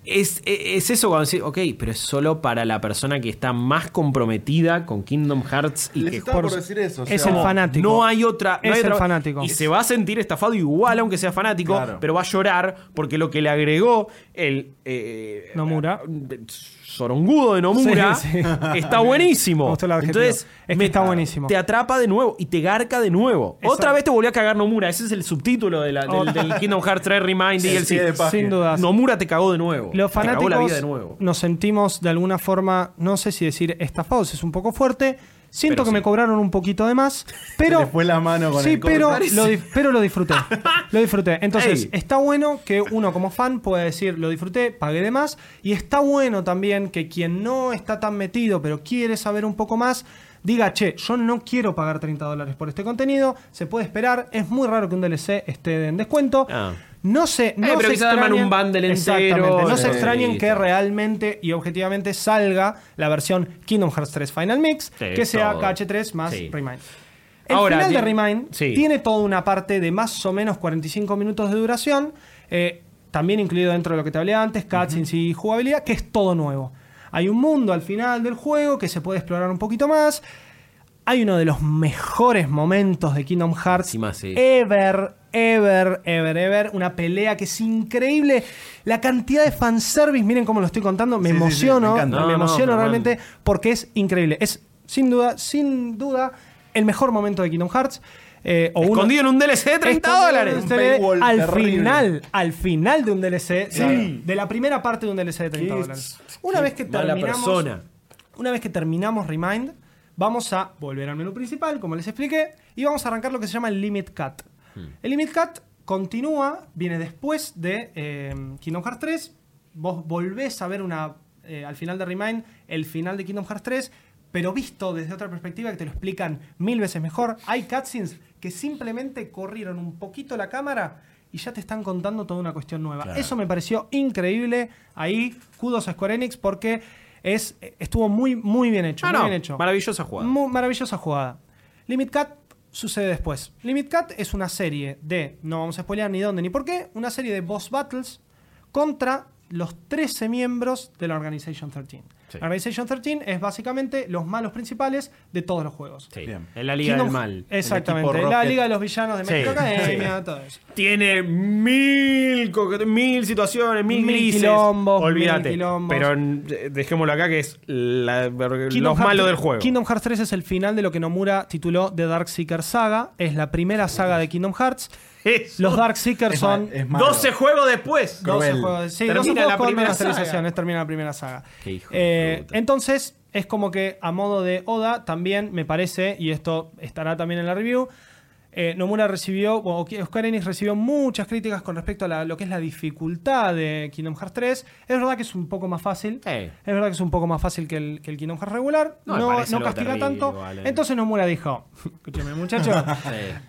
Es, e, es- es eso cuando decís, ok, pero es solo para la persona que está más comprometida con Kingdom Hearts y
Les
que
estaba
por-
por decir eso. o
es
sea,
el fan- fanático.
No hay otra. no
Es
hay otra-
el fanático.
Y se va a sentir estafado igual, aunque sea fanático,
Claro.
pero va a llorar porque lo que le agregó el. eh,
Nomura.
eh, Sorongudo de Nomura
Sí, sí.
está buenísimo.
Me gustó el adjetivo.
Entonces,
Es que está buenísimo.
Te atrapa de nuevo y te garca de nuevo.
Exacto. Oh.
Otra vez te volvió a cagar Nomura. Ese es el subtítulo de la- del, del Kingdom Hearts 3 Remind y
El
el
pie de página.
Sin dudas.
Nomura te cagó de nuevo.
Los
Te cagó
fanáticos
la vida de nuevo.
nos sentimos de alguna forma, no sé si decir estafados, es un poco fuerte. Siento
Pero
que
sí.
me cobraron un poquito de más,
se
pero
le fue la mano con
sí,
el
pero
comentario.
lo, di- pero lo disfruté. Lo disfruté. Entonces,
Ey.
está bueno que uno como fan pueda decir, lo disfruté, pagué de más. Y está bueno también que quien no está tan metido, pero quiere saber un poco más, diga, che, yo no quiero pagar 30 dólares por este contenido, se puede esperar. Es muy raro que un DLC esté en descuento.
Ah.
No sé, no
Eh, pero
se
quizás arman
extrañen-
un bundle entero.
Exactamente. No se
Sí,
extrañen
listo.
que realmente y objetivamente salga la versión Kingdom Hearts 3 Final Mix,
Sí,
que sea
todo.
KH3 más
Sí.
Remind. El
Ahora,
final de
di-
Remind
sí.
tiene toda una parte de más o menos 45 minutos de duración, eh, también incluido dentro de lo que te hablé antes, cutscenes y jugabilidad, que es todo nuevo. Hay un mundo al final del juego que se puede explorar un poquito más. Hay uno de los mejores momentos de Kingdom Hearts
Encima, sí.
ever, ever, ever, ever. Una pelea que es increíble. La cantidad de fanservice, miren cómo lo estoy contando,
Sí,
me
sí, sí, me
emociono, me,
encanta.
No, no,
emociono
pero
realmente porque es increíble. Es sin duda, sin duda, el mejor momento de Kingdom Hearts. Eh, o uno-
Escondido en un DLC de 30
Escondido en
dólares.
un DLC
paywall
al
terrible.
final, al final de un DLC, de, de la primera parte de un DLC de 30
Qué-
dólares. Una vez que
mala
terminamos,
persona.
una vez que terminamos Remind, vamos a volver al menú principal, como les expliqué, y vamos a arrancar lo que se llama el Limit Cut.
Hmm.
El Limit Cut continúa, viene después de eh, Kingdom Hearts 3. Vos volvés a ver una, eh, al final de Remind el final de Kingdom Hearts 3, pero visto desde otra perspectiva que te lo explican mil veces mejor. Hay cutscenes que simplemente corrieron un poquito la cámara y ya te están contando toda una cuestión nueva. Eso me pareció increíble. Ahí, kudos a Square Enix porque es, estuvo muy, muy bien hecho.
Ah,
muy
no,
bien hecho.
Maravillosa jugada.
Mu- maravillosa jugada. Limit Cat sucede después. Limit Cat es una serie de, no vamos a spoilear ni dónde ni por qué, una serie de boss battles contra los 13 miembros de la Organization 13.
Sí.
La Organization 13 es básicamente los malos principales de todos los juegos.
Sí.
Bien.
En la Liga
Kingdom- eh,
del Mal.
Exactamente.
equipo
La
Rocket.
Liga de los Villanos de
Sí.
México Academia, todo eso.
Tiene mil, coquet- mil situaciones, mil,
Mil
grises.
quilombos,
Olvídate.
mil quilombos.
Pero mm, dejémoslo acá que es la- los
Kingdom Hearts
malos
tre-
del juego.
Kingdom Hearts 3 es el final de lo que Nomura tituló The Darkseeker Saga. Es la primera saga de Kingdom Hearts.
Eso.
Los Darkseekers
Es ma-
son
es malo.
12 juegos después.
12
Cruel.
juegos. Sí,
Termina
12 juegos
la
con
primera
remasterizaciones, termina la primera saga. Eh, entonces, es como que a modo de Oda, también me parece, y esto estará también en la review, eh, Nomura recibió, o que- Square Enix recibió muchas críticas con respecto a la- lo que es la dificultad de Kingdom Hearts 3. Es verdad que es un poco más fácil.
Sí.
Es verdad que es un poco más fácil que el, que el Kingdom Hearts regular.
No
No,
me
no,
parece algo
castiga
terrible
tanto.
igual, eh.
Entonces Nomura dijo, escúchame muchachos,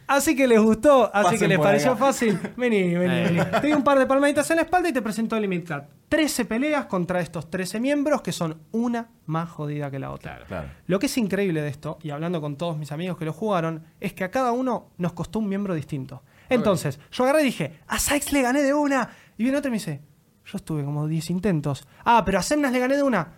así que les gustó, así
Pasen
que les
por
pareció
acá.
fácil. Vení, vení.
Eh.
vení. Te di un par de palmaditas en la espalda y te presentó el Limit Cat. 13 peleas contra estos 13 miembros que son una más jodida que la otra.
Claro.
Lo que es increíble de esto, y hablando con todos mis amigos que lo jugaron, es que a cada uno nos costó un miembro distinto. Entonces, yo agarré y dije, a Sykes le gané de una. Y viene otro y me dice, yo estuve como 10 intentos. Ah, pero a Semnas le gané de una.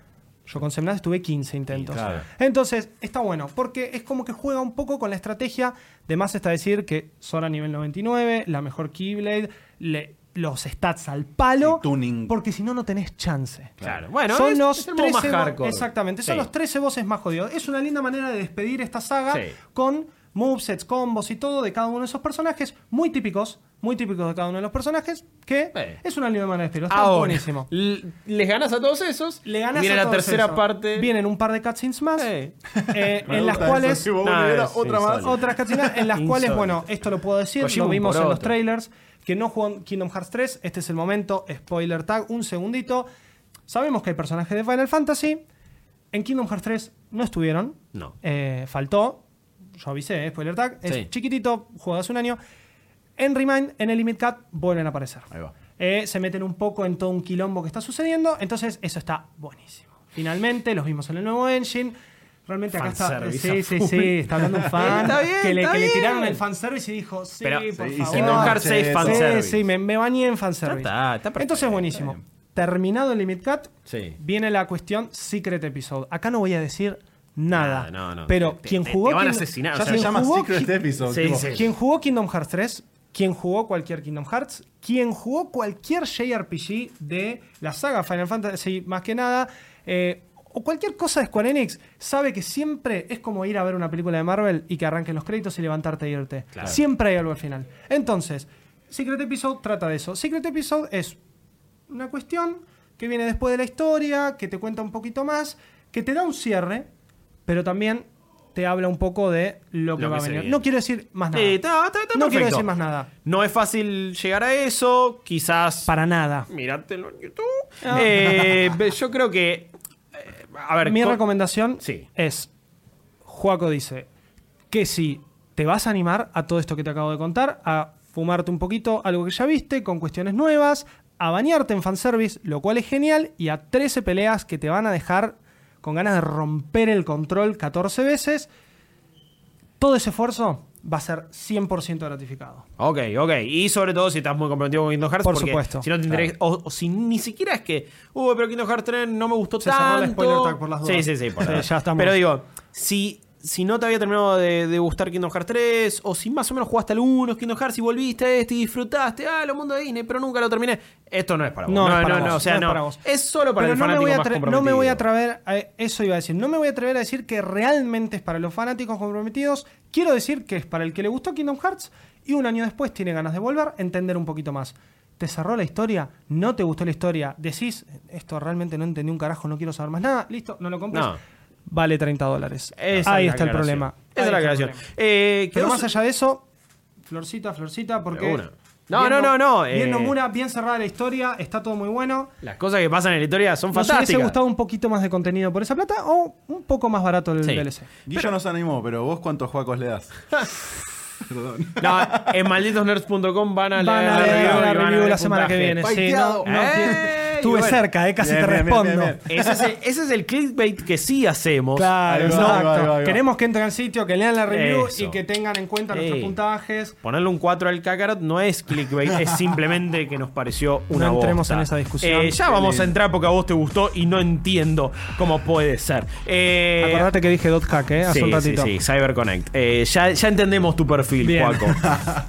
Yo con Semnas estuve 15 intentos.
Claro.
Entonces, está bueno, porque es como que juega un poco con la estrategia. De más está decir que Sora nivel 99, la mejor Keyblade, le- los stats al palo.
Sí, tuning.
Porque si no, no tenés chance.
Claro. Bueno,
son
es-
los
es el modo más
13 bo-
hardcore.
Exactamente, son
Sí.
los 13 voces más jodidos. Es una linda manera de despedir esta saga
Sí.
con movesets, combos y todo de cada uno de esos personajes, muy típicos, muy típicos de cada uno de los personajes, que
Sí.
es una linda manera de despedirlo. Está
Ahora,
buenísimo.
l- les ganas a todos esos.
Le ganas
Viene
a
la
todos
tercera
eso.
parte.
Vienen un par de cutscenes más.
Sí.
eh,
Me
en las
gusta
cuales.
eso, que vos
Nah,
volvieras
es
otra más.
insólito.
Otras cutscenes en las cuales, bueno, esto lo puedo decir,
Kojima
lo
un
vimos en los
poroto.
trailers, que no jugó Kingdom Hearts 3, este es el momento, spoiler tag, un segundito. Sabemos que hay personajes de Final Fantasy, en Kingdom Hearts 3 no estuvieron,
No.
Eh, faltó, yo avisé, eh, spoiler tag, es
Sí.
chiquitito, jugado hace un año. En Remind, en el Limit Cat, vuelven a aparecer.
Ahí va.
Eh, se meten un poco en todo un quilombo que está sucediendo, entonces eso está buenísimo. Finalmente los vimos en el nuevo engine. Realmente acá está.
Fanservice
Sí,
a
sí,
full.
sí, está hablando un fan
Está bien,
que, le,
está
que le
bien.
tiraron el fanservice y dijo, sí,
Pero-
por
Sí,
favor.
Kingdom Hearts
Sí,
6
sí,
fanservice.
Sí, sí, me, me bañé en fanservice.
Ya está, está perfecto.
Entonces, buenísimo. Terminado el Limit Cut,
Sí.
viene la cuestión Secret Episode. Acá no voy a decir
Nada,
nada.
no, no.
Pero
Te-
quien
te-
jugó.
te van a
Kingdom-
asesinar, o
Ya
sea,
quien
Se llama
jugó
Secret
Ki-
Episode.
Sí,
tipo,
sí.
quien jugó Kingdom Hearts 3, quien jugó cualquier Kingdom Hearts, quien jugó cualquier JRPG de la saga Final Fantasy, más que nada, eh, o cualquier cosa de Square Enix, sabe que siempre es como ir a ver una película de Marvel y que arranquen los créditos y levantarte y irte. Siempre hay algo al final. Entonces, Secret Episode trata de eso. Secret Episode es una cuestión que viene después de la historia, que te cuenta un poquito más, que te da un cierre, pero también te habla un poco de lo que
Lo
va
que
a
se
venir.
viene.
No quiero decir más nada.
Sí, está- está- está
no
perfecto.
quiero decir más nada.
No es fácil llegar a eso. Quizás.
Para nada.
Mirátelo en YouTube.
Ah.
Eh, ve- yo creo que. eh, a ver.
Mi
co-
recomendación
Sí.
es, Juaco dice, que si te vas a animar a todo esto que te acabo de contar, a fumarte un poquito algo que ya viste, con cuestiones nuevas, a bañarte en fanservice, lo cual es genial, y a 13 peleas que te van a dejar con ganas de romper el control 14 veces, todo ese esfuerzo va a ser 100% gratificado.
Ok, ok. Y sobre todo si estás muy comprometido con Kingdom Hearts.
Por
porque
supuesto.
Si no te interesa. O, o si ni siquiera es que. Uy, pero Kingdom Hearts 3 no me gustó
Se cerró
tanto.
la spoiler tag por las dudas.
Sí, sí, sí. por
Sí,
las dudas.
ya estamos.
Pero digo, si. Si no te había terminado de, de gustar Kingdom Hearts 3, o si más o menos jugaste algunos Kingdom Hearts y volviste a este y disfrutaste, ah, lo mundo de Disney, pero nunca lo terminé, esto no es para vos.
No, es para
no,
vos,
o sea,
no
no.
es
Es,
para vos.
solo para
Pero
el
no me,
fanático
voy a
más
atre- no me voy a
comprometido.
atrever a eso iba a decir no me voy a atrever a decir que realmente es para los fanáticos comprometidos quiero decir que es para el que le gustó Kingdom Hearts y un año después tiene ganas de volver entender un poquito más te cerró la historia no te gustó la historia decís esto realmente no entendí un carajo no quiero saber más nada listo no lo compras
No.
vale 30 dólares
Esa es
ahí
la
está el
aclaración.
problema
Esa
Ahí
es la
está el
aclaración.
problema.
Eh,
pero
quedó
más
su-
allá de eso Florcita, florcita, porque.
De una. No,
bien
no, no, no,
Bien
eh.
Nomura, bien cerrada la historia, está todo muy bueno.
Las cosas que pasan en la historia son
Nos hubiese
fantásticas.
gustado un poquito más de contenido por esa plata o un poco más barato el
Sí.
DLC.
Guillo nos animó, pero vos cuántos juacos le das. Perdón.
No, en malditosnerds.com van a leer,
Van a leer
y
la
van a
review
ver
la semana que
puntaje. Eh,
viene. Sí,
Paiteado.
no, no,
¡Ey!
tiene- Estuve
Bueno.
cerca, eh, casi
Bien,
te
bien, bien,
respondo.
bien,
Ese es, el, ese es el clickbait que sí hacemos.
Claro,
Ahí va,
exacto.
ahí va, ahí va, ahí va.
Queremos que entren al sitio, que lean la review
Eso.
y que tengan en cuenta
Sí.
nuestros puntajes.
Ponerle un 4 al Kakarot no es clickbait, es simplemente que nos pareció una
No entremos
bosta.
en esa discusión.
Eh, ya vamos a entrar porque a vos te gustó y no entiendo cómo puede ser. Eh,
Acordate que dije dot hack, eh, hace
sí,
un ratito.
Sí, sí, CyberConnect. Eh, ya, ya entendemos tu perfil,
Bien.
Juaco.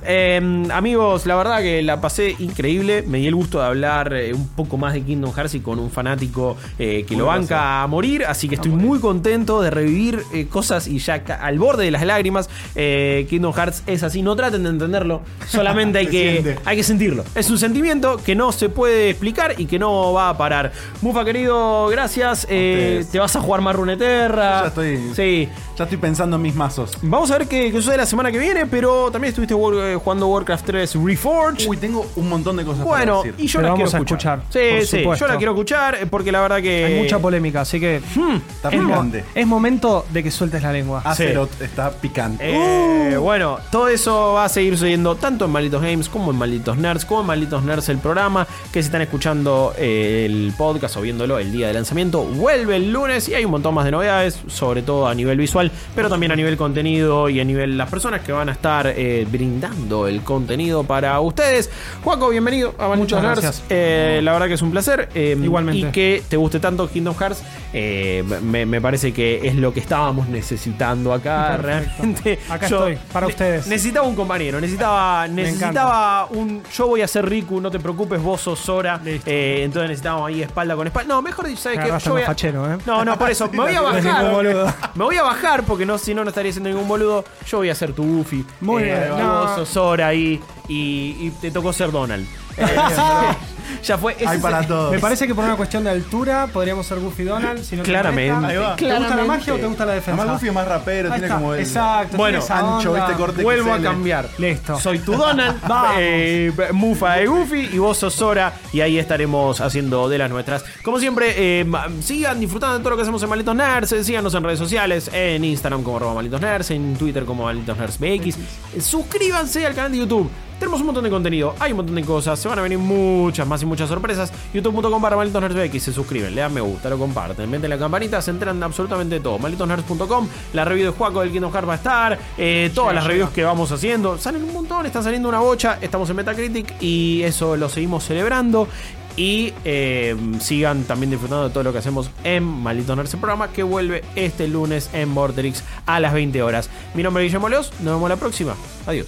Eh, amigos, la verdad que la pasé increíble. Me di el gusto de hablar eh, un poco más de Kingdom Hearts y con un fanático eh, que lo banca a morir. Así que estoy muy contento de revivir eh, cosas y ya ca- al borde de las lágrimas. eh, Kingdom Hearts es así. No traten de entenderlo. Solamente hay
Se
que,
siente.
hay que sentirlo. Es un sentimiento que no se puede explicar y que no va a parar. Mufa, querido, gracias. Eh,
ustedes.
te vas a jugar más Runeterra.
Ya estoy-
Sí.
Ya estoy pensando en mis mazos.
Vamos a ver qué, qué sucede la semana que viene, pero también estuviste wor- eh, jugando Warcraft 3 Reforged.
Uy, tengo un montón de cosas
bueno,
para decir.
y yo
Pero
la
vamos
quiero
a
escuchar.
escuchar,
Sí,
por
sí, yo
supuesto.
la quiero escuchar eh, hmm, porque la verdad que.
Hay mucha polémica, así que
Está
es, mo-
picante.
es momento de que sueltes la lengua.
Ah,
Azeroth está picante.
Eh,
Uh.
Bueno, todo eso va a seguir sucediendo tanto en Malditos Games como en Malditos Nerds, como en Malditos Nerds el programa, que si están escuchando eh, el podcast o viéndolo el día de lanzamiento, vuelve el lunes y hay un montón más de novedades, sobre todo a nivel visual, pero también a nivel contenido y a nivel las personas que van a estar eh, brindando el contenido para ustedes. Juaco, bienvenido a Malditos
Muchas
Nerds.
gracias.
Eh, la verdad que es un placer. eh,
Igualmente.
Y que te guste tanto Kingdom Hearts, eh, me, me parece que es lo que estábamos necesitando acá.
Perfecto.
Realmente
Acá estoy, para
ne-
ustedes.
Necesitaba un compañero, necesitaba, necesitaba un. Yo voy a ser Riku, no te preocupes, vos sos Sora.
Listo.
Eh, entonces necesitábamos ahí espalda con espalda. No, mejor dicho, ¿sabes
Me
qué?
agarraste
Yo voy
más
a-
fachero, ¿eh?
No, no, por eso. Me voy a
No es ningún boludo.
bajar. me voy a bajar porque no, si no, no estaría siendo ningún boludo. Yo voy a ser tu Goofy.
Muy
Eh,
bien,
y
no.
Vos sos Sora ahí. Y, y te tocó ser Donald. Eh, ya fue. ese
Hay
es-
para todos.
Me parece que por una cuestión de altura podríamos ser Goofy Donald. Si no te
Claramente.
molesta.
Ahí va.
¿Te gusta la magia o te gusta la defensa?
Además, Goofy es más rapero,
Ahí
tiene
está,
como el
Exacto.
Bueno,
tiene esa
ancho,
onda.
este corte
Vuelvo a
XL.
cambiar.
Listo.
Soy tu Donald,
Vamos.
eh, Mufa de Goofy y vos sos Sora. Y ahí estaremos haciendo de las nuestras. Como siempre, eh, ma- sigan disfrutando de todo lo que hacemos en Malitos Nerds. eh, Síganos en redes sociales, en Instagram como arroba Malditos Nerds, en Twitter como Malditos Nerds BX. Eh, Suscríbanse al canal de YouTube. Tenemos un montón de contenido, hay un montón de cosas, se van a venir muchas más y muchas sorpresas. YouTube.com barra Malditos Nerds BX, se suscriben, le dan me gusta, lo comparten, meten la campanita, se enteran de absolutamente todo. MalditosNerds.com, la review de Juaco del Kingdom Hearts va a estar, eh, todas las reviews que vamos haciendo, salen un montón, están saliendo una bocha, estamos en Metacritic y eso lo seguimos celebrando. Y eh, sigan también disfrutando de todo lo que hacemos en Malditos Nerds, el programa que vuelve este lunes en Vorterix a las 20 horas. Mi nombre es Guillermo Leos, nos vemos la próxima. Adiós.